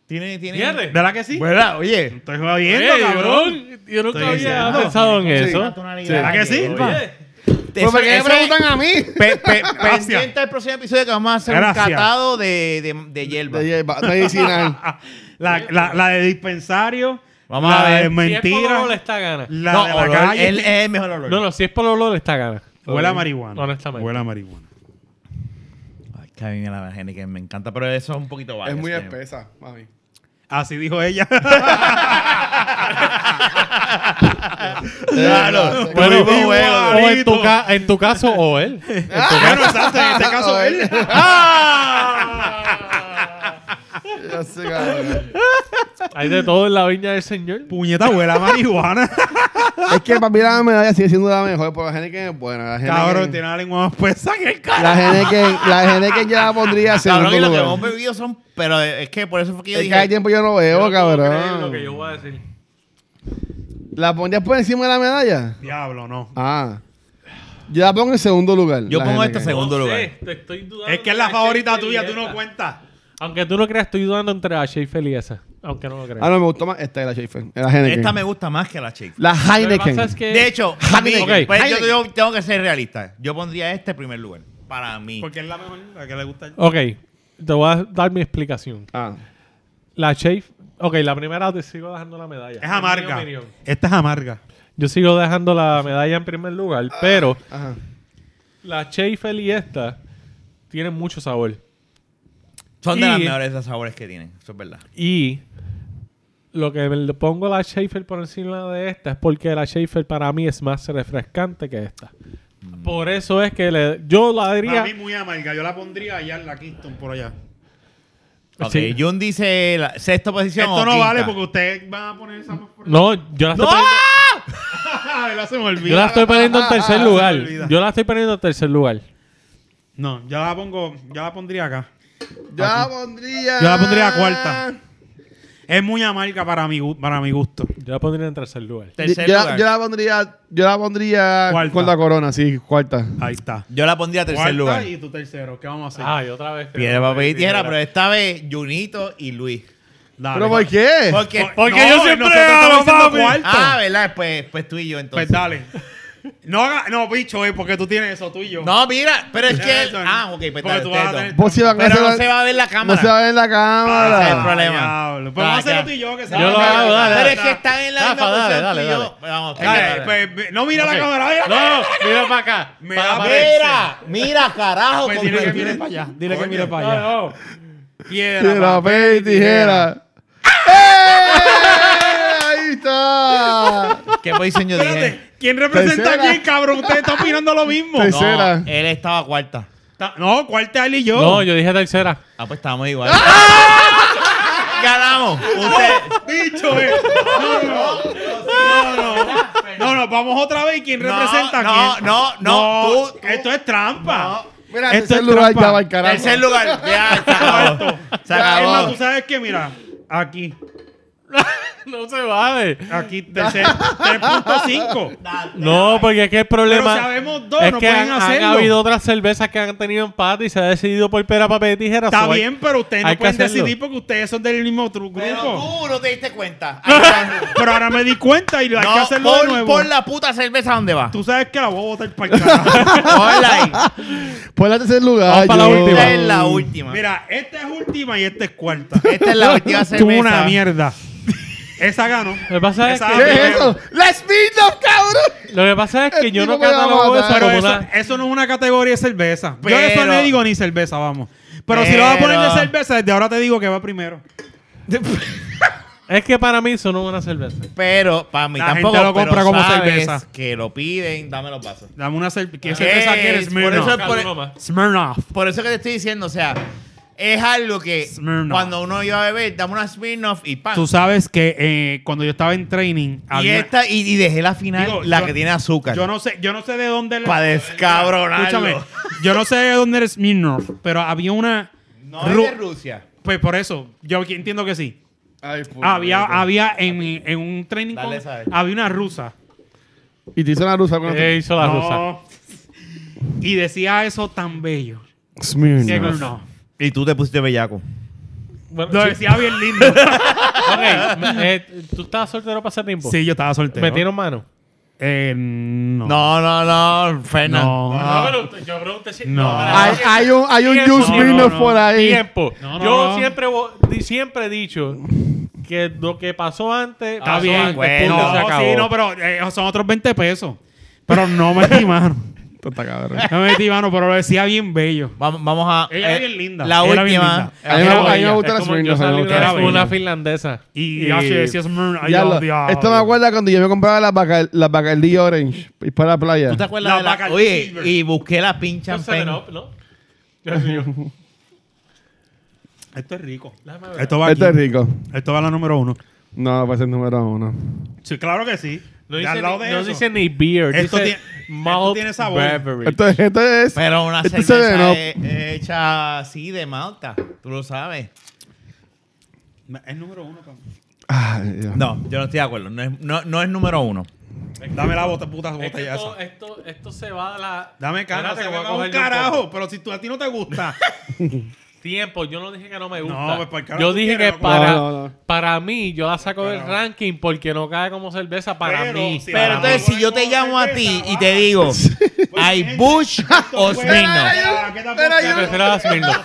S4: Tiene, tiene.
S1: Fíjate.
S2: ¿Verdad que sí?
S4: ¿Verdad? Oye.
S2: Estoy
S1: Ey,
S2: jodiendo, cabrón.
S1: Yo nunca
S2: Estoy
S1: había
S2: diciendo.
S1: pensado en
S3: Sí.
S1: eso.
S2: ¿Verdad que sí?
S3: Pues ¿por qué me preguntan a mí?
S4: Pe, pe-
S2: Gracias.
S4: pendiente del próximo episodio que vamos a hacer
S2: Gracias.
S4: un catado de, de, de hierba.
S3: De hierba, medicinal.
S2: Ah, la, la, la de dispensario.
S4: Vamos
S2: la
S4: a ver.
S2: de
S1: Si es por olor,
S2: mentira.
S1: está gana.
S2: La
S4: no,
S2: de la
S4: olor,
S2: calle.
S4: él es el mejor olor.
S1: No, no, si es por olor, está gana.
S2: Huele a marihuana.
S1: Honestamente.
S2: Huele a marihuana.
S4: Ay, que a mí la Virgen que me encanta, pero eso es un poquito bajo.
S3: Es muy espesa, mami.
S2: Así dijo ella.
S4: Claro.
S3: Bueno,
S1: Bueno,
S4: Tuvimos
S1: o
S4: juego.
S1: en tu, ca- en tu caso, o él.
S3: Pues,
S2: bueno, exacto. En este caso,
S3: Ah,
S2: él.
S4: Ah.
S3: Ya sé, cabrón.
S1: Hay de todo en la viña del señor.
S2: Puñeta, huele a marihuana.
S3: Es que para mí la medalla sigue siendo la mejor, pero la Heineken es buena. La Heineken-
S2: Cabrón, tiene la lengua más pesada que el cara.
S3: La Heineken, la Heineken ya la pondría en
S4: Cabrón,
S3: segundo
S4: y lo que
S3: lugar.
S4: hemos bebido son. Pero es que por eso fue que yo
S3: Es que hace
S4: dije.
S3: tiempo yo no veo, cabrón.
S1: voy a decir.
S3: ¿La pondrías por encima de la medalla?
S2: Diablo, no.
S3: Ah. Yo la pongo en segundo lugar.
S4: Yo
S3: la
S4: pongo
S3: Heineken.
S4: esta segunda. Segundo lugar.
S2: Es que es la favorita tuya, tú no cuentas.
S1: Aunque tú no creas, estoy dudando entre la Schaefer y esa. Aunque no lo creas.
S3: Ah, no, me gustó más esta de la Schaefer. La Heineken.
S4: Esta me gusta más que la Chick.
S3: La
S1: Lo que pasa
S3: Heineken.
S1: es que-
S4: De hecho, a mí,
S1: Ok.
S4: pues, yo, yo tengo que ser realista. Yo pondría este en primer lugar. Para mí.
S2: Porque es la mejor, la que le gusta. a-
S1: Ok, te voy a dar mi explicación.
S3: Ah.
S1: La Schaefer. Ok, la primera te sigo dejando la medalla.
S2: Es
S1: mi
S2: amarga.
S1: opinión.
S2: Esta es amarga.
S1: Yo sigo dejando la medalla en primer lugar, pero
S3: Ajá.
S1: la Schaefer y esta tienen mucho sabor.
S4: Son de las
S1: Y-
S4: mejores de sabores que tienen. Eso es verdad.
S1: Y lo que le pongo la Schaefer por encima de esta es porque la Schaefer para mí es más refrescante que esta. Por eso es que le- yo la
S2: Para
S1: diría.
S2: mí muy amarga. Yo la pondría allá en la Kingston, por allá.
S4: Ok,
S1: Sí.
S4: Jun dice la sexta posición.
S2: Pues Esto
S4: o
S2: no
S4: quinta.
S2: vale porque ustedes van a poner esa más por
S1: No, yo la estoy, poniendo,
S2: Ah, ¿verdad? Se me olvida.
S1: yo la estoy poniendo en tercer
S2: se me
S1: lugar.
S2: olvida.
S1: Yo la estoy poniendo en tercer lugar.
S2: No, yo la pongo, yo la pondría acá.
S3: Yo la pondría.
S2: Yo la pondría cuarta. Es muy amarga para mi, gu- para mi gusto.
S1: Yo la pondría en tercer lugar.
S4: Tercer
S3: yo,
S4: lugar.
S3: La, yo la pondría. Yo la pondría.
S2: Cuarta.
S3: Con la corona, sí, cuarta.
S2: Ahí está.
S4: Yo la pondría tercer
S2: Cuarta
S4: lugar.
S2: y tu tercero. ¿Qué vamos a hacer?
S1: Ay, otra vez.
S4: Piedra, papel y tijera, pero esta vez Junito y Luis.
S2: Dale.
S3: ¿Pero por qué?
S4: Porque,
S1: Porque
S2: No,
S1: yo siempre
S2: nosotros estamos
S1: gano,
S2: diciendo
S1: papi.
S2: cuarto.
S4: ah, ¿verdad? Pues, pues tú y yo
S2: Pues
S4: entonces.
S2: dale. No, haga- no, bicho, eh, porque tú tienes eso tú y yo.
S4: no, mira, pero es que.
S2: Eso,
S4: ah, ok, pues
S2: porque
S4: dale,
S2: tú vas a
S4: ustedes
S2: tener-
S4: dos.
S3: Vos si van a
S4: Pero no
S3: hacer-
S4: se va a ver la cámara.
S3: No se va a ver en la cámara.
S4: Ese es el problema.
S2: Diablo. Pues vamos a
S4: Ah,
S2: hacerlo
S4: ya.
S2: tú y yo, que se
S1: Yo
S2: haga
S1: lo
S2: la-
S1: hago, dale.
S4: Pero es que están en la
S1: Rafa,
S4: misma
S1: dale,
S4: posición
S1: dale,
S4: tú y yo.
S1: dale.
S4: Vamos,
S2: Dale,
S4: dale, dale.
S2: pues, ve- no mira
S1: Ok.
S2: la cámara. Mira.
S1: No, mira para acá.
S2: Me
S1: Para-
S2: da
S1: para-
S2: pena.
S4: Mira, mira, carajo.
S2: Pues dile que
S4: compañero.
S2: mire para allá. Dile que
S4: Coño.
S2: mire para allá.
S1: No, no.
S2: Piedra,
S3: Piedra,
S2: papel,
S3: papel y tijera. ¡Eh! Ahí está.
S4: ¿Qué posición yo dije?
S2: Espérate, ¿quién representa
S3: Tercera.
S2: a quién, cabrón? Ustedes están opinando lo mismo.
S3: Tercera.
S4: No, él estaba cuarta.
S2: Ta- No, cuarta él y yo.
S1: No, yo dije tercera.
S4: Ah, pues estábamos igual. Ganamos. Usted.
S2: Bicho, eh. No, no. No, no. No, no, vamos otra vez. ¿Quién
S4: No,
S2: representa
S4: no,
S2: a quién?
S4: no, no, tú- tú-
S2: Esto es trampa.
S3: Mira,
S2: Esto
S3: tercer
S2: es
S3: lugar
S2: trampa.
S3: ya va el carajo.
S4: Tercer lugar. Ya, se acabó. Se
S2: Ya, es más,
S4: acabó.
S2: tú sabes que, mira, aquí,
S1: no se vale.
S2: aquí, tercer, 3.5.
S1: No, porque es que el problema.
S2: Pero sabemos dos,
S1: es
S2: no
S1: que han,
S2: pueden
S1: han
S2: hacerlo.
S1: habido otras cervezas que han tenido empate y se ha decidido por pera, papel y tijera.
S2: Está
S1: So, hay-
S2: bien, pero ustedes
S1: hay
S2: no
S1: que
S2: pueden
S1: hacerlo.
S2: decidir porque ustedes son del mismo tru- grupo.
S4: Pero
S2: Pero,
S4: tú no te diste cuenta. Ahí está.
S2: ahora me di cuenta y lo hay que
S4: No,
S2: hacerlo de
S4: pon,
S2: nuevo.
S4: pon la puta cerveza donde va.
S2: Tú sabes que la voy a botar para el carajo.
S4: Ponla ahí.
S3: Pon la tercer lugar.
S1: Vamos para la
S3: yo.
S1: última.
S4: Esta es la última.
S2: Mira, esta es última y esta es cuarta.
S4: Esta es la última
S2: Tú
S4: cerveza.
S2: una mierda. Esa ganó.
S1: Lo que pasa es
S2: Esa
S1: que-
S2: ganó.
S3: ¿Qué es eso? ¡Las Beatles, cabrón!
S1: Lo que pasa es que
S3: El
S1: yo no
S3: tipo me va a
S1: catalogo eso
S3: matar.
S2: Pero
S1: como
S2: eso,
S1: una...
S2: eso no es una categoría de cerveza. Yo
S4: Pero-
S2: eso no le digo ni cerveza, vamos. Pero, si lo vas a poner de
S4: Pero-
S2: cerveza, desde ahora te digo que va primero.
S1: Es que para mí eso no es una cerveza.
S4: Pero para mí
S2: La gente
S4: tampoco
S2: lo compra
S4: pero
S2: como
S4: sabes
S2: cerveza.
S4: Que lo piden, dame los vasos.
S2: Dame una cerveza. ¿Qué
S4: Ah,
S2: cerveza
S4: es,
S2: quieres?
S4: por eso
S2: Smirnoff.
S4: es por-
S1: Calma.
S2: Smirnoff.
S4: Por eso que te estoy diciendo, o sea, es algo que
S2: Smirnoff.
S4: cuando uno iba a beber, dame una Smirnoff y pan.
S2: Tú sabes que eh, cuando yo estaba en training,
S4: Y
S2: había-
S4: esta, y, y dejé la final,
S2: Digo,
S4: la
S2: yo-
S4: que tiene azúcar.
S2: yo no sé, yo no sé de dónde le-
S4: Para descabronarlo.
S2: Escúchame, yo no sé de dónde eres Smirnoff, pero había una
S4: No
S2: Ru-
S4: es de Rusia.
S2: pues por eso, yo aquí entiendo que sí.
S3: Ay, puñeta.
S2: Había había en, mi- en un training
S4: Dale
S2: con-
S4: esa a él.
S2: había una rusa.
S3: Y te hizo la rusa con
S1: ¿Qué hizo la rusa?
S2: No. Y decía eso tan bello.
S3: Smirnoff.
S2: Smirnoff.
S4: Y tú te pusiste bellaco.
S1: Bueno,
S2: Lo
S1: sí.
S2: decía bien lindo.
S1: Ok, me- eh, ¿Tú estabas soltero para ese tiempo?
S2: sí, yo estaba soltero.
S1: ¿Metieron mano?
S2: Eh, no.
S4: No, no, no, Fernan.
S2: No.
S4: No.
S1: pero yo pregunté si...
S2: Ah. No.
S3: Hay, hay un, hay un
S1: Tiempo.
S3: Juice
S1: No, no,
S3: Smirnoff
S2: no.
S3: por ahí.
S1: tiempo.
S2: No, no,
S1: yo
S2: no.
S1: siempre vo- di- siempre he dicho que lo que pasó antes
S4: Está
S1: pasó
S4: bien,
S1: antes,
S4: bueno.
S1: punto, se
S2: No,
S1: acabó.
S2: sí, no, pero eh, son otros 20 pesos. Pero no me metí mano.
S3: Esto está cabrón.
S2: No me metí mano, pero lo decía bien bello.
S4: Vamos, vamos a. eh,
S2: Ella era bien linda.
S4: La
S2: Ella era bien
S4: última.
S3: A mí me-
S2: Era
S3: a mí me
S2: bella.
S3: gusta
S1: Es
S3: la
S1: como yo
S3: Smirnoff. a mí
S1: salí
S3: me
S1: una,
S3: gusta la
S2: era
S1: con
S2: bella.
S1: una
S3: Smirnoff.
S1: finlandesa.
S2: Y, ya se decía Smyrna, ay, oh,
S3: Ya
S2: Dios,
S3: lo-
S2: Dios.
S3: esto me acuerda cuando yo me compraba las Bacal- las Bacardí Orange y para la playa.
S4: ¿Tú te
S2: La
S4: acuerdas de la.?
S2: Bacardi
S4: Oye,
S2: Silver.
S4: y busqué la pinche
S1: Yo
S4: champagne.
S1: seven up, ¿no? Yo sí, yo.
S2: Esto es rico.
S1: Déjame ver.
S2: Esto va
S3: Esto Este es
S2: aquí.
S3: rico.
S2: Esto va a la número uno.
S3: No, va a ser número uno.
S2: Sí, claro que sí.
S1: No
S2: De
S1: dice,
S2: al lado de
S1: ni, no
S2: eso.
S1: dice ni beer,
S2: Esto
S1: dice
S2: tiene-
S1: malt
S2: esto tiene sabor.
S1: beverage.
S3: Esto, es- esto es.
S4: Pero una
S3: esto es
S4: cerveza
S3: 7 Up.
S4: he- hecha así de Malta. Tú lo sabes.
S2: Es número uno. cabrón.
S3: Ay, Dios.
S4: No, yo no estoy de acuerdo. No es, no, no es número uno.
S2: Dame la bota, puta
S1: Es que
S2: botella
S1: esto,
S2: esa.
S1: esto, esto se va a la...
S2: Dame cara,
S1: Espérate,
S2: se
S1: que
S2: me
S1: voy a
S2: va un
S1: cogerle un
S2: carajo. Pero si tú, a ti no te gusta.
S1: Tiempo, yo no dije que no me gusta.
S2: No, pues, ¿por qué no
S1: yo
S2: tú
S1: dije
S2: quieres,
S1: que
S2: loco?
S1: para,
S3: No, no, no.
S1: para mí, yo la saco del
S2: Pero-
S1: ranking porque no cae como cerveza para
S2: Pero
S1: mí.
S2: si
S1: para
S4: Pero
S2: la-
S1: mí.
S4: entonces, si yo te llamo a ti y te digo, ¿hay
S2: gente,
S4: Bush o
S2: Pero
S4: Smirnoff?
S1: Yo prefiero la Smirnoff.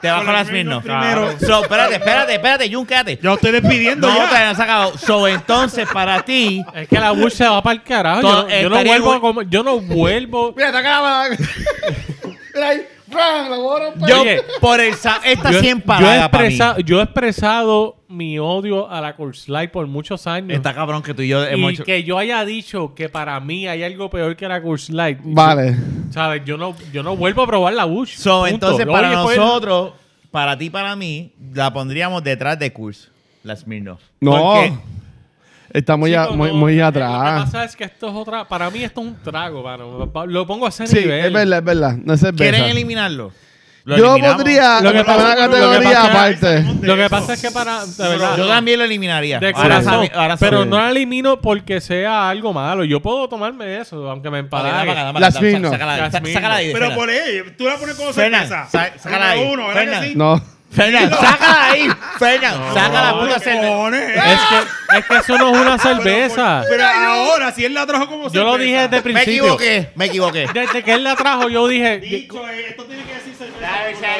S4: Te vas con
S2: Con
S4: las
S2: el Smirnoff
S4: Smirnoff.
S2: primero.
S4: So, espérate, espérate, espérate, Jun, quédate.
S2: Yo estoy despidiendo
S4: No,
S2: ya.
S4: todavía no se ha acabado. So, entonces, para ti,
S1: Es que la Bush se va para el carajo. Yo,
S4: Todo-
S1: yo no
S4: estaría
S1: vuelvo a
S4: igual-
S1: comer- Yo no vuelvo.
S3: Mira, te acaba. Mira ahí. ¡Fran! La voy a romper.
S4: yo,
S1: Oye,
S4: por el... sa- Esta
S1: Yo, he-
S4: 100
S1: yo he
S4: parada para mí.
S1: expresa- yo he expresado mi odio a la Coors Light por muchos años.
S4: Está cabrón que tú y yo hemos
S1: y
S4: hecho...
S1: que yo haya dicho que para mí hay algo peor que la Coors Light.
S3: Vale.
S1: ¿Sabes? Yo no, yo no vuelvo a probar la Bush.
S4: So,
S1: Punto.
S4: entonces,
S1: Yo
S4: para
S1: voy a poder-
S4: nosotros, para ti, para mí, la pondríamos detrás de Kurs, la Smirnoff.
S3: No.
S4: Porque-
S3: Está muy, a-
S1: Chico,
S3: muy,
S1: no,
S3: muy
S1: eh, Lo que
S3: atrás.
S1: pasa es que esto es otra. Para mí, esto es un trago. mano. Pa- Lo pongo a ese
S3: Sí,
S1: nivel.
S3: es verdad, es verdad. No es cerveza.
S4: ¿Quieren eliminarlo? ¿Lo
S3: Yo
S4: eliminamos?
S3: pondría
S1: Lo que pasa-
S3: una
S1: lo que
S3: categoría
S1: pasa-
S3: aparte.
S1: Lo que pasa es que para. De verdad.
S4: Yo también lo eliminaría.
S1: de
S4: Ahora
S1: corazón,
S4: sabe- ahora sabe-
S1: pero no la elimino porque sea algo malo. Yo puedo tomarme eso, aunque me
S4: Vale, dame acá,
S1: empalague.
S4: dame acá,
S3: Las
S4: dame,
S3: Smirnoff.
S4: sácala-
S1: Las
S4: sá-
S1: Smirnoff.
S4: Sácala ahí.
S2: Pero
S4: Fernan.
S2: por él, tú la pones como
S4: Fernan,
S2: cerveza.
S4: sa- sácala
S2: Número
S4: ahí.
S2: uno, ¿verdad
S4: Fernan.
S2: que sí?
S3: No.
S4: Fernan, sácala ahí. Fernan, saca la
S2: No,
S4: puta
S2: ¿qué
S4: cerveza.
S2: cojones?
S1: Es que, es que eso no es una
S2: Ah, Pero por-
S1: cerveza.
S2: Pero ahora, si él la trajo como
S1: Yo
S2: cerveza.
S1: lo dije desde el
S4: Me
S1: principio.
S4: equivoqué, me equivoqué.
S1: Desde que él la trajo, yo dije.
S2: Dicho, eh, esto tiene que decir cerveza.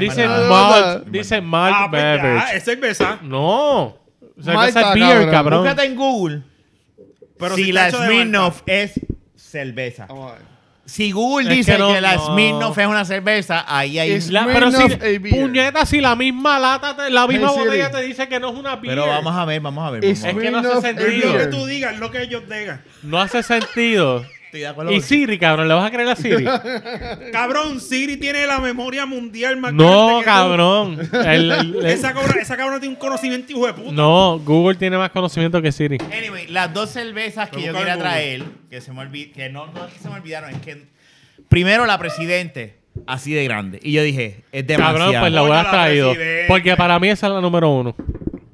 S1: Dice
S3: no, no,
S1: malt,
S3: no.
S1: dice
S2: Ah,
S1: malt
S2: pues ya,
S1: beverage.
S2: es cerveza.
S1: No. Cerveza
S3: Malta,
S1: es beer,
S3: cabrón.
S1: cabrón.
S4: Búscate en Google
S2: Pero
S4: si
S2: si
S4: la
S2: está hecho de malta.
S4: Smirnoff es cerveza.
S3: Vamos a ver.
S4: Si Google
S1: Es
S4: dice
S1: que
S4: que,
S1: no,
S4: la
S1: no.
S4: Smirnoff es una cerveza, ahí hay...
S3: Es
S1: La- pero si,
S3: Smirnoff a beer.
S1: puñeta, si la misma lata, te- la misma
S3: Hey, Siri.
S1: botella te dice que no es una beer.
S4: Pero vamos a ver, vamos a ver.
S3: Es
S4: vamos a ver.
S1: que no hace
S3: Smirnoff a
S1: sentido.
S2: Lo que
S3: beer.
S2: tú digas, lo que ellos digan.
S1: No hace sentido.
S4: Estoy de acuerdo
S1: Y
S4: con-
S1: Siri, cabrón, ¿le vas a creer a Siri?
S2: Cabrón, Siri tiene la memoria mundial más grande
S1: no,
S2: que tú.
S1: cabrón. El- el-
S2: Esa cabrona, esa cabrona tiene un conocimiento hijo de puta.
S1: no, Google tiene más conocimiento que Siri.
S4: Anyway, las dos cervezas que
S2: Voy a
S4: yo quería
S2: buscar el
S4: traer, que se me olvid- que no, no es que se me olvidaron, es que primero la presidente, así de grande. Y yo dije, es demasiado.
S1: Cabrón, pues la
S2: Coño,
S1: hubieras
S2: la
S1: traído.
S2: presidenta.
S1: Porque para mí esa es la número uno.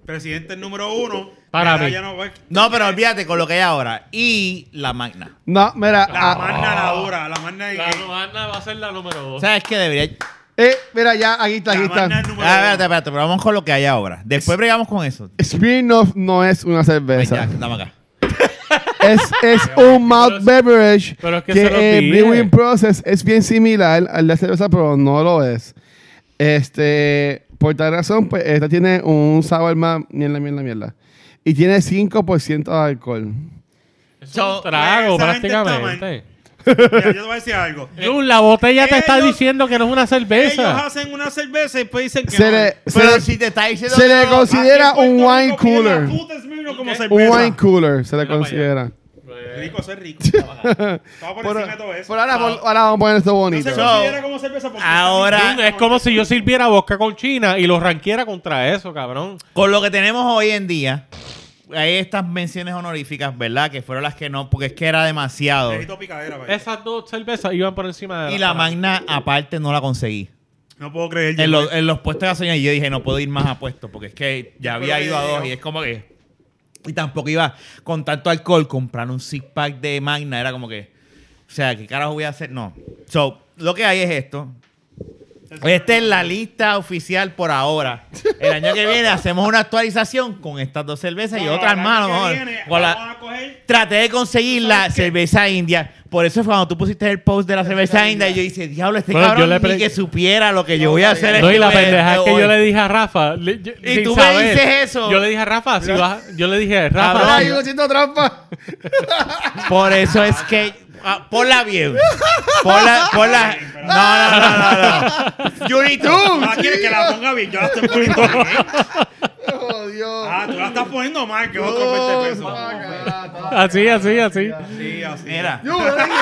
S2: Presidente número uno.
S1: Para
S2: Pero
S1: mí.
S2: ya no pues. va-
S4: No, pero olvídate con lo que hay ahora. Y la magna.
S3: No, mira.
S2: La
S3: ah,
S2: magna la dura, la magna de
S1: Ana va a ser la número dos.
S4: ¿Sabes qué debería?
S3: eh, mira, ya, aquí está,
S2: la
S3: aquí
S2: magna
S3: está.
S2: número
S4: Ah, espérate,
S2: uno.
S4: espérate, pero vamos con lo que hay ahora. Después bregamos con eso.
S3: Smirnoff no es una
S4: Ven,
S3: cerveza.
S4: ya, dame acá.
S3: es, es un malt beverage
S1: pero es que
S3: que,
S1: se lo
S3: el
S1: pide.
S3: brewing process es bien similar al de cerveza, pero no lo es. Este, Por tal razón, pues, esta tiene un sabor más mierda, mierda, mierda. Y tiene 5% de alcohol.
S1: Es
S4: So,
S1: un trago,
S2: esa gente está mal.
S1: prácticamente.
S2: Mira, yo te voy a decir algo.
S1: Jun, la botella te está
S2: Ellos-
S1: diciendo que no es una
S2: Ellos
S1: cerveza.
S2: hacen una cerveza y después dicen que
S3: Se
S2: no.
S3: le- se
S4: Pero
S3: le-
S4: si te está diciendo
S3: se
S4: que
S3: le
S4: no,
S3: considera
S2: Aquí en
S3: un
S2: Puerto
S3: wine
S2: Rico piden la
S3: cooler.
S2: puta Smirnoff como
S3: Un
S2: cerveza.
S3: wine cooler se le considera.
S2: Rico, eso es rico. Estaba por
S3: Pero,
S2: encima de todo eso.
S3: pero ahora, pon- ahora vamos a poner esto
S2: No
S3: bonito.
S2: se
S4: So,
S2: considera como cerveza porque
S4: ahora-
S2: está
S1: Jun,
S2: bien.
S1: es como si yo sirviera vodka con China y lo ranquiera contra eso, cabrón.
S4: Con lo que tenemos hoy en día, hay estas menciones honoríficas, ¿verdad? Que fueron las que no, porque es que era demasiado.
S2: Necesito picadera, vaya.
S1: Esas dos cervezas iban por encima de
S4: Y la magna, aparte, no la conseguí.
S2: No puedo creer.
S4: En,
S2: yo-
S4: los- en los puestos de gasolina, yo dije, no puedo ir más a puestos, porque es que ya
S2: Pero
S4: había
S2: que
S4: ido a dos
S2: yo-
S4: y es como que. Y tampoco iba con tanto alcohol, comprar un six pack de magna, era como que. O sea, ¿qué carajo voy a hacer? No. So, lo que hay es esto. Esta es la lista oficial por ahora. El año que viene hacemos una actualización con estas dos cervezas y
S2: No, no,
S4: otras
S2: el
S4: más. a lo
S2: año que
S4: mejor.
S2: viene
S4: Con la-
S2: Vamos a coger...
S4: Traté de conseguir
S2: ¿Tú
S4: la
S2: sabes qué?
S4: cerveza india. Por eso cuando tú pusiste el post de la cerveza india, yo dije, diablo, este
S1: Bueno,
S4: cabrón
S1: yo le pre-
S4: ni que supiera lo que yo voy a hacer.
S1: No,
S4: este
S1: y la
S4: mes
S1: pendeja
S4: de
S1: es que
S4: hoy".
S1: yo le dije a Rafa. le- yo-
S4: Y
S1: sin
S4: tú me dices eso.
S1: Yo le dije a Rafa, si vas. Yo le dije,
S4: Cabrón,
S1: Rafa.
S3: Ay, yo siento trampa.
S4: Por eso es que... ah, ponla bien. Ponla, ponla... No, no, no, no. no. Yuri, tú.
S2: Ah, quieres que la ponga bien. Yo la estoy poniendo bien.
S3: Oh, Dios.
S2: Ah, tú la estás poniendo mal que otro 20
S3: Dios,
S2: pesos.
S3: saca, saca.
S1: Así, así, así.
S2: Sí, así.
S4: Mira.
S3: Yo, dale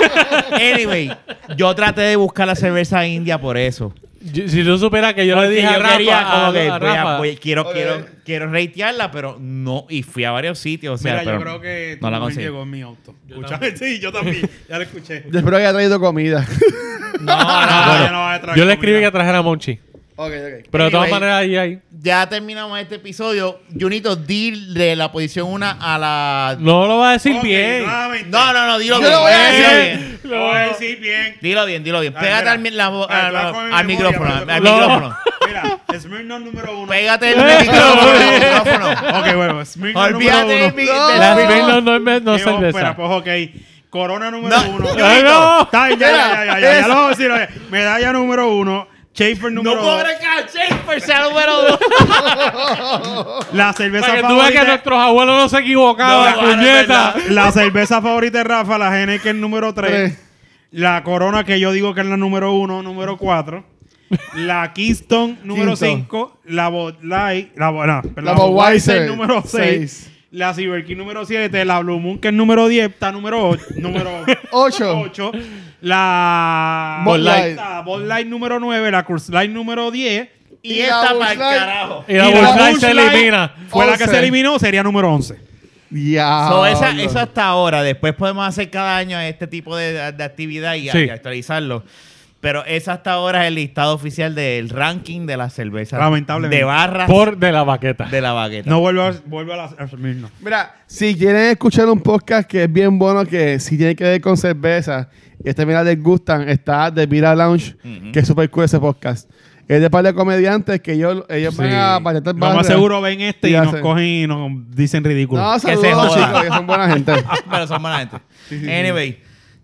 S3: quieto.
S4: Anyway, yo traté de buscar la cerveza india por eso.
S1: Yo- Si tú supieras que yo le
S4: Porque
S1: dije a
S4: yo
S1: Rafa,
S4: quería como
S1: a-
S4: que
S1: a
S4: voy a-
S1: Rafa,
S4: voy- quiero,
S3: Ok.
S4: quiero, quiero ratearla, pero no. Y fui a varios sitios. O sea,
S2: Mira, yo
S4: pero
S2: creo que tu
S4: no la
S2: mujer
S4: conseguí.
S2: llegó en mi auto. ¿Escuchaste? Sí, yo también. Ya la escuché.
S3: Yo espero que haya traído comida.
S4: No, no,
S2: Ah,
S4: no.
S2: ya no va a traer
S1: yo le
S2: comida.
S1: escribí que trajera a Monchi.
S3: ok, ok.
S1: Pero de todas
S4: Anyway.
S1: maneras, ahí, ahí.
S4: Ya terminamos este episodio. Junito, di de la posición 1 a la.
S1: No lo va a decir
S2: Ok, ah,
S1: bien.
S2: nuevamente.
S4: No, no, no, dilo
S3: Yo
S4: bien. Eh,
S3: lo voy a
S4: dilo
S3: decir.
S4: bien.
S2: Lo voy a decir bien.
S4: Dilo bien, dilo bien.
S2: A ver,
S4: Pégate
S2: mira.
S4: al, mi- la-
S2: A ver, te
S4: al-
S2: vas con mi
S4: al
S2: memoria,
S4: micrófono.
S2: pero
S4: Al,
S2: te-
S4: al
S1: No.
S4: micrófono.
S2: Mira, Smirnoff número uno.
S4: Pégate el micrófono.
S1: Eh.
S4: el micrófono.
S2: Ok, bueno, Smirnoff
S4: Olvídate
S2: número
S4: del
S2: uno.
S4: mi-
S3: No.
S4: del
S1: Las
S4: micrófono.
S1: Mil no, no es me- no es
S2: Digo,
S1: cerveza.
S2: espera, pues ok. Corona número
S4: No.
S2: uno.
S1: ¡Ay, no!
S2: Está bien, ya, ya, ya, ya, ya,
S3: Mira,
S2: ya lo voy a decir. oye. Medalla número uno. Schaefer
S4: No
S2: número dos.
S4: cobra caché, por ser número dos.
S2: La cerveza
S1: Para que tú veas que
S2: favorita.
S1: nuestros abuelos no se equivocaban,
S4: No, no, no,
S1: puñeta.
S4: no,
S2: La cerveza favorita de Rafa, la Gene, que es número tres. La Corona, que yo digo que es la número uno, número cuatro. La Keystone, número
S3: Keystone.
S2: cinco. La Bud Light. La, Bo- no, perdón,
S3: La
S2: la
S3: Budweiser,
S2: Budweiser, número seis.
S3: seis.
S2: La Cyber King, número siete. La Blue Moon, que es número diez. Está número ocho. Número
S3: Ocho.
S2: ocho. La
S3: Bud Light.
S2: La Bud Light número nueve. La Cruz Light número diez.
S4: Y,
S3: Y la
S4: esta para el
S3: Bush Light.
S4: carajo.
S1: Y la
S2: y la
S1: bolsa
S2: Bush
S1: se
S2: Light
S1: elimina.
S2: Fue la que
S3: Once.
S2: se eliminó, sería número once.
S3: Ya.
S4: So, esa, eso hasta ahora. Después podemos hacer cada año este tipo de, de actividad y,
S1: Sí.
S4: y actualizarlo. Pero esa hasta ahora es el listado oficial del ranking de las cervezas.
S2: Lamentablemente.
S4: De barras
S1: Por de la baqueta.
S4: de la bagueta.
S2: No vuelvo a, vuelvo a la a Smirnoff.
S3: Mira, si quieren escuchar un podcast que es bien bueno, que si tiene que ver con cerveza, y este mira les gustan, está The Vira Lounge, que es super cool ese podcast. Es de par de comediantes que ellos, ellos van
S1: Sí.
S3: a paletar
S2: Lo más
S3: barras.
S2: seguro ven este y,
S3: Y
S2: nos
S3: hacen.
S2: cogen y nos dicen ridículo.
S3: No,
S4: se
S3: saludos,
S4: joda.
S3: chicos, que son buena gente.
S4: Pero son mala gente. Anyway.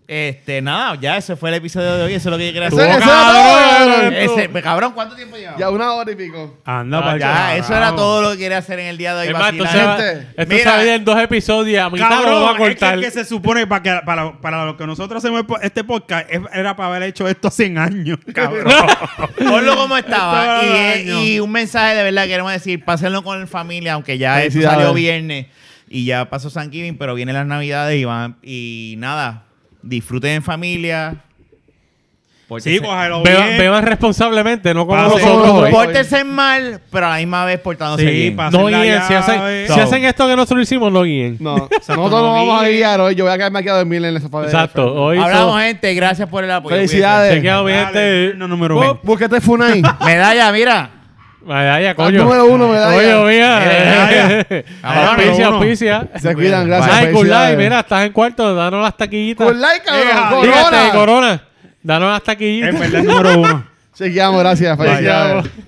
S4: Este, nada, ya ese fue el episodio de hoy. Eso es lo que yo quería
S3: Eso-
S4: hacer.
S3: eso era todo, cabrón.
S4: Ese- pues, cabrón, ¿cuánto tiempo llevamos?
S3: ya una hora y pico.
S2: Anda,
S1: Ah,
S2: para
S4: Ya, eso era todo lo que quería hacer en el día de hoy.
S1: Es más, esto se
S4: vacilar.
S1: va,
S3: Gente,
S1: esto
S4: mira.
S1: se va a ir en dos episodios. A mitad lo vamos a
S2: Cabrón, es que,
S1: cortar.
S2: es que se supone para, que, para, para lo que nosotros hacemos el po- este podcast es- era para haber hecho esto hace 100 años, cabrón.
S4: Ponlo como estaba.
S2: Estaba
S4: y,
S2: al
S4: eh,
S2: año.
S4: y un mensaje de verdad que queremos decir, pásenlo con la familia, aunque ya esto
S3: Felicidades.
S4: salió viernes y ya pasó San Giving, pero vienen las navidades y van. Y nada, disfruten en familia.
S2: sí,
S4: Pórtense,
S2: cógelo
S1: Beban,
S2: bien.
S1: beban responsablemente, no como
S2: Pase
S1: nosotros
S3: como
S1: hoy.
S3: nosotros.
S4: pórtense mal, pero a la misma vez portándose
S2: Sí,
S4: bien.
S2: pa-
S1: No
S2: Hacen la
S1: guíen. Si
S2: llave.
S1: hacen, si
S4: So.
S1: hacen esto que nosotros hicimos, no guíen.
S3: No, nosotros no vamos a guiar hoy. Yo voy a quedarme aquí a dormir en el sofá de
S1: Exacto. Hoy
S4: Hablamos,
S1: so-
S4: gente. Gracias por el apoyo.
S3: Felicidades.
S1: chequeado, mi
S2: Dale,
S1: gente.
S2: no, número
S1: Oh,
S2: uno.
S3: Búsquete Funai.
S4: Cuídense. Medalla, mira.
S1: Medalla, coño.
S3: Número uno, medalla.
S1: Coño, mira.
S4: Medalla. Ahora,
S1: Auspicia,
S2: número uno.
S1: auspicia.
S3: Se cuidan, gracias.
S1: Ay, Kulai,
S3: felicidades.
S1: mira, estás en cuarto. Danos las taquillitas.
S3: Good like,
S2: Deja,
S3: cabrón.
S1: Dígate,
S3: Corona.
S1: corona. Danos las
S2: Es
S1: taquillitas.
S2: verdad, es número uno.
S3: Chequeamos, gracias. Felicidades.
S1: Chequeamos.